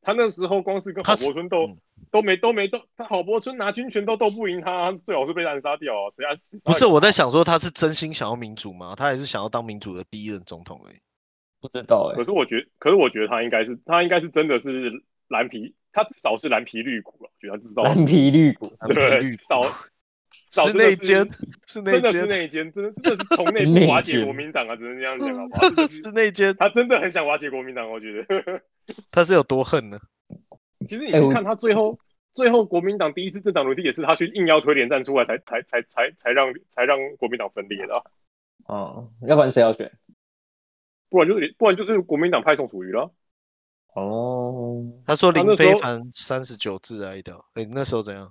Speaker 3: 他那时候光是跟郝
Speaker 2: 他是
Speaker 3: 柏村斗
Speaker 2: 嗯
Speaker 3: 都没都没斗，他郝柏村拿军权都斗不赢他，最好是被暗杀掉啊！谁暗杀？
Speaker 2: 不是，我在想说他是真心想要民主吗？他还是想要当民主的第一任总统而已。
Speaker 1: 不知道哎、
Speaker 3: 可是我觉可是我觉得他应该是，他应该是真的是蓝皮，他至少是蓝皮绿股了，我觉得他至少
Speaker 1: 蓝皮绿 股，
Speaker 3: 对，
Speaker 2: 绿
Speaker 3: 至少少
Speaker 2: 是
Speaker 3: 真的
Speaker 2: 内
Speaker 3: 是
Speaker 2: 奸，是内
Speaker 3: 真的是
Speaker 2: 奸，
Speaker 3: 内奸，真的真的是从内部瓦
Speaker 1: 内
Speaker 3: 解
Speaker 1: 奸
Speaker 3: 国民党啊，只能这样讲 好不好？这就 是
Speaker 2: 是内奸，
Speaker 3: 他真的很想瓦解国民党，我觉得。
Speaker 2: 他是有多恨呢？
Speaker 3: 其实你
Speaker 1: 哎我
Speaker 3: 看他最后、最后国民党第一次政党轮替也是他去硬要推连战出来才，才才才才让才让国民党分裂的啊、
Speaker 1: 嗯，要不然谁要选？
Speaker 3: 不然就是不然就是国民党派送属于了啊。
Speaker 1: 哦，
Speaker 2: 他说
Speaker 3: 他
Speaker 2: 林
Speaker 3: 那时候
Speaker 2: 非凡三十九致癌的，哎，那时候怎样？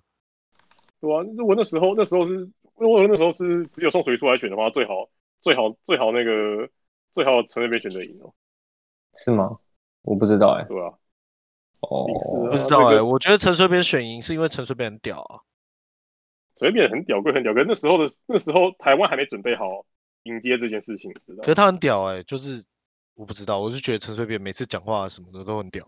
Speaker 3: 对啊，那我那时候那时候是，如果那时候是只有宋楚瑜出来选的话，最好最好最好那个最好陈水扁选择赢哦，
Speaker 1: 是吗？我不知道哎、
Speaker 3: 对吧、啊？
Speaker 1: 哦，
Speaker 3: 是
Speaker 2: 不
Speaker 3: 啊
Speaker 2: 知道
Speaker 3: 这
Speaker 2: 哎，
Speaker 3: 个
Speaker 2: 我觉得陈水扁选赢是因为陈水扁很屌啊，
Speaker 3: 陈水扁很屌，归很屌，可是那时候的那时候台湾还没准备好迎接这件事情，知
Speaker 2: 可
Speaker 3: 道吗
Speaker 2: 是？他很屌哎，就是我不知道，我是觉得陈水扁每次讲话什么的都很屌，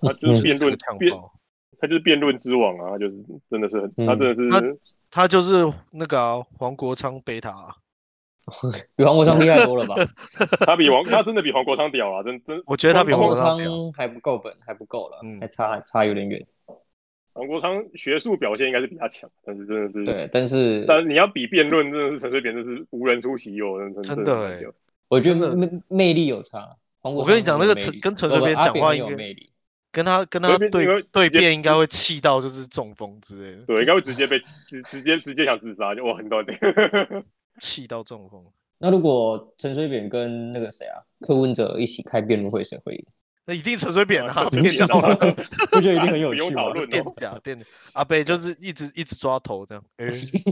Speaker 3: 他就是
Speaker 2: 嗯就是
Speaker 3: 嗯辩
Speaker 2: 这
Speaker 3: 论
Speaker 2: 个呛
Speaker 3: 辩，
Speaker 2: 爆。
Speaker 3: 他就是辩论之王啊，他就是真的是很，
Speaker 1: 嗯
Speaker 3: 他真的是。
Speaker 2: 他他就是那个啊、黄国昌贝塔啊、
Speaker 1: 比黄国昌厉害多了 吧？
Speaker 3: 他比王，他真的比黄国昌屌啊！真真，
Speaker 2: 我觉得他比
Speaker 1: 黄
Speaker 2: 黄国
Speaker 1: 国
Speaker 2: 昌屌。
Speaker 1: 昌还不够本，还不够了，
Speaker 2: 嗯
Speaker 1: 还差差有点远。
Speaker 3: 黄国昌学术表现应该是比他强，但是真的
Speaker 2: 嗯
Speaker 3: 是，
Speaker 1: 对，但是
Speaker 3: 但你要比辩论，真的是陈水扁，真是无人出其右，真的
Speaker 2: 真
Speaker 3: 真
Speaker 2: 的
Speaker 3: 的
Speaker 2: 欸
Speaker 3: 是屌
Speaker 1: 我觉
Speaker 2: 真的
Speaker 1: 得魅魅力有差。黄国
Speaker 2: 我跟你
Speaker 1: 昌
Speaker 2: 讲那个
Speaker 1: 很有
Speaker 2: 陈
Speaker 1: 魅力
Speaker 2: 跟陈
Speaker 1: 不
Speaker 2: 水
Speaker 1: 不
Speaker 2: 扁
Speaker 1: 阿
Speaker 2: 讲话
Speaker 1: 很
Speaker 2: 应
Speaker 1: 有
Speaker 2: 该
Speaker 1: 魅力，
Speaker 2: 跟他跟
Speaker 3: 所
Speaker 2: 他
Speaker 3: 以变因
Speaker 2: 对
Speaker 3: 为
Speaker 2: 对
Speaker 3: 直接
Speaker 2: 辩，应该会气到就是中风之类的，
Speaker 3: 对，应该会直接被直直接直接想自杀，就哇 很多的。
Speaker 2: 气到中风。
Speaker 1: 那如果陈水扁跟那个谁啊，柯文哲一起开辩论会，谁会 赢？
Speaker 2: 那一定陈水扁啊，
Speaker 3: 陈水
Speaker 2: 变
Speaker 3: 扁
Speaker 2: 到
Speaker 3: 啊
Speaker 2: 了
Speaker 1: 不觉得一定很有
Speaker 3: 不用
Speaker 1: 趣啊
Speaker 3: 讨
Speaker 1: 吗？
Speaker 3: 论
Speaker 2: 垫
Speaker 3: 哦。
Speaker 2: 假垫假。阿贝就是一直一直抓头这样， 哎、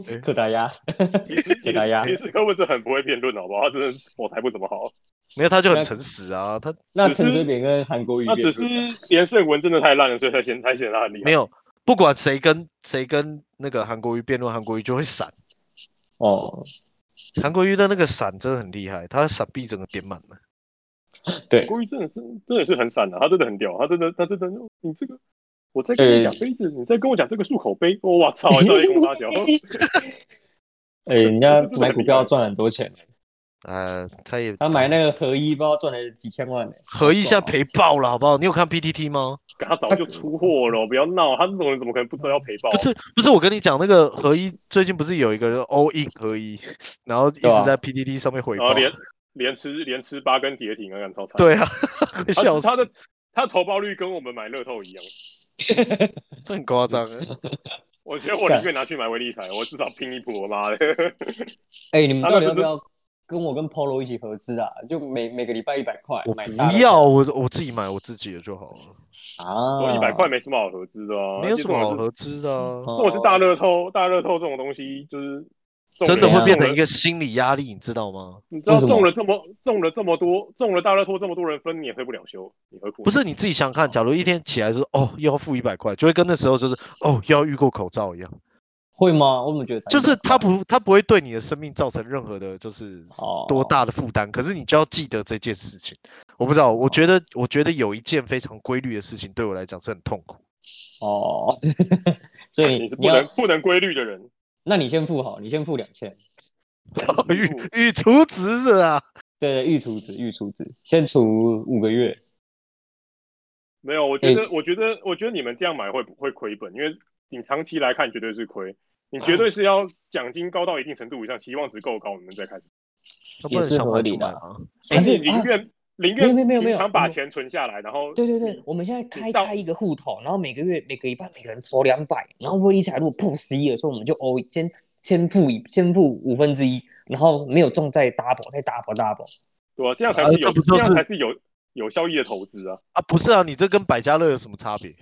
Speaker 2: 哎
Speaker 1: 柯达 鸭，
Speaker 3: 其实其
Speaker 1: 给大家
Speaker 3: 实其实柯文哲很不会辩论，好不好？他真的口才不怎么好。
Speaker 2: 没有他就很
Speaker 1: 那
Speaker 2: 诚实啊，他
Speaker 1: 那
Speaker 3: 只是
Speaker 1: 陈水扁跟韩国瑜
Speaker 3: 那
Speaker 1: 辩
Speaker 3: 只是连胜文真的太烂了，所以才显才显得他很厉害。
Speaker 2: 啊没有不管谁跟谁跟那个韩国瑜辩论，韩国瑜就会闪。
Speaker 1: 哦，
Speaker 2: 韩国瑜的那个闪真的很厉害，他的闪避整个点满了。
Speaker 1: 对，
Speaker 3: 哎郭玉真的是真的是很闪的、他真的很屌，他真的他真的，你这个我在跟你
Speaker 2: 呃
Speaker 3: 讲杯子，你在跟我讲这个漱口杯，我、哇操，你到底跟我打小？
Speaker 1: 哎，人家买股票赚很多钱，
Speaker 2: 呃，他也
Speaker 1: 他买那个合一，不知道赚了几千万呢。
Speaker 2: 合一下赔爆了，好不好？你有看 PTT 吗？
Speaker 3: 他早就出货了，不要闹，他这种人怎么可能不知道要赔爆？啊
Speaker 2: 不是不是，我跟你讲，那个合一最近不是有一个人 all in 合一，然后一
Speaker 1: 对啊
Speaker 2: 直在 PTT 上面回
Speaker 3: 然
Speaker 2: 报
Speaker 3: 后，连连吃连吃八根铁挺啊，感超惨。，
Speaker 2: 对啊，会笑
Speaker 3: 他
Speaker 2: 死，
Speaker 3: 他的他投报率跟我们买乐透一样，
Speaker 2: 这很夸张欸。
Speaker 3: 我觉得我宁愿拿去买威力彩，我至少拼一波，妈的！
Speaker 1: 哎，你们
Speaker 3: 他
Speaker 1: 到底要
Speaker 3: 那不
Speaker 1: 不
Speaker 3: 是
Speaker 1: 要跟我跟 Polo 一起合资啊？就每每个礼拜一百块，
Speaker 2: 我
Speaker 1: 买
Speaker 2: 不
Speaker 1: 大的
Speaker 2: 要，我我自己买我自己的就好了，
Speaker 1: 啊，
Speaker 3: 我一百块没什么好合资的啊，
Speaker 2: 没有什么好
Speaker 3: 资。
Speaker 2: 合资的啊。
Speaker 1: 哦，
Speaker 3: 如果是大乐透，大乐透这种东西就是中
Speaker 2: 真的
Speaker 3: 了
Speaker 2: 会变
Speaker 3: 中了
Speaker 2: 成一个心理压力，你知道吗？
Speaker 3: 你知道
Speaker 1: 为什么
Speaker 3: 中了这么中了这么多，中了大乐透这么多人分，你也回不了休，你何苦？
Speaker 2: 不是你自己想想看，假如一天起来就是哦又要付一百块，就会跟那时候就是哦又要预购口罩一样，
Speaker 1: 会吗？我怎么觉得才
Speaker 2: 就是
Speaker 1: 100块
Speaker 2: 它不它不会对你的生命造成任何的就是
Speaker 1: 哦
Speaker 2: 多大的负担，可是你就要记得这件事情。我不知道，我觉得我觉得有一件非常规律的事情对我来讲是很痛苦。
Speaker 1: 哦，所以
Speaker 3: 你是
Speaker 1: 你
Speaker 3: 不能
Speaker 1: 要，
Speaker 3: 不能规律 的人，
Speaker 1: 那你先付好，你先付两千，
Speaker 3: 哦
Speaker 2: 与与除值是啊，
Speaker 1: 对，预储值，预储值，先除五个月，
Speaker 3: 没有，我
Speaker 1: 哎
Speaker 3: 觉得，我觉得，我觉得你们这样买会会亏本，因为你长期来看绝对是亏，你绝对是要奖金高到一定程度以上，期望值够高，你们再开始。
Speaker 2: 那不
Speaker 1: 也
Speaker 2: 能
Speaker 1: 是
Speaker 2: 想
Speaker 1: 合
Speaker 2: 买
Speaker 1: 理
Speaker 2: 就
Speaker 1: 的
Speaker 2: 买
Speaker 1: 啊
Speaker 2: 吗？
Speaker 3: 所以
Speaker 1: 而且
Speaker 3: 你宁愿宁
Speaker 1: 哎没有
Speaker 3: 愿
Speaker 1: 没有没有没有
Speaker 3: 平常把
Speaker 1: 我们
Speaker 3: 钱存下来，然后
Speaker 1: 啊对对对
Speaker 3: 你，
Speaker 1: 我们现在开
Speaker 3: 到
Speaker 1: 开一个户头，然后每个月每个礼拜每个人投两百，然后威力彩如果破十一的时候，我们就哦先先付一先付五分之一，然后没有中再 double 再 double double，
Speaker 3: 对吧？这样才
Speaker 2: 啊
Speaker 3: 是
Speaker 2: 这
Speaker 3: 有，
Speaker 2: 不
Speaker 3: 这
Speaker 2: 就是
Speaker 3: 样才是有有效益的投资啊，
Speaker 2: 啊，不是啊，你这跟百家乐有什么差别？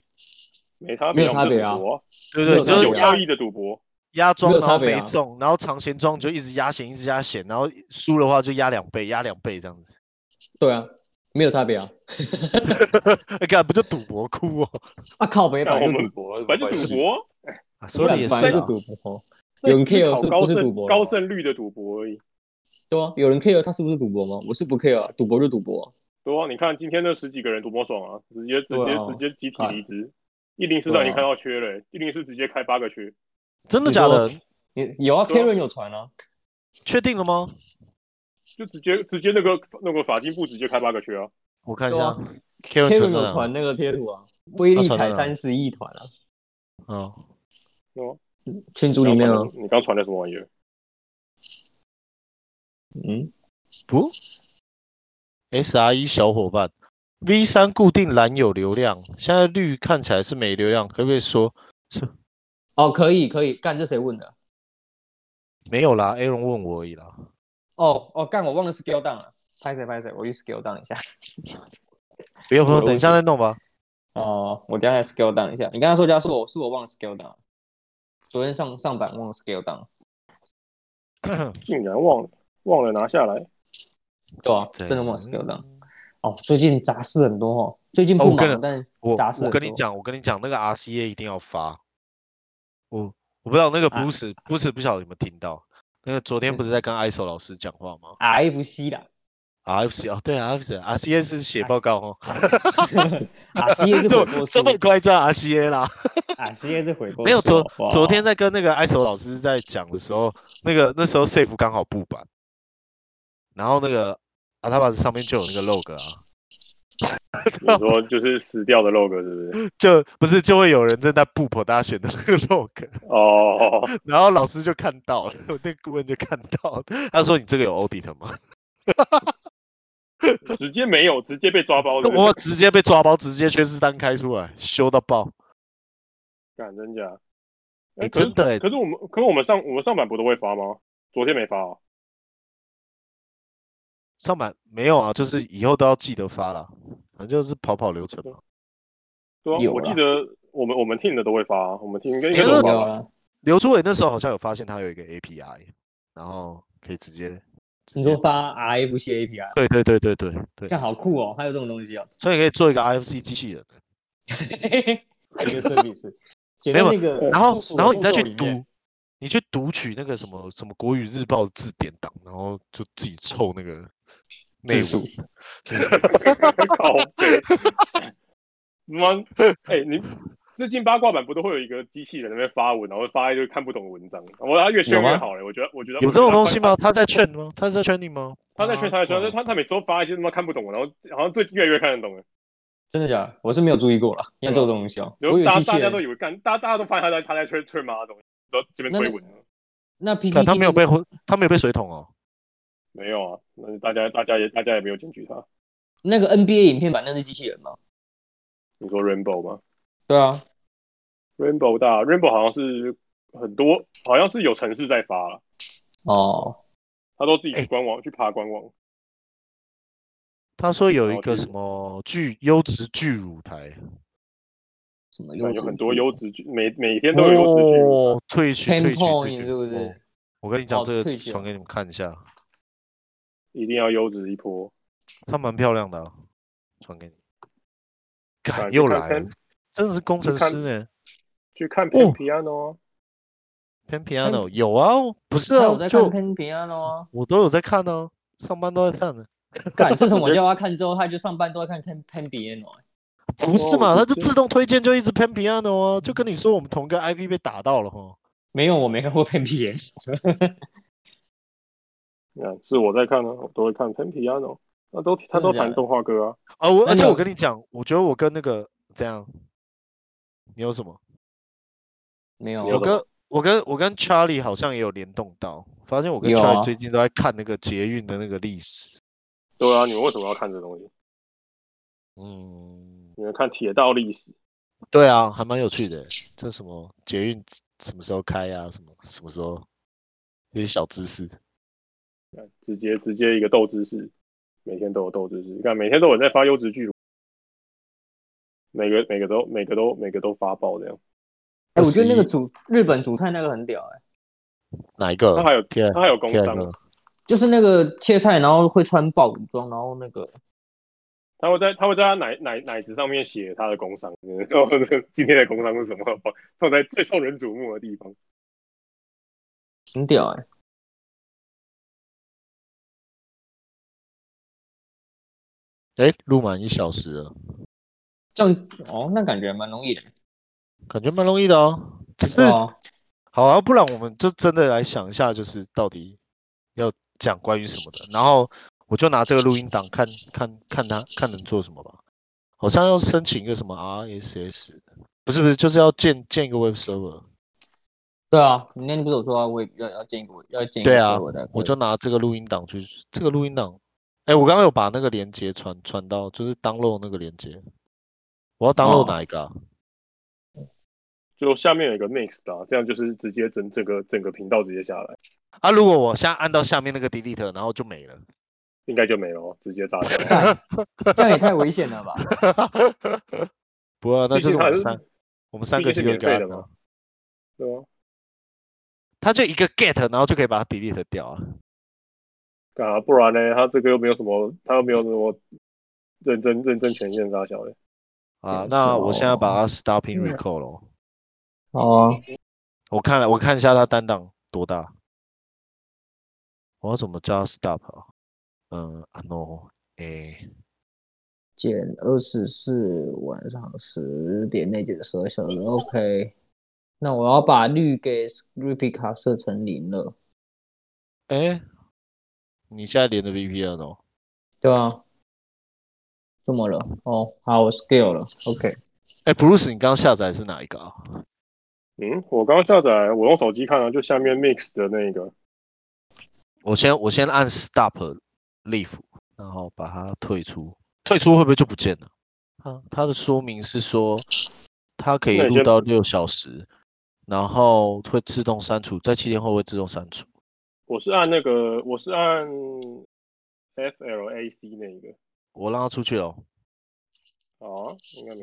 Speaker 3: 没差
Speaker 1: 没
Speaker 3: 别
Speaker 1: 有
Speaker 3: 啊，
Speaker 1: 差别啊
Speaker 3: 我们赌
Speaker 2: 对
Speaker 1: 没有
Speaker 2: 不对？
Speaker 3: 博这
Speaker 2: 就是是
Speaker 1: 差
Speaker 3: 有
Speaker 1: 别
Speaker 3: 效
Speaker 2: 压
Speaker 3: 益的赌博，
Speaker 2: 压庄，
Speaker 1: 没有
Speaker 2: 然后
Speaker 1: 差别
Speaker 2: 没
Speaker 1: 啊
Speaker 2: 中，然后长弦庄你就一直压弦，一直压弦，然后输的话就压两倍，压两倍这样子。
Speaker 1: 对啊，没有差别啊，
Speaker 2: 哎，干不就赌博哭哦？
Speaker 1: 啊靠北
Speaker 3: 但
Speaker 1: 版
Speaker 3: 我
Speaker 1: 就
Speaker 3: 们
Speaker 1: 赌博，
Speaker 3: 反正就赌博，
Speaker 2: 啊，说的也是
Speaker 1: 本来就
Speaker 2: 啊，
Speaker 1: 赌博，哦
Speaker 3: 那
Speaker 1: 有人
Speaker 3: 只是
Speaker 1: care
Speaker 3: 考
Speaker 1: 是
Speaker 3: 高
Speaker 1: 不是
Speaker 3: 胜
Speaker 1: 赌博的啊
Speaker 3: 高
Speaker 1: 吗
Speaker 3: 胜率的赌博而已。
Speaker 1: 对啊，有人 care 他是不是赌博吗？我是不 care，啊，赌博就赌博啊、
Speaker 3: 对啊，你看今天那十几个人多么爽啊，直接直
Speaker 1: 对
Speaker 3: 接、
Speaker 1: 啊
Speaker 3: 直接集体
Speaker 1: 看
Speaker 3: 离职。一零四
Speaker 1: 对啊
Speaker 3: 让你看到缺了、一零四直接开八个缺，
Speaker 2: 真的
Speaker 1: 你
Speaker 2: 假
Speaker 1: 说
Speaker 2: 的？
Speaker 1: 你有啊
Speaker 3: 对啊
Speaker 1: ，Karen 有传啊，
Speaker 2: 确定了吗？
Speaker 3: 就直接直接那个那个法金部直接开八个缺啊，
Speaker 2: 我看一
Speaker 1: 对
Speaker 2: 下
Speaker 1: 啊
Speaker 2: k a r e n
Speaker 1: ，Kevin
Speaker 2: 存
Speaker 1: 有
Speaker 2: 了，
Speaker 1: 传那个贴图啊，威力
Speaker 2: 他
Speaker 1: 才
Speaker 2: 传了
Speaker 1: 三十亿团啊，
Speaker 2: 嗯，
Speaker 1: 群组里面啊，
Speaker 3: 你刚传的什么玩意儿？
Speaker 1: 嗯，
Speaker 2: 不，SRE E 小伙伴，V 三固定蓝有流量，现在绿看起来是没流量，可不可以说
Speaker 1: 哦，可以可以，干这谁问的？
Speaker 2: 没有啦？Aaron 问我而已啦。
Speaker 1: 哦哦，干我忘了 scale down 了，拍谁拍谁，我去 scale down 一下。
Speaker 2: 不用不
Speaker 1: 我
Speaker 2: 用，等一下再弄 吧。
Speaker 1: 哦，我等一下来 scale down 一下。你刚才说加速，我是我忘了 scale down，昨天上上版忘了 scale down，
Speaker 3: 竟然忘了忘了拿下来，
Speaker 1: 对啊，真的忘了 scale down。哦，最近杂事很多哦，最近
Speaker 2: 哦
Speaker 1: 不
Speaker 2: 我跟了
Speaker 1: 忙，但
Speaker 2: 我
Speaker 1: 杂事
Speaker 2: 我
Speaker 1: 很
Speaker 2: 跟你
Speaker 1: 多
Speaker 2: 讲，我跟你讲，那个 RCA 一定要发。我我不知道那个
Speaker 1: 啊
Speaker 2: Bruce、Bruce 不晓得有没有听到，那个昨天不是在跟 ISO 老师讲话吗
Speaker 1: RFC 啦
Speaker 2: ？RFC 哦，对 RFC，RCA 是写报告哦，
Speaker 1: ，RCA 啊是
Speaker 2: 这
Speaker 1: 回啊
Speaker 2: 么
Speaker 1: 播
Speaker 2: 这么
Speaker 1: 书
Speaker 2: 快叫 RCA 啦？
Speaker 1: ，RCA 啊是回播书。
Speaker 2: 没有昨
Speaker 1: 好不好
Speaker 2: 昨天在跟那个 ISO 老师在讲的时候，那个那时候 Safe 刚好布板，然后那个阿塔巴斯上面就有那个 log 啊，
Speaker 3: 你说就是死掉的 log 是不是？
Speaker 2: 就不是就会有人正在布 production 的那个 log，
Speaker 3: 哦，
Speaker 2: 然后老师就看到了，我那个顾问就看到了，他说你这个有 audit 吗？
Speaker 3: 直接没有，直接被抓 包的。
Speaker 2: 我直接被抓包，直接全是单开出来，修到爆。
Speaker 3: 干真假？
Speaker 2: 哎、
Speaker 3: 哎可是
Speaker 2: 真的、欸，
Speaker 3: 可是我们，可是我们上我们上版不都会发吗？昨天没发哦。
Speaker 2: 上满没有啊，就是以后都要记得发了，反正就是跑跑流程嘛。
Speaker 3: 对啊，
Speaker 1: 有
Speaker 3: 我
Speaker 1: 啦
Speaker 3: 记得我们我们 team 的都会发啊，我们 team 应该应
Speaker 2: 你
Speaker 3: 该
Speaker 2: 看
Speaker 3: 都
Speaker 2: 那
Speaker 3: 会
Speaker 2: 个
Speaker 3: 发
Speaker 1: 有
Speaker 3: 吧。
Speaker 1: 啊，
Speaker 2: 刘朱伟那时候好像有发现他有一个 API，然后可以直接，
Speaker 1: 你说发啊 RFC API，
Speaker 2: 对对对对对对，
Speaker 1: 这样好酷哦，还有这种东 西哦，
Speaker 2: 所以可以做一个 IFC 机器人。
Speaker 1: 一个 service，写
Speaker 2: 没
Speaker 1: 在
Speaker 2: 有
Speaker 1: 那个
Speaker 2: 然后
Speaker 1: 附属的
Speaker 2: 然后你
Speaker 1: 步
Speaker 2: 再
Speaker 1: 骤
Speaker 2: 去
Speaker 1: 里
Speaker 2: 读
Speaker 1: 面，
Speaker 2: 你去读取那个什么什么国语日报的字典档，然后就自己凑那个内
Speaker 1: 字数
Speaker 2: 容。
Speaker 3: 靠背，妈，哎、你最近八卦版不都会有一个机器人在那边发文，然后发一堆看不懂的文章，我他越圈
Speaker 1: 有吗
Speaker 3: 越好欸了，我觉得我觉得
Speaker 2: 有这种东西吗？？他在劝吗？他在劝你吗？
Speaker 3: 我觉得他他在圈，他在圈，
Speaker 2: 啊
Speaker 3: 他他每次都发一些他妈看不懂的，然后好像最越来越看得懂了，
Speaker 1: 真的假的？我是没有注意过了，要这种东西哦，
Speaker 3: 然
Speaker 1: 我
Speaker 3: 后
Speaker 1: 有
Speaker 3: 大
Speaker 1: 机
Speaker 3: 家
Speaker 1: 器
Speaker 3: 大家都
Speaker 1: 人，
Speaker 3: 以为干，大家大家都发现他在他在圈圈妈的东西，然后这边
Speaker 1: 那
Speaker 3: 推
Speaker 1: 那
Speaker 3: 文了
Speaker 1: 那
Speaker 2: 看
Speaker 1: PPT
Speaker 2: 他没有被他没有被水桶哦。
Speaker 3: 没有啊，那大家大家也大家也没有检举他。
Speaker 1: 那个 NBA 影片版那是机器人吗？
Speaker 3: 你说 Rainbow 吗
Speaker 1: 对啊，
Speaker 3: ？Rainbow 大 Rainbow 好像是很多，好像是有城市在发了，
Speaker 1: 哦，
Speaker 3: 他都自己去
Speaker 2: 哎
Speaker 3: 官网、去爬官网。
Speaker 2: 他说有一
Speaker 3: 哦
Speaker 2: 个
Speaker 3: 是
Speaker 2: 什么巨优质巨乳台，
Speaker 1: 什么
Speaker 3: 有
Speaker 1: 优质
Speaker 3: 很多
Speaker 1: 剧
Speaker 3: 优质剧，每每天都有优质剧。
Speaker 2: 哦，退去退
Speaker 1: Ten
Speaker 2: 去
Speaker 1: Point
Speaker 2: 退去
Speaker 1: 是不是
Speaker 2: 哦我跟你讲，
Speaker 1: 哦
Speaker 2: 这个
Speaker 1: 退去
Speaker 2: 传
Speaker 1: 哦
Speaker 2: 给你们看一下，
Speaker 3: 一定要优质一波。
Speaker 2: 它蛮漂亮的啊，传给你。
Speaker 3: 啊
Speaker 2: 干
Speaker 3: 去
Speaker 2: 又
Speaker 3: 看
Speaker 2: 来了
Speaker 3: 看，
Speaker 2: 真的是工程
Speaker 3: 看
Speaker 2: 师呢。
Speaker 3: 去看
Speaker 2: 哦
Speaker 3: Pan Piano 啊，
Speaker 2: Pan Piano 有啊，我不是
Speaker 1: 那我
Speaker 2: 啊，
Speaker 1: 在
Speaker 2: 就
Speaker 1: 看 Pen Piano 啊，
Speaker 2: 我都有在看呢、上班都在看呢、
Speaker 1: 干，自从我叫他看之后，他就上班都在看 Pen Pen Piano，欸
Speaker 2: 不是嘛？
Speaker 3: 哦
Speaker 2: 它
Speaker 3: 我
Speaker 2: 就
Speaker 3: 知
Speaker 2: 自动推荐，就一直 Pan Piano 啊，就跟你说我们同个 IP 被打到了哈。
Speaker 1: 没有，我没看过 Pen Piano，
Speaker 3: 你看是我在看啊，我都会看 Pan Piano，那都他
Speaker 1: 真的
Speaker 3: 都
Speaker 1: 假的
Speaker 3: 弹动画歌啊。
Speaker 2: 啊，我
Speaker 1: 那
Speaker 2: 而
Speaker 1: 你
Speaker 2: 且我
Speaker 1: 有
Speaker 2: 跟你讲，我觉得我跟那个怎样，你有什么？
Speaker 1: 没有啊，
Speaker 3: 你有
Speaker 2: 我
Speaker 3: 什么
Speaker 2: 跟我跟我跟 Charlie 好像也有联动到，发现我跟
Speaker 1: 有
Speaker 2: Charlie
Speaker 1: 啊
Speaker 2: 最近都在看那个捷运的那个历史。
Speaker 3: 对啊，你们为什么要看这东西？
Speaker 2: 嗯，
Speaker 3: 你们看铁道历史，
Speaker 2: 对啊，还蛮有趣的，这什么捷运什么时候开啊，什么什么时候，有些小知识。
Speaker 3: 看直接直接一个斗知识，每天都有斗知识。你看每天都有在发优质剧，每个每个都每个都每个都发爆这样。
Speaker 1: 哎，我觉得那个
Speaker 2: 21
Speaker 1: 主日本主菜那个很屌，哎，
Speaker 2: 哪一个？
Speaker 3: 他还有
Speaker 2: 哦天啊
Speaker 3: 他还有工
Speaker 2: 天
Speaker 3: 商，
Speaker 2: 哪
Speaker 1: 就是那个切菜，然后会穿豹纹装，然后那个
Speaker 3: 他会在他会在他奶奶奶子上面写他的工商，然后今天的工商是什么？放放在最受人瞩目的地方。
Speaker 1: 很屌哎、
Speaker 2: 哎，录满一小时了，
Speaker 1: 这样哦，那感觉蛮容易的，
Speaker 2: 感觉蛮容易的哦。只是
Speaker 1: 对啊，
Speaker 2: 好啊，不然我们就真的来想一下，就是到底要讲关于什么的，然后我就拿这个录音档看看看他看能做什么吧。好像要申请一个什么 RSS，不是不是，就是要建建一个 web server。
Speaker 1: 对啊，你那天不是有说我也要要建一个要建一
Speaker 2: 对
Speaker 1: 个
Speaker 2: 啊
Speaker 1: server 的，
Speaker 2: 我就拿这个录音档去，这个录音档，哎，我刚刚有把那个链接传传到，就是 download 那个链接，我要
Speaker 1: 哦
Speaker 2: download 哪一个、啊？
Speaker 3: 就下面有一个 mix 的、啊，这样就是直接整整个整个频道直接下来，
Speaker 2: 啊，如果我现在按到下面那个 delete，然后就没了。
Speaker 3: 应该就没了哦， 直接炸掉。
Speaker 1: 这样也太危险了 吧？
Speaker 2: 不过、啊、那
Speaker 3: 毕
Speaker 2: 就是
Speaker 3: 竟
Speaker 2: 我
Speaker 3: 它
Speaker 2: 们
Speaker 3: 是
Speaker 2: 三，我们三
Speaker 3: 毕
Speaker 2: 个
Speaker 3: 竟
Speaker 2: 其
Speaker 3: 是
Speaker 2: 中一
Speaker 3: 免
Speaker 2: 个
Speaker 3: 费
Speaker 2: 按
Speaker 3: 的
Speaker 2: 了
Speaker 3: 嘛，对啊，
Speaker 2: 它就一个 get，然后就可以把它 delete 掉啊。
Speaker 3: 干啊，不然呢？他这个又没有什么，他又没有什么认真认真权限啥小的。
Speaker 2: 啊
Speaker 1: 没，
Speaker 2: 那我现在
Speaker 3: 哦
Speaker 1: 错
Speaker 2: 把它 stopping
Speaker 1: 嗯
Speaker 2: recall 了。
Speaker 1: 哦，
Speaker 2: 我看了，我看一下它单档多大。我要怎么叫它 stop 啊？嗯啊 no，诶，
Speaker 1: 减二十四，晚上十点内减十二小时，OK。那我要把绿给 Rubika 设成零了，
Speaker 2: 诶，你现在连的 VPN 哦。
Speaker 1: 对啊，怎么了？哦，好，我 scale 了，OK。
Speaker 2: 诶 b r u c e 你刚刚下载是哪一个啊？
Speaker 3: 嗯，我刚下载，我用手机看啊，就下面 mix 的那个，
Speaker 2: 我先我先按 stop leave，然后把它退出，退出会不会就不见了？它它的说明是说，它可以
Speaker 3: 那你
Speaker 2: 录
Speaker 3: 先
Speaker 2: 到六小时，然后会自动删除，在七天后会自动删除。
Speaker 3: 我是按那个，我是按 FLAC 那一个
Speaker 2: 我让它出去哦。
Speaker 3: 啊，应该没。